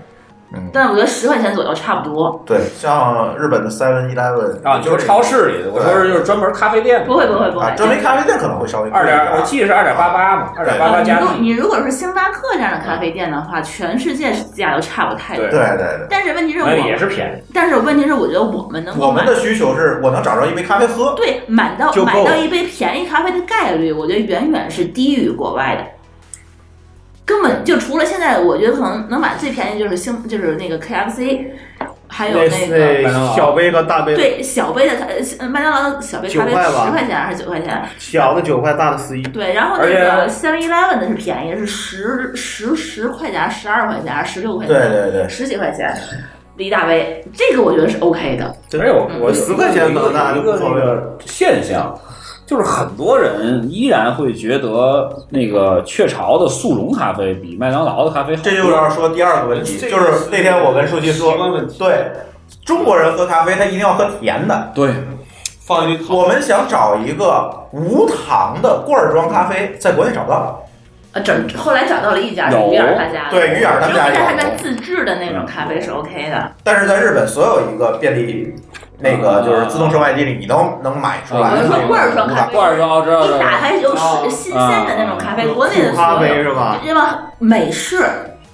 Speaker 3: 嗯，
Speaker 5: 但是我觉得十块钱左右差不多。
Speaker 3: 对，像日本的 Seven Eleven
Speaker 2: 啊，你说超市里的，我说是就是专门咖啡店
Speaker 5: 不会不会不会，
Speaker 3: 啊，专门咖啡店可能会稍微贵一
Speaker 2: 二
Speaker 3: 点啊
Speaker 2: 点，我记得是二点八八嘛，二点八八加
Speaker 5: 你如
Speaker 2: 币，
Speaker 5: 你如果是星巴克这样的咖啡店的话，全世界价都差不太多。
Speaker 2: 对
Speaker 3: 对对对。
Speaker 5: 但是问题是我
Speaker 2: 那，也是便宜，
Speaker 5: 但是问题是我觉得我们能
Speaker 3: 我
Speaker 5: 够
Speaker 3: 们
Speaker 5: 买
Speaker 3: 的需求是我能找着一杯咖啡喝，
Speaker 5: 对买到
Speaker 2: 就够
Speaker 5: 买
Speaker 2: 了
Speaker 5: 到一杯便宜咖啡的概率，我觉得远远是低于国外的。根本就除了现在，我觉得可能能买最便宜就是星就是那个 KFC，还有那个
Speaker 2: 麦当劳
Speaker 1: 那小杯和大杯，
Speaker 5: 对，小杯的咖呃麦当劳的小杯咖啡
Speaker 1: 9块吧
Speaker 5: 十块钱还是九块钱？啊
Speaker 1: 小的九块，大的十一。
Speaker 5: 对，然后那
Speaker 2: 而且
Speaker 5: 个 Seven Eleven 的是便宜，是十十十块钱、十二块钱、十六块
Speaker 3: 对
Speaker 5: 钱，
Speaker 3: 对对，
Speaker 5: 十几块钱一大杯，这个我觉得是 OK 的。
Speaker 2: 而且我我有
Speaker 1: 10块钱可能大家
Speaker 2: 一
Speaker 1: 就无
Speaker 2: 个那
Speaker 1: 所谓
Speaker 2: 个现象，就是很多人依然会觉得那个雀巢的速溶咖啡比麦当劳的咖啡好，
Speaker 3: 这就是要说第二个问题，
Speaker 1: 这
Speaker 3: 就
Speaker 1: 个
Speaker 3: 是那天我跟书记说
Speaker 1: 习惯问，题
Speaker 3: 对中国人喝咖啡他一定要喝甜的，
Speaker 2: 对
Speaker 1: 放进去
Speaker 3: 我们想找一个无糖的罐装咖啡，在国内找不到，
Speaker 5: 呃，整后来找到了一家是
Speaker 2: 有嗯
Speaker 5: 鱼眼儿他家的，
Speaker 3: 对鱼眼儿他
Speaker 5: 只有
Speaker 3: 家
Speaker 5: 一家他
Speaker 3: 有
Speaker 5: 家自制的那种咖啡是 OK 的。
Speaker 3: 但是在日本所有一个便利那个就是自动售卖机里，你都能买出来
Speaker 2: 啊
Speaker 5: 我
Speaker 3: 那
Speaker 5: 是
Speaker 3: 种无糖。
Speaker 5: 说罐儿装咖啡，
Speaker 2: 罐儿装知道知
Speaker 5: 一
Speaker 2: 道
Speaker 5: 打开有
Speaker 1: 哦
Speaker 5: 是新鲜的那种咖啡，哎
Speaker 2: 嗯
Speaker 5: 国内的
Speaker 1: 苦咖
Speaker 5: 所
Speaker 1: 啡
Speaker 5: 有，
Speaker 1: 是吧？
Speaker 5: 对吧？美式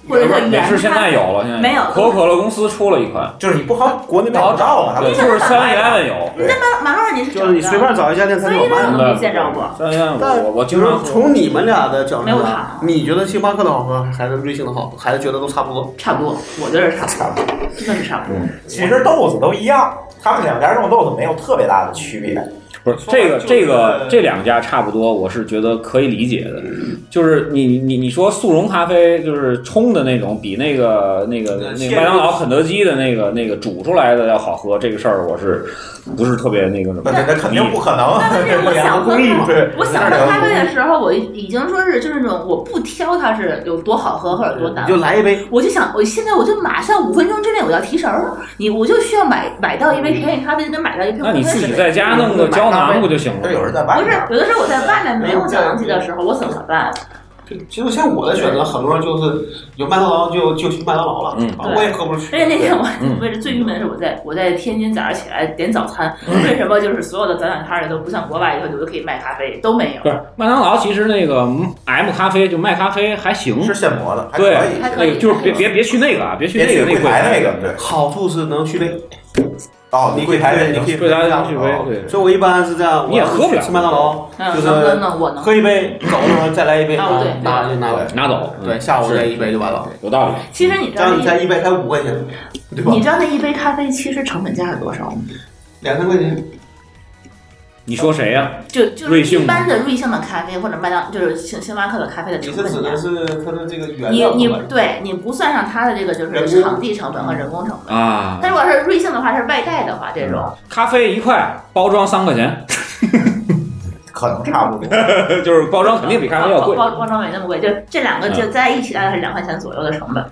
Speaker 5: 或者是
Speaker 2: 美
Speaker 5: 原
Speaker 2: 式现
Speaker 5: 咖
Speaker 2: 在有了，现在
Speaker 5: 没有
Speaker 2: 可口可乐公司出了一款，
Speaker 3: 就是你不好，国内找不到啊，它
Speaker 2: 对，
Speaker 3: 们
Speaker 2: 就是三 e l e 有，
Speaker 5: 你在马马路上你是
Speaker 1: 就是你
Speaker 5: 找
Speaker 1: 随
Speaker 5: 不到
Speaker 1: 便找一家店，它
Speaker 5: 所
Speaker 1: 就
Speaker 5: 以
Speaker 1: 有卖
Speaker 5: 呢，
Speaker 1: 的。
Speaker 5: 我没见着过。
Speaker 2: 三 e l e
Speaker 1: 但
Speaker 2: 我我我
Speaker 1: 就
Speaker 2: 经
Speaker 1: 是
Speaker 2: 常喝
Speaker 1: 从你们俩的角
Speaker 5: 没
Speaker 1: 度
Speaker 5: 有
Speaker 1: 上
Speaker 5: 糖，
Speaker 1: 你觉得星巴克的好喝，还是瑞幸的好喝，还是觉得都差不多？
Speaker 5: 差不多，我觉得是差不多，真的是差不多。
Speaker 2: 嗯
Speaker 3: 其实豆子都一样，他们两家弄豆子没有特别大的区别。
Speaker 2: 不是这个这个这两家差不多，我是觉得可以理解的。就是你你你说速溶咖啡就是冲的那种，比那个那个那个麦当劳、肯德基的那个那个煮出来的要好喝，这个事儿我是不是特别那个什
Speaker 3: 那
Speaker 2: 么？
Speaker 3: 那那肯定不可能，
Speaker 5: 但是我 想喝
Speaker 3: 工艺嘛，对，
Speaker 5: 我想喝咖啡的时候，我已经说是就是那种我不挑它是有多好喝或者多难
Speaker 1: 你就
Speaker 5: 喝，
Speaker 1: 来一杯，
Speaker 5: 我就想我现在我就马上五分钟之内我要提神儿，你我就需要买买到一杯便宜咖啡就跟买到一瓶
Speaker 2: 那
Speaker 5: 红
Speaker 2: 你
Speaker 5: 色
Speaker 2: 自己
Speaker 5: 水。
Speaker 2: 在家
Speaker 1: 嗯
Speaker 2: 弄个胶囊不就行
Speaker 3: 这
Speaker 2: 了？
Speaker 3: 有人在外
Speaker 5: 不是
Speaker 3: 面，
Speaker 5: 有的时候我在外面没有胶囊机的时候，我怎么办？
Speaker 1: 嗯其实像我的选择，很多人就是有麦当劳就就去麦当劳了，
Speaker 2: 嗯
Speaker 1: 啊我也喝不出去。
Speaker 5: 而且那天我
Speaker 2: 嗯
Speaker 5: 为了最郁闷的是，我在我在天津早上起来点早餐，
Speaker 2: 嗯
Speaker 5: 为什么就是所有的早点摊儿里都不像国外以后有的可以卖咖啡都没有嗯
Speaker 2: 不？是麦当劳，其实那个嗯 M 咖啡就卖咖啡还行，
Speaker 3: 是现磨的，还可
Speaker 2: 对
Speaker 3: 以，
Speaker 5: 还可
Speaker 2: 那
Speaker 5: 以
Speaker 2: 个就是别别别去那个啊，别去
Speaker 3: 别
Speaker 2: 那
Speaker 3: 去柜
Speaker 2: 个那
Speaker 3: 台那
Speaker 2: 个
Speaker 3: 个，对，
Speaker 1: 好处是能续杯，
Speaker 3: 哦，你
Speaker 1: 你
Speaker 3: 柜台那
Speaker 1: 对你可以
Speaker 2: 柜台
Speaker 1: 这
Speaker 2: 能
Speaker 1: 样
Speaker 2: 续
Speaker 1: 啊
Speaker 2: 杯，对。
Speaker 1: 所以我一般是这样，
Speaker 2: 你也喝不了
Speaker 1: 我要是吃麦当劳
Speaker 5: 嗯，
Speaker 1: 就
Speaker 5: 能能
Speaker 1: 是
Speaker 5: 能，我能。
Speaker 1: 喝一杯，走的时候再来一杯，
Speaker 5: 啊
Speaker 1: 拿
Speaker 5: 对对
Speaker 1: 拿就拿回来。
Speaker 2: 拿走，嗯
Speaker 1: 对，下午再一杯就完了。
Speaker 2: 有道理。
Speaker 5: 其实你知
Speaker 1: 这
Speaker 5: 道
Speaker 1: 样
Speaker 5: 那
Speaker 1: 你
Speaker 5: 一
Speaker 1: 才一杯才五块钱，对吧
Speaker 5: 你？知道那一杯咖啡其实成本价是多少吗？
Speaker 1: 两三块钱，
Speaker 2: 你说谁呀？
Speaker 5: 就就是
Speaker 2: 瑞幸吗
Speaker 5: 一般的瑞幸的咖啡或者麦当就是星星巴克的咖啡的
Speaker 1: 你
Speaker 5: 成
Speaker 1: 是指
Speaker 5: 本
Speaker 1: 的
Speaker 5: 价。
Speaker 1: 是它的这个原
Speaker 5: 你
Speaker 1: 料
Speaker 5: 你
Speaker 1: 是吧
Speaker 5: 对你不算上它的这个就
Speaker 1: 人工嗯
Speaker 5: 是场地成本和人工成本。
Speaker 2: 啊，
Speaker 5: 但如果是瑞幸的话，它是外带的话，这种
Speaker 2: 咖啡一块，包装三块钱。
Speaker 3: 可能差不多。
Speaker 2: 就是包装肯定比咖啡要贵。
Speaker 5: 呃包包装没那么贵，就这两个就
Speaker 1: 嗯
Speaker 5: 在一起大概是两块钱左右的成本。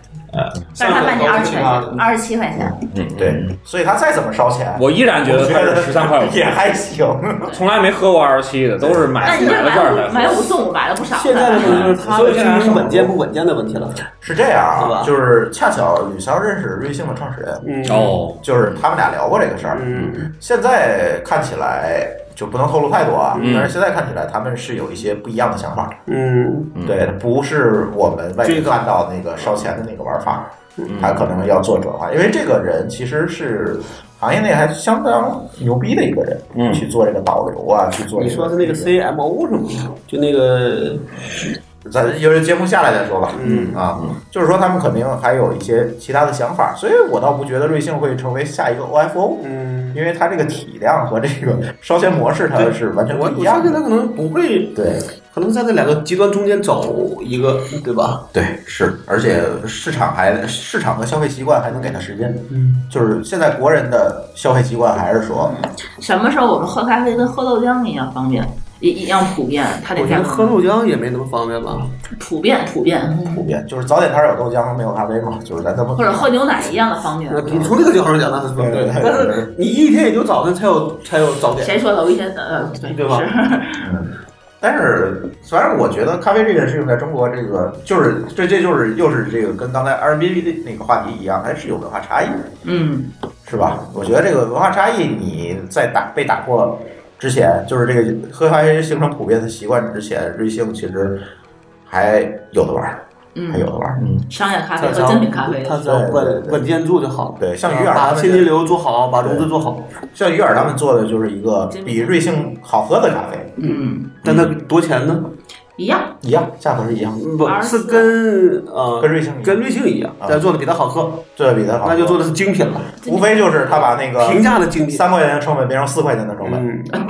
Speaker 5: 但是它卖你二十块钱，二十七块钱。
Speaker 1: 嗯
Speaker 3: 对，所以他再怎么烧
Speaker 5: 啊
Speaker 3: 钱，
Speaker 2: 我依然觉得它是十三块五，
Speaker 3: 也还行。
Speaker 2: 从来没喝过二十七的，都是
Speaker 5: 那
Speaker 2: 买
Speaker 5: 你这
Speaker 2: 买了券
Speaker 5: 买
Speaker 2: 儿
Speaker 5: 五
Speaker 2: 才
Speaker 5: 买
Speaker 2: 喝。
Speaker 5: 五送五买了不少
Speaker 1: 现在的
Speaker 5: 了。
Speaker 1: 问题就是它
Speaker 2: 所以现在
Speaker 1: 的
Speaker 2: 还
Speaker 1: 经营
Speaker 2: 剩不多
Speaker 1: 稳健不稳健的问题了。
Speaker 3: 是这样
Speaker 1: 是
Speaker 3: 啊
Speaker 1: 吧，
Speaker 3: 就是恰巧吕潇认识瑞幸的创始人，
Speaker 1: 嗯，
Speaker 2: 哦，
Speaker 3: 就是他们俩聊过这个事儿。
Speaker 1: 嗯，
Speaker 3: 现在看起来就不能透露太多啊，
Speaker 2: 嗯
Speaker 3: 但是现在看起来他们是有一些不一样的想法，
Speaker 1: 嗯
Speaker 3: 对，不是我们外面看到那个烧钱的那个玩法，
Speaker 1: 嗯
Speaker 3: 他可能要做转化，因为这个人其实是行业内还相当牛逼的一个人，
Speaker 2: 嗯
Speaker 3: 去做这个导流啊，去做这
Speaker 1: 你
Speaker 3: 个
Speaker 1: 说是那个 CMO 是吗？就那个
Speaker 3: 咱就是节目下来再说吧。
Speaker 1: 嗯
Speaker 3: 啊，就是说他们肯定还有一些其他的想法，所以我倒不觉得瑞幸会成为下一个 OFO，
Speaker 1: 嗯，
Speaker 3: 因为它这个体量和这个烧钱模式它是完全
Speaker 1: 我
Speaker 3: 不一
Speaker 1: 我相
Speaker 3: 样
Speaker 1: 信他
Speaker 3: 的。
Speaker 1: 可能不会，
Speaker 3: 对
Speaker 1: 可能在这两个极端中间走一个，对吧？
Speaker 3: 对是，而且市场还市场和消费习惯还能给它时间，
Speaker 1: 嗯，
Speaker 3: 就是现在国人的消费习惯还是说，
Speaker 5: 什么时候我们喝咖啡跟喝豆浆一样方便，一一样普遍？它得
Speaker 1: 我觉
Speaker 5: 价
Speaker 1: 得
Speaker 5: 格
Speaker 1: 喝嗯豆浆也没那么方便吧？
Speaker 5: 普遍普遍，
Speaker 3: 普遍，就是早点摊儿有豆浆没有咖啡嘛，就是咱这么
Speaker 5: 或者喝牛奶一样的方便。
Speaker 1: 那你从这个角度上讲，那是不对的。但是你一天也就早晨才有才有早点，
Speaker 5: 谁说的？我一天呃，对
Speaker 1: 对吧
Speaker 5: 是
Speaker 3: 但是，反正我觉得咖啡这件事情在中国，这个就是这这就是又是这个跟刚才 Airbnb 的那个话题一样，还是有文化差异，
Speaker 5: 嗯，
Speaker 3: 是吧？我觉得这个文化差异，你在打被打破之前，就是这个喝咖啡形成普遍的习惯之前，瑞幸其实还有的玩儿，
Speaker 5: 嗯
Speaker 3: 还有的玩儿。
Speaker 5: 商业咖啡
Speaker 1: 他只
Speaker 5: 和
Speaker 1: 要
Speaker 5: 精品咖啡，
Speaker 1: 他只要稳稳健住就好了。啊
Speaker 3: 对，像鱼饵他
Speaker 1: 把
Speaker 3: 们
Speaker 1: 现金流做好，把融资做好，
Speaker 3: 像鱼饵他们做的就是一个比瑞幸好喝的咖啡，
Speaker 5: 嗯，
Speaker 1: 但它多钱呢？
Speaker 5: 一样，
Speaker 3: 一样价格是一样，
Speaker 1: 不
Speaker 5: 24
Speaker 1: 是跟呃
Speaker 3: 跟瑞幸一样
Speaker 1: 跟瑞幸一样，但做的比它好喝，
Speaker 3: 做的比它好喝，
Speaker 1: 那就做的是精品了，
Speaker 3: 无非就是他把那个
Speaker 1: 平价的精品。
Speaker 3: 三块钱的成本变成四块钱的成本。
Speaker 1: 嗯，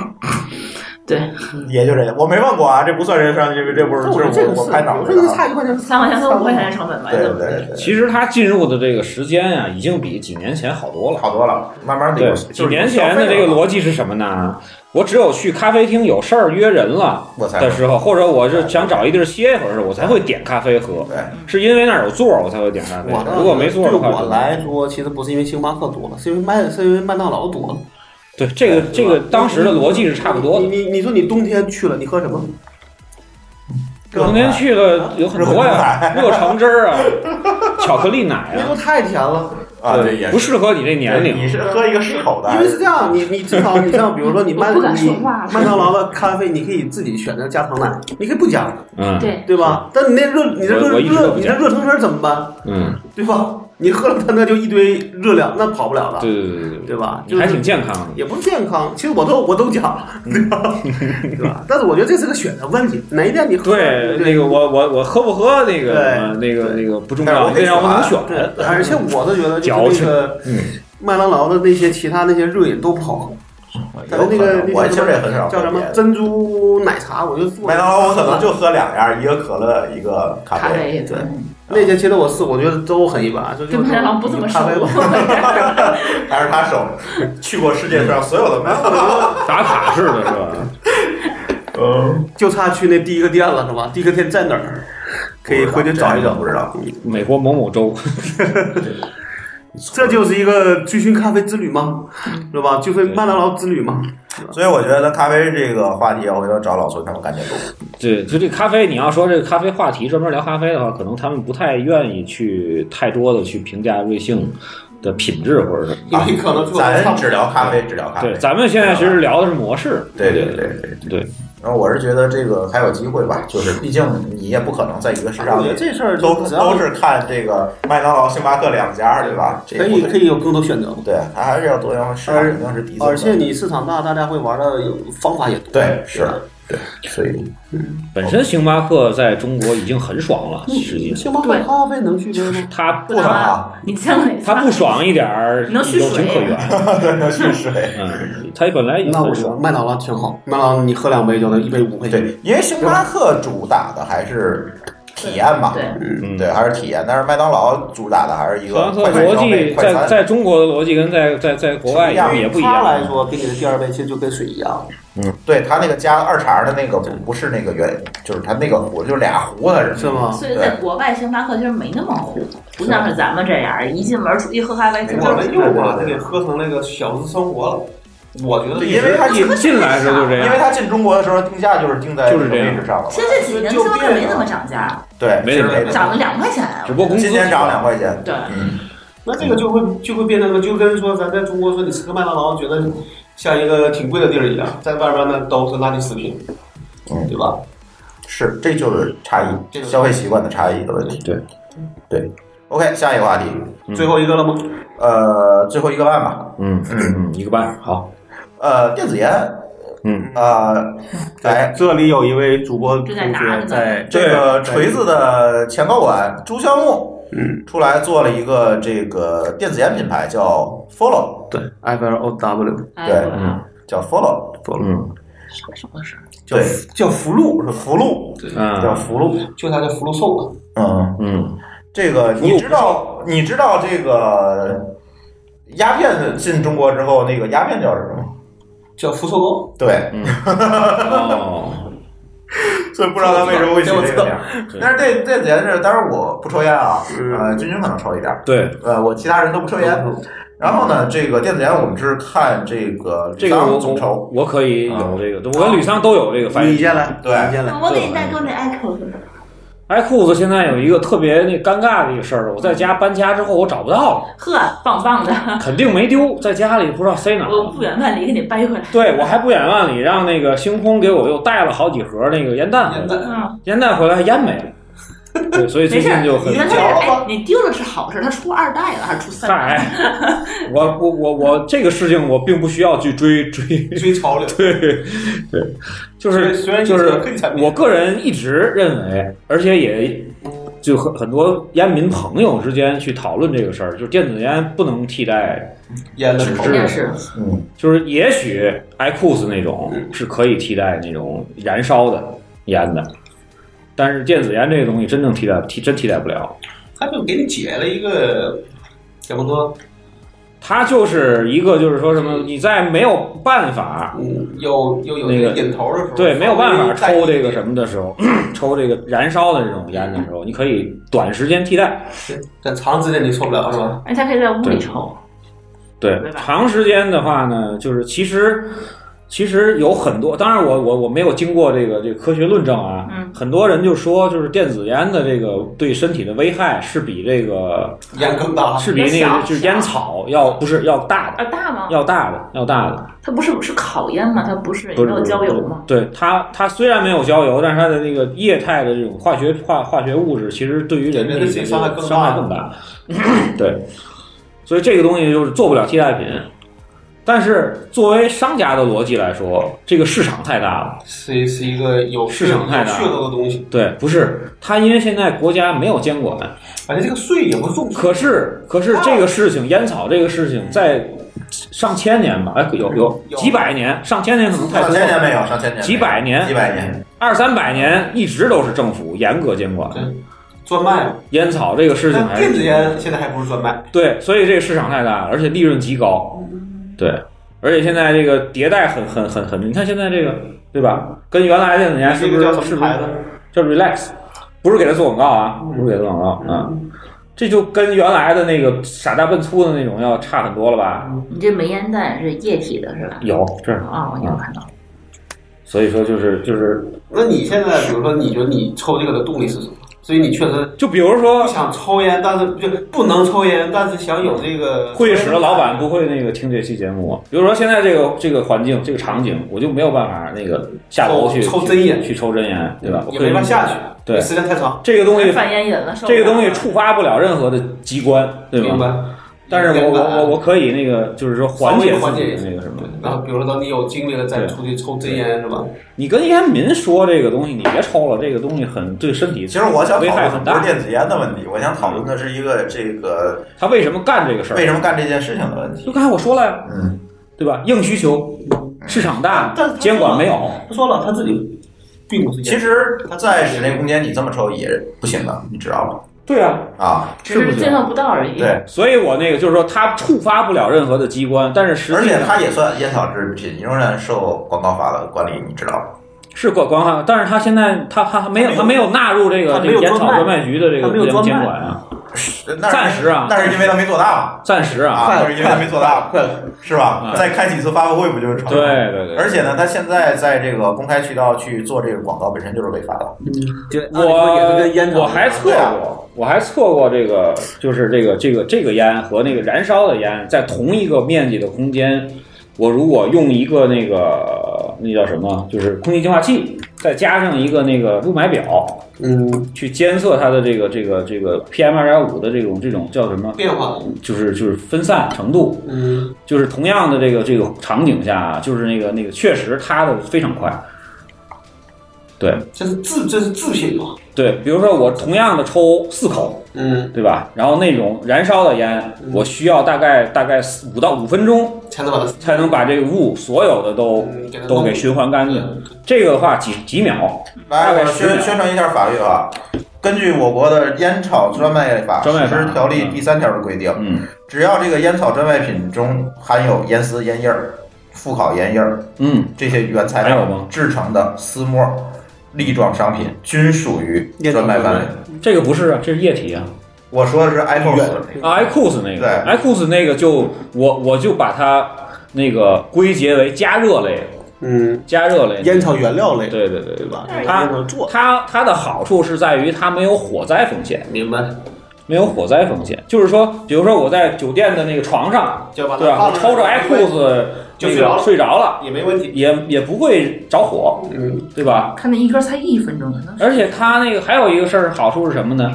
Speaker 5: 对，
Speaker 3: 也就这样，我没问过啊，这不算人商，这这不是
Speaker 1: 但我觉得这
Speaker 3: 是
Speaker 1: 个
Speaker 3: 我
Speaker 1: 是
Speaker 3: 我拍脑
Speaker 1: 我觉
Speaker 3: 子
Speaker 1: 得
Speaker 3: 的
Speaker 1: 就
Speaker 3: 啊。
Speaker 1: 差一块钱，
Speaker 5: 三块钱和五块钱的成本吧，
Speaker 3: 对
Speaker 5: 就
Speaker 3: 对对对，
Speaker 2: 其实它进入的这个时间呀、已经比几年前好多了。
Speaker 3: 好多了，慢慢的
Speaker 2: 对
Speaker 3: 有，
Speaker 2: 几年前的这个逻辑是什么呢？我只有去咖啡厅有事儿约人了
Speaker 3: 我才
Speaker 2: 的时候，或者我是想找一地儿歇一会儿，我才会点咖啡喝。
Speaker 3: 对，
Speaker 2: 是因为那儿有座儿，我才会点咖啡
Speaker 1: 我。
Speaker 2: 如果没座儿
Speaker 1: 对
Speaker 2: 的话，
Speaker 1: 我来说，其实不是因为星巴克多了，是因为麦是因为麦当劳多了。
Speaker 2: 对这个这个当时的逻辑是差不多
Speaker 1: 你
Speaker 2: 的。
Speaker 1: 你你说你冬天去了，你喝什么？
Speaker 2: 冬天去了有很多呀，热橙汁儿啊，巧克力奶
Speaker 1: 那
Speaker 2: 啊
Speaker 1: 都，太甜了。
Speaker 3: 啊，对，也
Speaker 2: 不适合你这年龄
Speaker 3: 你。是喝一个适口的，
Speaker 1: 因为是这样，你你至少你像比如说你麦
Speaker 5: 我不敢说话
Speaker 1: 你麦当劳的咖啡，你可以自己选择加糖奶，你可以不加，
Speaker 2: 嗯，
Speaker 5: 对，
Speaker 1: 对吧？但你那热你这
Speaker 2: 我
Speaker 1: 热
Speaker 2: 我一直都
Speaker 1: 热
Speaker 2: 不
Speaker 1: 你
Speaker 2: 加
Speaker 1: 这热橙汁儿怎么办？
Speaker 2: 嗯，
Speaker 1: 对吧？你喝了它那就一堆热量，那跑不了了，
Speaker 2: 对对对对对
Speaker 1: 对吧？
Speaker 2: 你
Speaker 1: 就
Speaker 2: 还挺
Speaker 1: 是
Speaker 2: 健康的。
Speaker 1: 也不是健康，其实我都我都加，
Speaker 3: 嗯
Speaker 1: 对吧？对 吧？但是我觉得这是个选择问题，哪一天你喝
Speaker 2: 对，那
Speaker 1: 对
Speaker 2: 个我我我喝不喝那个什么那个那个不重要，这让我能选。
Speaker 1: 对，而且我是觉得
Speaker 2: 矫
Speaker 1: 就
Speaker 2: 情
Speaker 1: 是那个
Speaker 3: 嗯
Speaker 1: 麦当劳的那些其他那些热饮都不好喝。咱们那个那
Speaker 3: 我
Speaker 1: 个
Speaker 3: 其
Speaker 1: 叫
Speaker 3: 实也很少
Speaker 1: 叫什么
Speaker 3: 喝别的
Speaker 1: 珍珠奶茶，我就做
Speaker 3: 麦当劳我可能就喝两样，一个可乐，一个咖
Speaker 5: 咖啡
Speaker 3: 对，
Speaker 1: 那些，其实我试，我觉得都很一般，就就
Speaker 5: 跟麦当劳不这么熟
Speaker 1: 咖啡吧。
Speaker 3: 还是他手去过世界上所有的麦当劳。
Speaker 2: 打卡式的是吧？
Speaker 3: 嗯，
Speaker 1: 就差去那第一个店了，是吧？第一个店在哪儿？ 可以回去找一找。
Speaker 3: 不知道，
Speaker 2: 美国某某州，
Speaker 1: 这就是一个追寻咖啡之旅吗？
Speaker 5: 嗯
Speaker 1: 是吧？就是麦当劳之旅吗？
Speaker 3: 所以我觉得咖啡这个话题要回头找老孙他们赶紧录。
Speaker 2: 对，就这咖啡，你要说这个咖啡话题专门聊咖啡的话，可能他们不太愿意去太多的去评价瑞幸的品质或者什么。
Speaker 1: 因为可能做
Speaker 3: 咱
Speaker 1: 得差不多
Speaker 3: 只聊咖啡，只聊咖啡
Speaker 2: 对，。咱们现在其实聊的是模式。
Speaker 3: 啊对对
Speaker 2: 对
Speaker 3: 对对。
Speaker 2: 对，
Speaker 3: 然后我是觉得这个还有机会吧，就是毕竟你也不可能在一个市场
Speaker 1: 我
Speaker 3: 里
Speaker 1: 觉得这事儿就
Speaker 3: 都
Speaker 1: 只要
Speaker 3: 都是看这个麦当劳、星巴克两家，对吧？这
Speaker 1: 可以可
Speaker 3: 以，
Speaker 1: 以有更多选择，
Speaker 3: 对，它还是要多元化，市场
Speaker 1: 而
Speaker 3: 肯定是比
Speaker 1: 而且你市场大，大家会玩的有方法也多。
Speaker 3: 对是对，所以
Speaker 2: 本身星巴克在中国已经很爽
Speaker 5: 嗯
Speaker 2: 了，实际
Speaker 1: 嗯
Speaker 2: 上
Speaker 1: 星巴克
Speaker 5: 对
Speaker 1: 咖啡能去喝吗？
Speaker 2: 它
Speaker 3: 不爽啊，
Speaker 5: 你见过哪次？
Speaker 2: 它不爽一点儿有
Speaker 5: 能续水
Speaker 2: 情可原。
Speaker 1: 啊
Speaker 3: 对，是 水。
Speaker 2: 嗯，它本来已经
Speaker 1: 那我
Speaker 2: 很
Speaker 1: 觉得
Speaker 2: 爽。
Speaker 1: 麦当劳挺好，麦当劳你喝两杯就能一杯五块钱。
Speaker 3: 对，因为星巴克主打的还是体验吧，
Speaker 5: 对，
Speaker 3: 嗯对，还是体验。但是麦当劳主打的还是一
Speaker 2: 可
Speaker 3: 个
Speaker 2: 能它
Speaker 3: 快餐消
Speaker 2: 逻辑
Speaker 3: 费、快
Speaker 2: 在
Speaker 3: 餐，
Speaker 2: 在中国的逻辑跟在在在国外也也不一
Speaker 1: 它来
Speaker 2: 样。
Speaker 1: 说，给你的第二杯其实就跟水一样。
Speaker 3: 嗯，对他那个加二茬的那个不是那个原，就是他那个糊，就是俩糊的
Speaker 1: 是吗？
Speaker 5: 所以在国外星巴克其实没那么火，不像是咱们这样一进门出一喝咖啡，
Speaker 3: 没
Speaker 5: 就
Speaker 3: 错
Speaker 5: 是
Speaker 3: 又把它
Speaker 1: 给喝成那个小资生活了。我觉得
Speaker 3: 因为他进
Speaker 2: 一进来的时候就这
Speaker 3: 因为
Speaker 2: 样，
Speaker 3: 他进中国的时候定价就是定在
Speaker 2: 啊就是这样
Speaker 3: 位置上了嘛
Speaker 5: 其，实这几年星巴克没怎么涨价，
Speaker 3: 对，
Speaker 2: 没
Speaker 3: 其实
Speaker 2: 得
Speaker 3: 没
Speaker 5: 涨了两块钱。啊
Speaker 2: 只不过工资
Speaker 3: 今年涨两块钱，
Speaker 5: 对，
Speaker 3: 嗯，
Speaker 1: 那这个就会就会变成个，就跟说咱在中国说你吃个麦当劳，觉得像一个挺贵的地儿一样，在外边呢都是垃圾食品，
Speaker 3: 嗯
Speaker 1: 对吧？
Speaker 3: 是，这就是差异，
Speaker 1: 这就是
Speaker 3: 消费习惯的差异的问题。
Speaker 4: 对，
Speaker 3: 对。OK，下一个话题，
Speaker 1: 最后一个了吗？
Speaker 3: 呃，最后一个半吧，
Speaker 4: 嗯嗯，一个半好，
Speaker 3: 呃，电子烟，
Speaker 4: 嗯，
Speaker 3: 呃，来，
Speaker 1: 这里有一位主播
Speaker 5: 正在拿着呢同学在
Speaker 3: 这个锤子的前高管朱香木，嗯，出来做了一个这个电子烟品牌，叫 Follow，
Speaker 1: 对 F L O W
Speaker 5: 哎
Speaker 3: 对
Speaker 5: 我
Speaker 3: 嗯叫 Follow，
Speaker 4: 嗯
Speaker 5: 什什么事儿？
Speaker 3: 对，
Speaker 1: 叫福禄是吧？
Speaker 3: 福禄叫
Speaker 4: 嗯
Speaker 3: 福禄，
Speaker 1: 就他叫福禄寿了。
Speaker 3: 嗯，
Speaker 4: 嗯，
Speaker 3: 这个你知道，你知道这个鸦片进中国之后，那个鸦片叫什么吗？
Speaker 1: 叫福寿膏，
Speaker 3: 对，
Speaker 4: 哦，
Speaker 3: 所以不知道他为什么会起这个名儿。 但是这这节是，当然我不抽烟啊，呃，君君可能抽一点儿，
Speaker 4: 对，
Speaker 3: 呃，我其他人都不抽烟。 然后呢，这个电子烟我们是看这个
Speaker 4: 这个我
Speaker 3: 总啊
Speaker 4: 我
Speaker 3: 抽，
Speaker 4: 我可以有这个，我跟吕桑都有这个翻译。
Speaker 1: 先来，
Speaker 3: 对
Speaker 1: 你先来。
Speaker 5: 我给你带给我那 Echo 去。
Speaker 2: 哎，裤子现在有一个特别那尴尬的一个事儿，我在家搬家之后我找不到了，
Speaker 5: 呵，棒棒的，
Speaker 2: 肯定没丢，在家里不知道塞哪儿
Speaker 5: 我
Speaker 2: 了。
Speaker 5: 不远万里给你掰回来。
Speaker 2: 对我还不远万里让那个星空给我又带了好几盒那个烟弹回来，
Speaker 5: 嗯，
Speaker 2: 烟弹回来烟没了，对，所以
Speaker 5: 没
Speaker 2: 最
Speaker 5: 事儿，
Speaker 2: 近就很
Speaker 5: 你说他是哎，你丢了是好事，他出二代了还是出三代？
Speaker 2: 嗨，我我我我这个事情我并不需要去追 追，
Speaker 1: 追潮流，
Speaker 2: 对对，就是
Speaker 1: 虽然
Speaker 2: 就是
Speaker 1: 可以产品
Speaker 2: 我个人一直认为，而且也就很很多烟民朋友之间去讨论这个事儿，就是电子烟不能替代，
Speaker 1: 烟的啊
Speaker 5: 肯定是，
Speaker 2: 就是也许 iQOO 那种是可以替代那种燃烧的烟的，但是电子烟这个东西真正替代替真替代不了。
Speaker 1: 他就给你解了一个怎么说？
Speaker 2: 它就是一个，就是说什么，你在没有办法
Speaker 1: 嗯，有有有
Speaker 2: 那个
Speaker 1: 引头的时候，
Speaker 2: 对，没有办法
Speaker 1: 稍微
Speaker 2: 抽
Speaker 1: 带一
Speaker 2: 这个什么的时候， 抽这个燃烧的这种烟的时候，你可以短时间替代。
Speaker 1: 点，但长时间你受不了是吧？
Speaker 5: 哎，他可以在屋里抽。
Speaker 2: 对
Speaker 5: 对，吧
Speaker 2: 长时间的话呢，就是其实其实有很多，当然我我我没有经过这个这个科学论证啊，
Speaker 5: 嗯
Speaker 2: 很多人就说就是电子烟的这个对身体的危害是比这个
Speaker 1: 烟更大，
Speaker 2: 是比那
Speaker 5: 要
Speaker 2: 个
Speaker 5: 小
Speaker 2: 就是烟草要不是要大的
Speaker 5: 啊，大吗？
Speaker 2: 要大的要大的。
Speaker 5: 它不是是烤烟吗？它不是也
Speaker 2: 不
Speaker 5: 没
Speaker 2: 是
Speaker 5: 有焦油吗？？
Speaker 2: 不是对它，它虽然没有焦油，但是它的那个液态的这种化学化化学物质，其实对于人
Speaker 1: 对人
Speaker 2: 体
Speaker 1: 的伤害更大
Speaker 2: 伤害更大。 对，所以这个东西就是做不了替代品。但是作为商家的逻辑来说，这个市场太大了。
Speaker 1: 是是一个有
Speaker 2: 市场太
Speaker 1: 有
Speaker 2: 大
Speaker 1: 噱头的东西，
Speaker 2: 对，不是它，因为现在国家没有监管，
Speaker 1: 而且这个税也不重视。
Speaker 2: 可是可是这个事情，烟草这个事情，在上千年吧，哎，有有
Speaker 1: 有
Speaker 2: 几百年，上千年可能太
Speaker 3: 上
Speaker 2: 多
Speaker 3: 千年
Speaker 2: 了，
Speaker 3: 没有，上千年没有
Speaker 2: 几百年
Speaker 3: 几百年，
Speaker 2: 二三百年一直都是政府严格监管。
Speaker 1: 对专卖，
Speaker 2: 烟草这个事情
Speaker 1: 但
Speaker 2: 还是
Speaker 1: 电子烟现在还不是专卖，
Speaker 2: 对，所以这个市场太大，而且利润极高，
Speaker 1: 嗯
Speaker 2: 对，而且现在这个迭代很很很很，你看现在这个对吧？跟原来电子烟是
Speaker 1: 这个
Speaker 2: 不是
Speaker 1: 叫什
Speaker 2: 是
Speaker 1: 么
Speaker 2: 不是
Speaker 1: 牌子？嗯
Speaker 2: 叫 Relax？不是给他做广告啊，不是给他做广告啊，这就跟原来的那个傻大笨粗的那种要差很多了吧？
Speaker 1: 嗯
Speaker 5: 你这煤烟弹是液体的是吧？
Speaker 2: 有这儿，
Speaker 5: 啊，我有看到。
Speaker 2: 所以说就是就是，
Speaker 1: 那你现在比如说，你觉得你抽这个的动力是什么？所以你确实
Speaker 2: 就比如说
Speaker 1: 不想抽烟，但是就不能抽烟，但是想有这个
Speaker 2: 会使的老板不会那个听这期节目。比如说现在这个这个环境这个场景，我就没有办法那个下楼去
Speaker 1: 抽抽真烟
Speaker 2: 去抽真烟，对吧？我
Speaker 1: 也
Speaker 2: 可以
Speaker 1: 没法下去，
Speaker 2: 对
Speaker 1: 时间太长，
Speaker 2: 这个东西，
Speaker 5: 犯烟瘾了，受不了
Speaker 2: 这个东西触发不了任何的机关，对
Speaker 1: 明
Speaker 2: 吧？
Speaker 1: 白？
Speaker 2: 但是我
Speaker 1: 明白
Speaker 2: 我我我可以那个就是说缓解
Speaker 1: 稍微缓解一
Speaker 2: 自己的那个什么。
Speaker 1: 然后比如说等你有精力了，再
Speaker 2: 对
Speaker 1: 出去抽真烟是吧？
Speaker 2: 你跟烟民说这个东西，你别抽了，这个东西很对身体
Speaker 3: 其实我想讨
Speaker 2: 危害
Speaker 3: 论的
Speaker 2: 很
Speaker 3: 不是
Speaker 2: 大。
Speaker 3: 电子烟的问题，我想讨论的是一个这个
Speaker 2: 他为什么干这个事
Speaker 3: 为
Speaker 2: 儿？
Speaker 3: 什么干这件事情的问题。
Speaker 2: 就刚才我说了呀，
Speaker 3: 嗯，
Speaker 2: 对吧？硬需求，市场大
Speaker 1: 但是，他
Speaker 2: 监管没有。
Speaker 1: 他说了，他自己并不是。
Speaker 3: 其实他在室内空间你这么抽也不行的，你知道吗？
Speaker 2: 对啊，
Speaker 3: 啊，
Speaker 5: 只是见到不到而已。
Speaker 3: 对，
Speaker 2: 所以我那个就是说，它触发不了任何的机关，但是实
Speaker 3: 而
Speaker 2: 际
Speaker 3: 且
Speaker 2: 上
Speaker 3: 它也算烟草制品，仍然受广告法的管理，你知道吗？
Speaker 2: 是管管好，但是它现在它它它没有它没有纳入这个
Speaker 1: 它没
Speaker 2: 这
Speaker 1: 有
Speaker 2: 个烟草
Speaker 1: 专卖
Speaker 2: 专卖局的这
Speaker 1: 它没有
Speaker 2: 个
Speaker 1: 专
Speaker 2: 监
Speaker 1: 卖
Speaker 2: 监管啊，
Speaker 3: 那是
Speaker 2: 暂时啊
Speaker 3: 那是因为他没做大
Speaker 2: 暂时
Speaker 3: 嘛，
Speaker 2: 啊，
Speaker 3: 啊，那是因为他没做大，是吧？再开几次发布会不就是成？
Speaker 2: 对。对对，
Speaker 3: 而且呢，他现在在这个公开渠道去做这个广告，本身就是违法的。
Speaker 1: 就按理说也是跟烟草
Speaker 2: 我我还测
Speaker 1: 啊
Speaker 2: 过，我还测过这个，就是这个这个这个烟和那个燃烧的烟，在同一个面积的空间，我如果用一个那个那叫什么，就是空气净化器，再加上一个那个雾霾表，
Speaker 1: 嗯
Speaker 2: 去监测它的这个这个这个 PM 二点五的这种这种叫什么，
Speaker 1: 变化，
Speaker 2: 就是就是分散程度，
Speaker 1: 嗯
Speaker 2: 就是同样的这个这个场景下，啊就是那个那个确实它的非常快。对
Speaker 1: 这是制这是制品嘛，
Speaker 2: 对，比如说我同样的抽四口，
Speaker 1: 嗯
Speaker 2: 对吧？然后那种燃烧的烟，我需要大概大概四五到五分钟
Speaker 1: 才能把它
Speaker 2: 才能把这个雾所有的都
Speaker 1: 嗯给它
Speaker 2: 都
Speaker 1: 弄嗯
Speaker 2: 给循环干净。这个的话几几秒，
Speaker 3: 来，
Speaker 2: 大概
Speaker 3: 我
Speaker 2: 10
Speaker 3: 宣
Speaker 2: 秒
Speaker 3: 宣传一下法律啊。根据我国的《烟草专卖法
Speaker 2: 专卖
Speaker 3: 实
Speaker 2: 法
Speaker 3: 施条例》第三条的规定，
Speaker 2: 嗯
Speaker 3: 只要这个烟草专卖品中含有烟丝、烟叶儿、复烤烟叶儿
Speaker 2: 嗯，
Speaker 3: 这些原
Speaker 1: 哎
Speaker 3: 材
Speaker 2: 还有
Speaker 3: 料
Speaker 2: 吗
Speaker 3: 制成的丝末、粒状商品，均属于
Speaker 1: 烟草
Speaker 3: 专卖范围。
Speaker 2: 这个不是啊，这是液体啊。
Speaker 3: 我说的是 iPhone 的那个，
Speaker 2: 啊，iQOS 那个
Speaker 3: 对
Speaker 2: ，iQOS 那个就我我就把它那个归结为加热类，
Speaker 1: 嗯
Speaker 2: 加热类
Speaker 1: 烟草原料类，
Speaker 2: 对对对对
Speaker 1: 对
Speaker 2: 吧
Speaker 1: 吧？？
Speaker 5: 嗯
Speaker 1: 烟草做，
Speaker 2: 它它的好处是在于它没有火灾风险，
Speaker 1: 明白？
Speaker 2: 没有火灾风险。就是说，比如说我在酒店的那个床上，
Speaker 1: 就把它
Speaker 2: 对吧？
Speaker 1: 放啊
Speaker 2: 我
Speaker 1: 着
Speaker 2: 抽着 iQOS
Speaker 1: 就
Speaker 2: 那
Speaker 1: 睡着
Speaker 2: 个
Speaker 1: 了
Speaker 2: 睡着了，
Speaker 1: 也没问题，
Speaker 2: 也也不会着火，
Speaker 1: 嗯，
Speaker 2: 对吧？
Speaker 5: 看那一根才一分钟呢，
Speaker 2: 而且它那个还有一个事儿，好处是什么呢？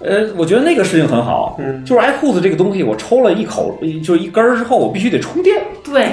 Speaker 2: 呃，我觉得那个事情很好，
Speaker 1: 嗯
Speaker 2: 就是 iQOS 这个东西，我抽了一口，就是一根儿之后，我必须得充电。
Speaker 5: 对，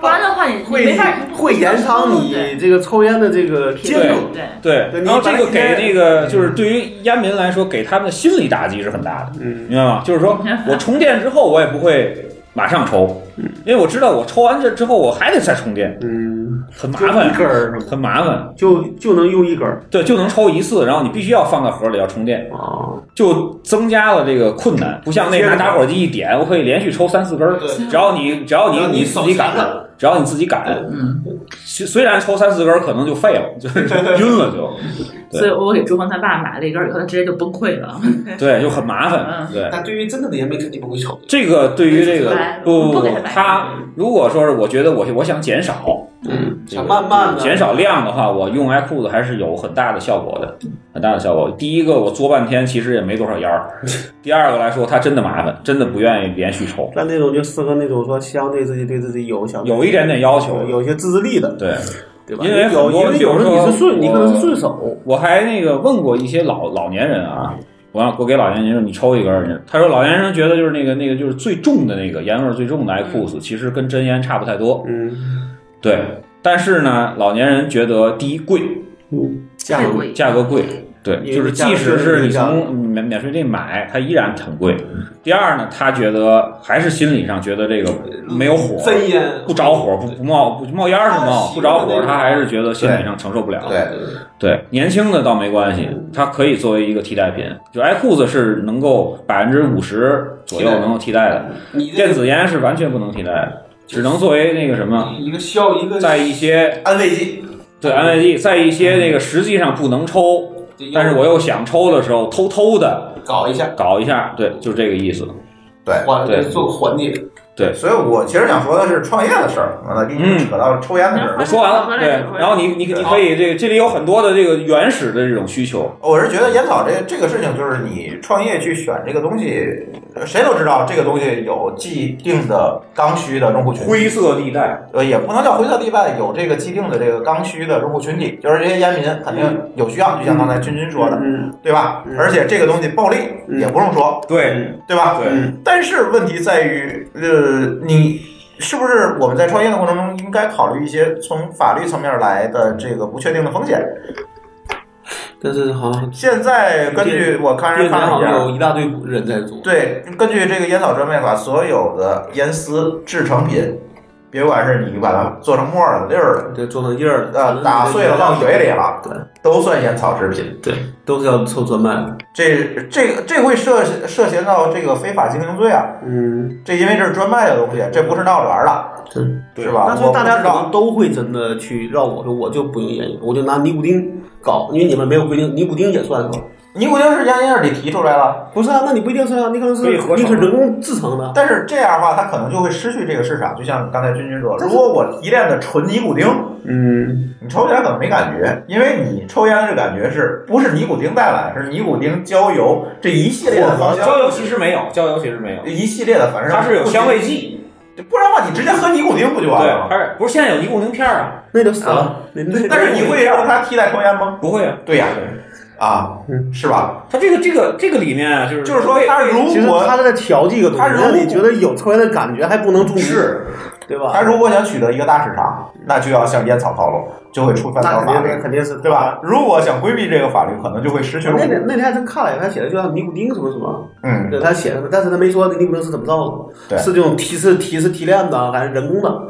Speaker 5: 不然的话你你
Speaker 1: 会
Speaker 5: 没法你不
Speaker 1: 会延长
Speaker 5: 对
Speaker 1: 你这个抽烟的这个
Speaker 5: 对
Speaker 1: 进度，
Speaker 5: 对，
Speaker 2: 对，
Speaker 1: 对
Speaker 2: 然后
Speaker 1: 你把
Speaker 2: 这
Speaker 1: 它
Speaker 2: 个
Speaker 1: 应该
Speaker 2: 给那个就是对于烟民来说，给他们的心理打击是很大的，
Speaker 1: 嗯
Speaker 2: 明白吗？就是说我充电之后，我也不会马上抽，因为我知道我抽完这之后，我还得再充电，
Speaker 1: 嗯，
Speaker 2: 很麻
Speaker 1: 就一根
Speaker 2: 烦，
Speaker 1: 儿是吗？
Speaker 2: 很麻烦。
Speaker 1: 就就能用一根儿
Speaker 2: 对，就能抽一次，然后你必须要放在盒里要充电，
Speaker 1: 啊，
Speaker 2: 就增加了这个困难。不像那拿打火机一点，我可以连续抽三四根儿，只要你只要
Speaker 1: 只要
Speaker 2: 你
Speaker 1: 你
Speaker 2: 你自己敢
Speaker 1: 手闲了，
Speaker 2: 只要你自己敢，
Speaker 5: 嗯，
Speaker 2: 虽虽然抽三四根儿可能就废了，就是 晕了就。对
Speaker 5: 所以我给朱峰他爸买了一根以后，他直接就崩溃了。
Speaker 2: 对，就很麻烦
Speaker 5: 嗯。
Speaker 2: 对，
Speaker 1: 但对于真正的烟民肯定不会抽，
Speaker 2: 这个对于这个
Speaker 5: 不
Speaker 2: 不
Speaker 5: 给
Speaker 2: 不，
Speaker 5: 他买
Speaker 2: 他如果说是我觉得我我想减少，
Speaker 1: 嗯，
Speaker 2: 这个
Speaker 1: 想慢慢的
Speaker 2: 减少量的话，我用 iQOO 还是有很大的效果的，很大的效果。第一个我嘬半天其实也没多少 烟儿，第二个来说它真的麻烦，真的不愿意连续抽，
Speaker 1: 但那种就适合那种说相对自己对自己有想
Speaker 2: 有一点点要求。
Speaker 1: 有一些自制力的，
Speaker 2: 对，
Speaker 1: 对吧？
Speaker 2: 因为很
Speaker 1: 有
Speaker 2: 多
Speaker 1: 因为有时候你是
Speaker 2: 比如说
Speaker 1: 顺，你可能是顺
Speaker 2: 我
Speaker 1: 手，
Speaker 2: 我还那个问过一些老老年人啊。我让我给老年人说你抽一根儿去，他说老年人觉得就是那个那个就是最重的那个烟味儿最重的 iQOO，其实跟真烟差不太多。
Speaker 1: 嗯，
Speaker 2: 对，但是呢，老年人觉得第一贵，
Speaker 1: 价
Speaker 5: 太
Speaker 1: 格
Speaker 5: 贵
Speaker 2: 价格贵。对，
Speaker 1: 因为
Speaker 2: 就是
Speaker 1: 价格
Speaker 2: 即使是你
Speaker 1: 是这样
Speaker 2: 从免免税店买，它依然很贵。第二呢，他觉得还是心理上觉得这个没有火，
Speaker 1: 真烟
Speaker 2: 不着火，不不冒不冒烟儿是冒，不着火，他还是觉得心理上承受不了。
Speaker 3: 对，
Speaker 2: 对，年轻的倒没关系，它可以作为一个替代品。就 iQOO 是能够百分之五十左右能够替代的，嗯
Speaker 1: 你这
Speaker 2: 电子烟是完全不能替代的，只能作为那个什么，
Speaker 1: 一个消一个
Speaker 2: 在一些
Speaker 3: 安慰剂。
Speaker 2: 对安慰剂，在一些那个实际上不能抽，但是我又想抽的时候，偷偷的
Speaker 1: 搞一下，
Speaker 2: 搞一下，对，就这个意思。
Speaker 3: 对，
Speaker 1: 缓
Speaker 2: 对
Speaker 1: 做个缓解，
Speaker 3: 所以我其实想说的是创业的事儿，完了给
Speaker 1: 嗯
Speaker 3: 你扯到抽烟的事儿
Speaker 2: 我。说完了，对，然后你你你可以这个这里有很多的这个原始的这种需求，
Speaker 3: 我是觉得烟草这这个事情，就是你创业去选这个东西，谁都知道这个东西有既定的刚需的用户群体，
Speaker 2: 灰色地带，
Speaker 3: 呃，也不能叫灰色地带，有这个既定的这个刚需的用户群体，就是这些烟民肯定有需要，就像刚才君君说的，
Speaker 1: 嗯，
Speaker 3: 对吧？而且这个东西暴利也不用说，
Speaker 2: 对
Speaker 3: 对吧？
Speaker 2: 对，
Speaker 3: 但是问题在于，呃，你是不是我们在创业的过程中应该考虑一些从法律层面来的这个不确定的风险？
Speaker 1: 但是好像
Speaker 3: 现在根据我看
Speaker 1: 越
Speaker 3: 人
Speaker 1: 南
Speaker 3: 看了啊
Speaker 1: 好
Speaker 3: 一
Speaker 1: 像有
Speaker 3: 下。
Speaker 1: 一大堆人在做，
Speaker 3: 对，根据这个烟草专卖法，所有的烟丝制成品别管是你把它做成沫儿了、粒儿了，
Speaker 1: 对，做成印儿
Speaker 3: 呃，打碎了放嘴里了，
Speaker 1: 对，
Speaker 3: 都算烟草制品。
Speaker 1: 对，都是要凑专卖的。
Speaker 3: 这这个这会涉涉嫌到这个非法经营罪啊！
Speaker 1: 嗯，
Speaker 3: 这因为这是专卖的东西，这不是闹着玩儿的，
Speaker 1: 对
Speaker 3: 是吧？
Speaker 1: 那所以大家
Speaker 3: 我不知
Speaker 1: 可
Speaker 3: 道
Speaker 1: 能都会真的去让我说，我就不用烟瘾，我就拿尼古丁搞，因为你们没有规定，尼古丁也算是吧？
Speaker 3: 尼古丁是香烟里提出来了，
Speaker 1: 不是啊，那你不一定是啊，你可能是
Speaker 2: 可以合成
Speaker 1: 你是人工制成的。
Speaker 3: 但是这样的话，它可能就会失去这个市场。就像刚才君君说，如果我提炼的纯尼古丁，
Speaker 1: 嗯，
Speaker 3: 你抽起来可能没感觉，因为你抽烟的这感觉是不是尼古丁带来，是尼古丁、焦油这一系列的芳
Speaker 2: 焦
Speaker 3: 香，
Speaker 2: 油其实没有，焦油其实没有，
Speaker 3: 一系列的反正
Speaker 2: 它是有香味剂。
Speaker 3: 不然的话你直接喝尼古丁不就完
Speaker 2: 对
Speaker 3: 了，吗？
Speaker 2: 它是不是现在有尼古丁片儿啊？
Speaker 1: 那就死了。那那
Speaker 3: 但是你会让它替代抽烟吗？
Speaker 2: 不会啊，
Speaker 3: 对呀、啊，是吧？
Speaker 2: 它这个这个这个里面啊，就是
Speaker 3: 就是说，它如
Speaker 1: 其实
Speaker 3: 果
Speaker 1: 他在调剂一个东
Speaker 3: 他
Speaker 1: 西，
Speaker 3: 如果
Speaker 1: 让你觉得有抽烟的感觉，还不能中毒，
Speaker 3: 是
Speaker 1: 对吧？
Speaker 3: 它如果想取得一个大市场，那就要向烟草靠拢，就会触犯
Speaker 1: 那
Speaker 3: 到
Speaker 1: 肯
Speaker 3: 法
Speaker 1: 定
Speaker 3: 律
Speaker 1: 是，肯定是
Speaker 3: 对？吧？如果想规避这个法律，可能就会失去用
Speaker 1: 那
Speaker 3: 户
Speaker 1: 天。那天还真看了一眼，他写的就像尼古丁什么什么，
Speaker 3: 嗯，
Speaker 1: 对，他写的，但是他没说尼古丁是怎么造
Speaker 3: 对啊
Speaker 1: 的，是这种提是提是提炼的还是人工的？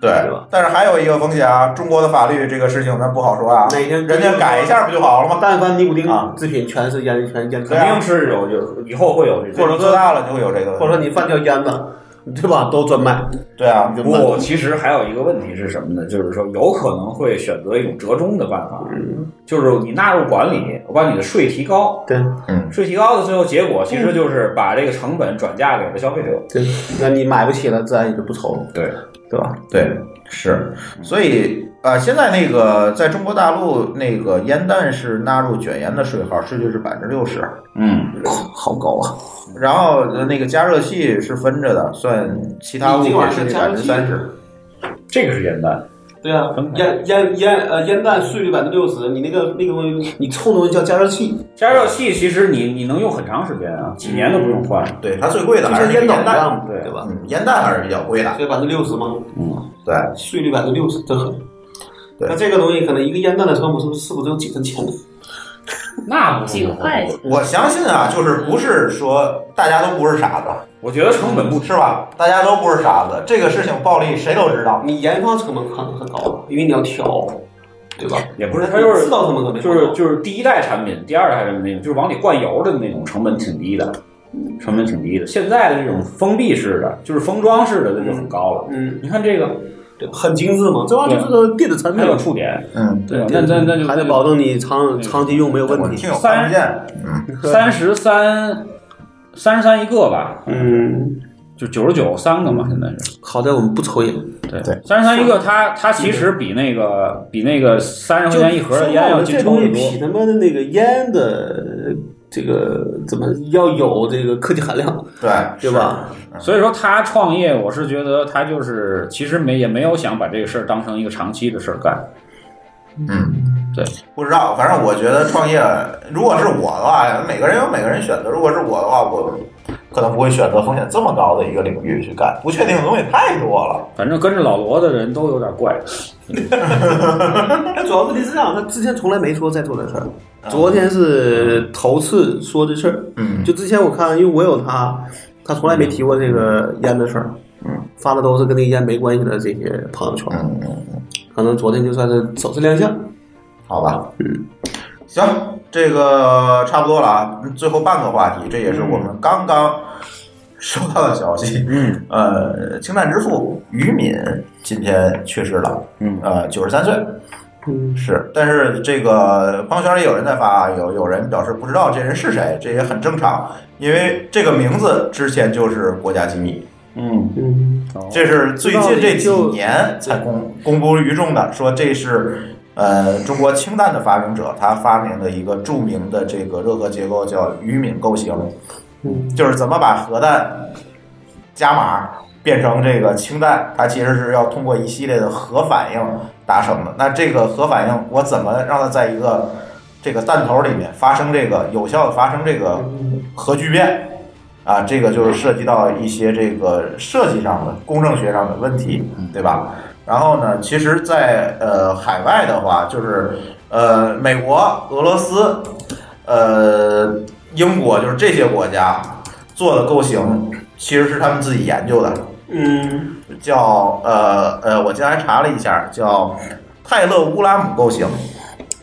Speaker 3: 对
Speaker 1: 对吧。
Speaker 3: 但是还有一个风险啊，中国的法律这个事情咱不好说啊，
Speaker 1: 哪天
Speaker 3: 人家改一下不就好了吗？
Speaker 1: 但凡尼古丁
Speaker 3: 啊
Speaker 1: 制品全是烟，全是烟草
Speaker 3: 对
Speaker 2: 肯
Speaker 3: 啊
Speaker 2: 定是有有以后会有这
Speaker 3: 或者
Speaker 2: 种。
Speaker 3: 做大了就会有这个
Speaker 1: 或
Speaker 3: 问
Speaker 1: 者说
Speaker 3: 题。
Speaker 1: 你饭叫烟的，对吧？都专卖，
Speaker 3: 对啊，
Speaker 1: 就卖
Speaker 2: 不，其实还有一个问题是什么呢？就是说，有可能会选择一种折中的办法，
Speaker 3: 嗯
Speaker 2: 就是你纳入管理，我把你的税提高，
Speaker 1: 对
Speaker 2: 税提高的最后结果其
Speaker 3: 嗯
Speaker 2: 实就是把这个成本转嫁给了消费者。
Speaker 1: 对，那你买不起了，自然也就不抽了，
Speaker 2: 对，
Speaker 1: 对吧？
Speaker 3: 对，是，所以啊、呃现在那个在中国大陆那个烟弹是纳入卷烟的税号，税率是百分之六十，
Speaker 2: 嗯，
Speaker 1: 好高啊！
Speaker 3: 然后呃那个加热器是分着的，算其他物
Speaker 1: 你
Speaker 3: 品
Speaker 1: 今晚
Speaker 3: 税率
Speaker 1: 加
Speaker 3: 百
Speaker 1: 热
Speaker 3: 分之
Speaker 1: 器
Speaker 3: 三十。
Speaker 2: 这个是简单。
Speaker 1: 对啊
Speaker 2: 分，开
Speaker 1: 烟烟烟呃烟弹税率百分之六十，你那个那个东西，你臭东西叫加热器，
Speaker 2: 加热器其实你你能用很长时间啊，几年都不用换。
Speaker 3: 对，它最贵的
Speaker 1: 就
Speaker 3: 还是
Speaker 1: 像
Speaker 3: 那个
Speaker 1: 烟斗
Speaker 3: 烟
Speaker 1: 一
Speaker 3: 弹，
Speaker 1: 样，
Speaker 2: 对
Speaker 1: 对吧？
Speaker 3: 嗯，烟弹还是比较贵的。
Speaker 1: 所以百分之六十嘛，
Speaker 2: 嗯，
Speaker 3: 对，
Speaker 1: 税率百分之六十，真狠。
Speaker 3: 对
Speaker 1: 那这个东西可能一个烟弹的成本是不是是不是就几分钱呢？
Speaker 2: 那不
Speaker 5: 几块
Speaker 2: 嗯
Speaker 5: 钱，
Speaker 3: 我相信啊，就是不是说大家都不是傻子，
Speaker 2: 我觉得成本不低。
Speaker 3: 是吧？大家都不是傻子，这个事情暴利谁都知道。
Speaker 1: 你研发成本可能很高了，因为你要调，对吧？
Speaker 2: 也不是，
Speaker 1: 那
Speaker 2: 它就是
Speaker 1: 制造成本可能
Speaker 2: 就是就是第一代产品、第二代产品那种，就是往里灌油的那种，成本挺低的，成本挺低的。现在的这种封闭式的，就是封装式的，那就很高了。
Speaker 1: 嗯，
Speaker 2: 你看这个
Speaker 1: 对吧，很精致嘛，这玩意儿就是个电子产
Speaker 2: 啊
Speaker 1: 品
Speaker 2: 还
Speaker 1: 啊
Speaker 2: 有，触点，
Speaker 3: 嗯，
Speaker 2: 对吧？那那那就
Speaker 1: 还得保证你长长期用没有
Speaker 3: 我
Speaker 1: 问
Speaker 3: 挺
Speaker 1: 题。
Speaker 3: 有
Speaker 2: 三
Speaker 3: 看不见。嗯，
Speaker 2: 三十三，三十三一个吧，
Speaker 1: 嗯，
Speaker 2: 就九十九三个嘛，现在是
Speaker 1: 好在我们不抽烟，
Speaker 2: 对
Speaker 3: 对
Speaker 2: 三十三一个，它它其实比那个比那个三十块钱一盒的
Speaker 1: 就
Speaker 2: 烟要
Speaker 1: 这
Speaker 2: 进
Speaker 1: 东
Speaker 2: 抽
Speaker 1: 西比
Speaker 2: 的多。
Speaker 1: 他妈的那个烟的这个怎么要有这个科技含量，
Speaker 3: 对，
Speaker 1: 对吧？
Speaker 2: 所以说他创业，我是觉得他就是其实没也没有想把这个事儿当成一个长期的事儿干。
Speaker 3: 嗯，
Speaker 2: 对，
Speaker 3: 不知道，反正我觉得创业，如果是我的话，每个人有每个人选择。如果是我的话，我可能不会选择风险这么高的一个领域去干，不确定的东西太多了。
Speaker 2: 反正跟着老罗的人都有点怪。
Speaker 1: 但主要问题是这样，他之前从来没说在做这事儿，
Speaker 2: 啊
Speaker 1: 昨天是头次说这事儿。
Speaker 3: 嗯，
Speaker 1: 就之前我看，因为我有他，他从来没提过这个烟的事儿，
Speaker 3: 嗯，
Speaker 1: 发的都是跟那个烟没关系的这些朋友圈，
Speaker 3: 嗯嗯，
Speaker 1: 可能昨天就算是首次亮相。
Speaker 3: 好吧，嗯，行，这个差不多了啊。最后半个话题，这也是我们刚刚 收到的消息。
Speaker 2: 嗯
Speaker 3: 呃，氢弹之父于敏今天去世了，
Speaker 2: 嗯
Speaker 3: 呃，九十三岁。
Speaker 1: 嗯，
Speaker 3: 是，但是这个朋友圈里有人在发，啊有有人表示不知道这人是谁，这也很正常，因为这个名字之前就是国家机密，
Speaker 2: 嗯，
Speaker 1: 嗯，
Speaker 3: 这是最近这几年才公公布于众的，说这是呃中国氢弹的发明者，他发明的一个著名的这个热核结构叫于敏构型，就是怎么把核弹加码变成这个氢弹，它其实是要通过一系列的核反应达成的。那这个核反应，我怎么让它在一个这个弹头里面发生这个有效的发生这个核聚变？啊，这个就是涉及到一些这个设计上的、公正学上的问题，对吧？然后呢，其实在，呃海外的话，就是呃美国、俄罗斯、呃英国，就是这些国家做的构型，其实是他们自己研究的。
Speaker 1: 嗯，
Speaker 3: 叫呃呃，我今天还查了一下，叫泰勒乌拉姆构型，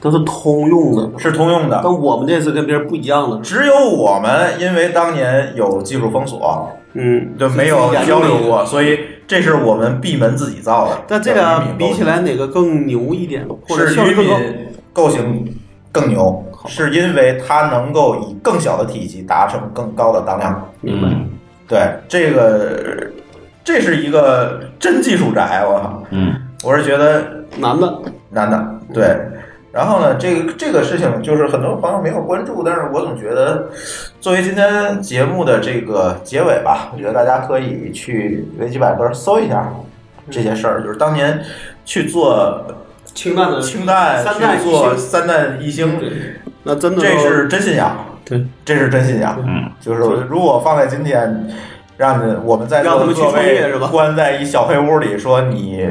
Speaker 1: 都是通用的，
Speaker 3: 是通用的。
Speaker 1: 但我们这次跟别人不一样了，
Speaker 3: 只有我们因为当年有技术封锁，
Speaker 1: 嗯，
Speaker 3: 就没有交流过，所以这是我们闭门自己造的。
Speaker 1: 但这
Speaker 3: 叫
Speaker 1: 俩
Speaker 3: 渔民
Speaker 1: 比起来哪个更牛一点，或
Speaker 3: 构型
Speaker 1: 者效
Speaker 3: 是
Speaker 1: 率
Speaker 3: 渔
Speaker 1: 更高？
Speaker 3: 民构型更牛，是因为它能够以更小的体积达成更高的当量。
Speaker 1: 明白？
Speaker 3: 对，这个这是一个真技术宅，我靠，
Speaker 2: 嗯，
Speaker 3: 我是觉得
Speaker 1: 男的，
Speaker 3: 男的
Speaker 1: 嗯
Speaker 3: 对。然后呢，这个这个事情就是很多朋友没有关注，但是我总觉得，作为今天节目的这个结尾吧，我觉得大家可以去维基百科搜一下这些事儿，就是当年去做
Speaker 1: 清淡嗯的
Speaker 3: 清淡，
Speaker 1: 三代
Speaker 3: 去做
Speaker 1: 一星
Speaker 3: 三代一星，
Speaker 1: 那真的
Speaker 3: 这是真信仰，
Speaker 1: 对，
Speaker 3: 这是真信仰。
Speaker 2: 嗯，
Speaker 3: 就是如果放在今天，让你我们在座
Speaker 1: 让
Speaker 3: 的
Speaker 1: 他们去
Speaker 3: 各
Speaker 1: 创业
Speaker 3: 位
Speaker 1: 是吧
Speaker 3: 关在一小黑屋里，说你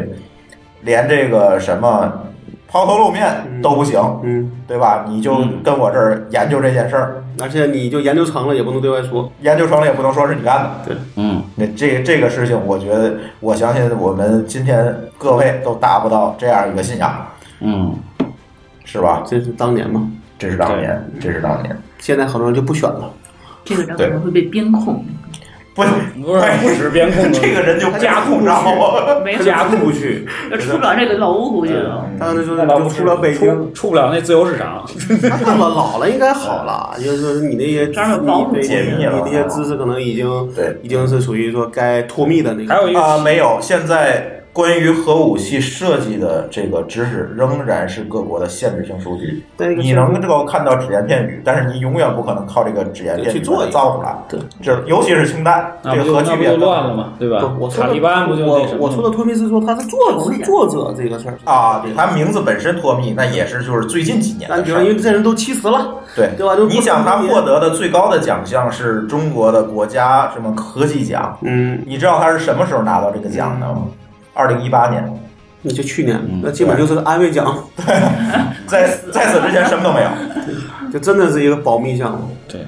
Speaker 3: 连这个什么抛头露面都不行，
Speaker 1: 嗯，
Speaker 3: 对吧？你就跟我这儿研究这件事儿，
Speaker 1: 而且你就研究成了也不能对外说，
Speaker 3: 研究成了也不能说是你干的。
Speaker 2: 嗯，
Speaker 3: 那这这个事情，我觉得我相信我们今天各位都达不到这样一个信仰，
Speaker 2: 嗯，
Speaker 3: 是吧？
Speaker 1: 这是当年嘛。
Speaker 3: 这是当年，这是当年，
Speaker 1: 现在很多人就不选了，
Speaker 5: 这个人可能会被边控，
Speaker 3: 不是
Speaker 2: 不是不止边 控
Speaker 3: 这个人就
Speaker 2: 加
Speaker 3: 控制我。
Speaker 5: 没事，
Speaker 2: 家出不去，
Speaker 5: 就出不了这个楼，估计都。
Speaker 2: 嗯
Speaker 3: 嗯
Speaker 1: 当时就是
Speaker 2: 那倒
Speaker 1: 就
Speaker 2: 不
Speaker 1: 出了北京，
Speaker 2: 出出不了那自由市场。
Speaker 1: 那老老了应该好了，就是你那些
Speaker 5: 当然有保护
Speaker 1: 你
Speaker 3: 解密
Speaker 1: 你
Speaker 3: 了
Speaker 1: 那
Speaker 2: 啊
Speaker 1: 些知识可能已经
Speaker 3: 对
Speaker 1: 已经是属于说该脱密的那
Speaker 2: 还
Speaker 1: 个，
Speaker 2: 有一
Speaker 3: 啊、
Speaker 2: 个
Speaker 3: 没有，现在关于核武器设计的这个知识仍然是各国的限制性数据。
Speaker 1: 但是
Speaker 3: 你能够看到只言片语，但是你永远不可能靠这个只言片语
Speaker 1: 去做
Speaker 3: 把它造出来。
Speaker 1: 对，
Speaker 3: 这尤其是氢弹，
Speaker 2: 啊那
Speaker 3: 这
Speaker 2: 不
Speaker 3: 个核
Speaker 2: 就那
Speaker 3: 聚
Speaker 2: 不
Speaker 3: 变
Speaker 2: 就乱了嘛，对吧
Speaker 1: 不，我？说
Speaker 2: 塔
Speaker 1: 的
Speaker 2: 利班不就那什
Speaker 1: 我
Speaker 2: 么？
Speaker 1: 我说的脱密是说他是作者作者这个事儿
Speaker 3: 啊，对，它名字本身脱密，那也是就是最近几年
Speaker 1: 但
Speaker 3: 的
Speaker 1: 比
Speaker 3: 事
Speaker 1: 如因
Speaker 3: 儿。
Speaker 1: 为这人都七十了，
Speaker 3: 对，
Speaker 1: 对吧？就不
Speaker 3: 你想，他
Speaker 1: 能
Speaker 3: 获得的最高的奖项是中国的国家什么科技奖？
Speaker 1: 嗯，
Speaker 3: 你知道他是什么时候拿到这个奖的吗？二零一八年，
Speaker 1: 那就
Speaker 3: 嗯
Speaker 1: 去年，那基本就是个安慰奖，
Speaker 3: 在在此之前什么都没有。
Speaker 1: 就真的是一个保密项目。
Speaker 3: 对，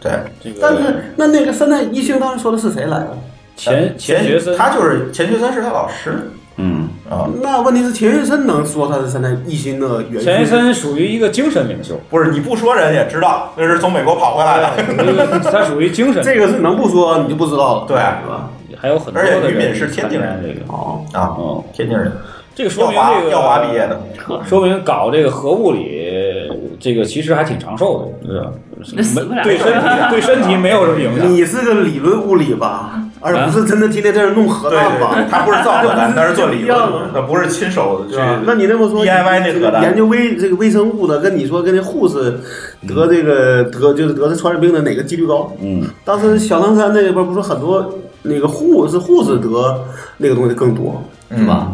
Speaker 3: 对，
Speaker 2: 这
Speaker 1: 但
Speaker 2: 个
Speaker 1: 是那那个三代一星当时说的是谁来着？
Speaker 2: 钱钱学森，
Speaker 3: 他就是钱学森是他老师
Speaker 2: 嗯，
Speaker 3: 啊，
Speaker 1: 那问题是钱学森能说他是三代一星的原
Speaker 2: 钱学
Speaker 1: 型？
Speaker 2: 森属于一个精神领袖，
Speaker 3: 不是你不说人也知道，那是从美国跑回来的。
Speaker 2: 属于一个他属于 精神，
Speaker 1: 这个是能不说你就不知道了，
Speaker 3: 对啊
Speaker 1: 是吧？
Speaker 2: 还有很多
Speaker 3: 而且
Speaker 2: 的
Speaker 3: 俞敏
Speaker 2: 人
Speaker 3: 是天津人
Speaker 2: 参加这个，
Speaker 1: 哦，
Speaker 3: 啊，
Speaker 2: 嗯，
Speaker 3: 天津人，
Speaker 2: 这个说
Speaker 3: 耀
Speaker 2: 明
Speaker 3: 华
Speaker 2: 这个
Speaker 3: 耀华毕业的，
Speaker 2: 说明搞这个核物理，这个其实还挺长寿的，是吧？
Speaker 5: 那死不了
Speaker 2: 对身体对身体没有什么影响。
Speaker 1: 你是个理论物理吧，而不是真的天天在这弄核
Speaker 3: 对
Speaker 1: 弹
Speaker 3: 啊对
Speaker 1: 吧
Speaker 3: 对，？他不是造核弹，他是做 理
Speaker 1: 一样的
Speaker 3: 论，那不是亲手去
Speaker 1: 是吧？那你那么说
Speaker 3: DIY 那核弹
Speaker 1: 研究微这个微生物的，跟你说跟那护士
Speaker 3: 嗯
Speaker 1: 得这个得就是得这传染病的哪个几率高？
Speaker 2: 嗯，
Speaker 1: 当时小汤山那边不是很多那个护士护士得那个东西更多，
Speaker 3: 是吧？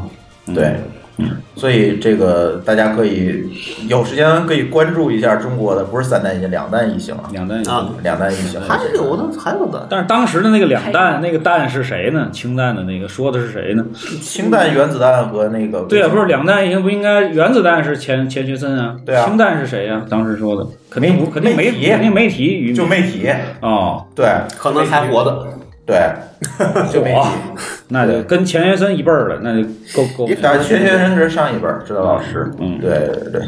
Speaker 3: 嗯对，
Speaker 2: 嗯
Speaker 3: 嗯所以这个大家可以有时间可以关注一下中国的，不是三弹一星，两弹一星啊，
Speaker 2: 两弹一
Speaker 1: 啊
Speaker 3: 两弹一星。
Speaker 1: 还有的还有的，
Speaker 2: 但是当时的那个两弹，那个弹是谁呢？氢弹的那个说的是谁呢？
Speaker 3: 氢弹、原子弹和那个
Speaker 2: 对啊，不是两弹已经不应该，原子弹是钱钱学森啊，
Speaker 3: 对啊
Speaker 2: 氢弹是谁呀、当时说的肯定不肯定没
Speaker 3: 没提
Speaker 2: 肯定没提于
Speaker 3: 就没提，
Speaker 2: 哦，
Speaker 3: 对
Speaker 1: 可能还活着。
Speaker 3: 对，
Speaker 2: 啊
Speaker 3: 就没提。
Speaker 2: 那就跟钱学森一辈儿了，那就够够。
Speaker 3: 但是学学人是上一本指导老师，嗯，对对对，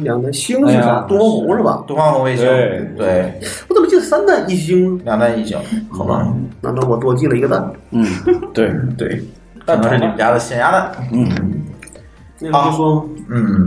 Speaker 1: 两个星是啥？多红是吧？
Speaker 3: 东方红卫星，
Speaker 2: 对
Speaker 3: 对，
Speaker 1: 我怎么记得三弹一星？
Speaker 3: 两弹一星，
Speaker 1: 好吧，难道我多记了一个蛋？
Speaker 2: 嗯，对对，
Speaker 3: 可能是你们家的咸鸭蛋，
Speaker 1: 那个就说
Speaker 3: 嗯，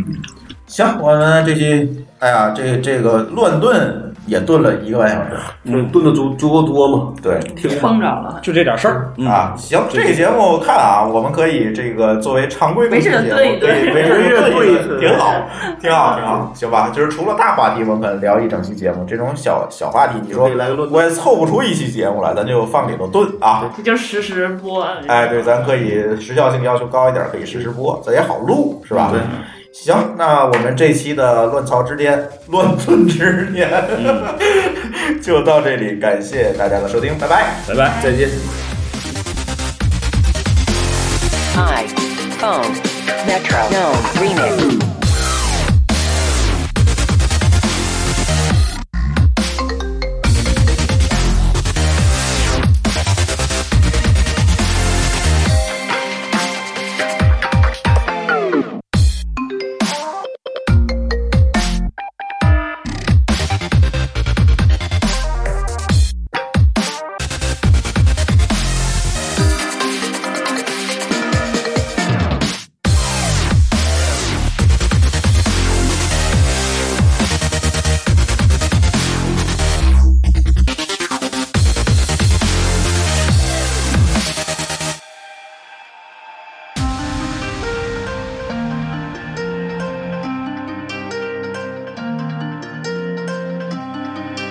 Speaker 3: 行，我们这期，哎呀，这这个乱炖也炖了一个半小时，
Speaker 1: 嗯炖的足足够多嘛？
Speaker 3: 对，
Speaker 5: 撑着了，
Speaker 2: 就这点事儿。
Speaker 3: 啊，行，这个节目看啊，我们可以这个作为常规
Speaker 5: 没事
Speaker 3: 更新节目
Speaker 5: 对对
Speaker 3: 对，没事就
Speaker 1: 对
Speaker 3: 炖一
Speaker 1: 对
Speaker 3: 炖，挺好，挺好，挺好，行吧？就是除了大话题，我们可能聊一整期节目，这种小小话题，你说
Speaker 1: 可以来个论
Speaker 3: 我也凑不出一期节目来，咱就放里头炖啊。
Speaker 5: 这就是实时播。
Speaker 3: 哎，对，咱可以时效性要求高一点，可以实时播，咱也好录，是吧？对。行，那我们这期的乱曹之巅、乱炖之年、 就到这里，感谢大家的收听，拜拜。
Speaker 2: 拜拜。
Speaker 1: 再见。
Speaker 8: iPhone Metronome Oh. Remix.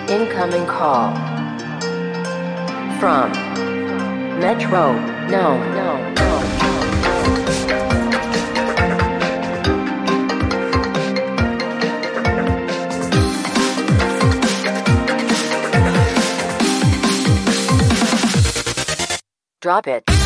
Speaker 8: Incoming call from Metro. No, no, no.
Speaker 9: ，drop it。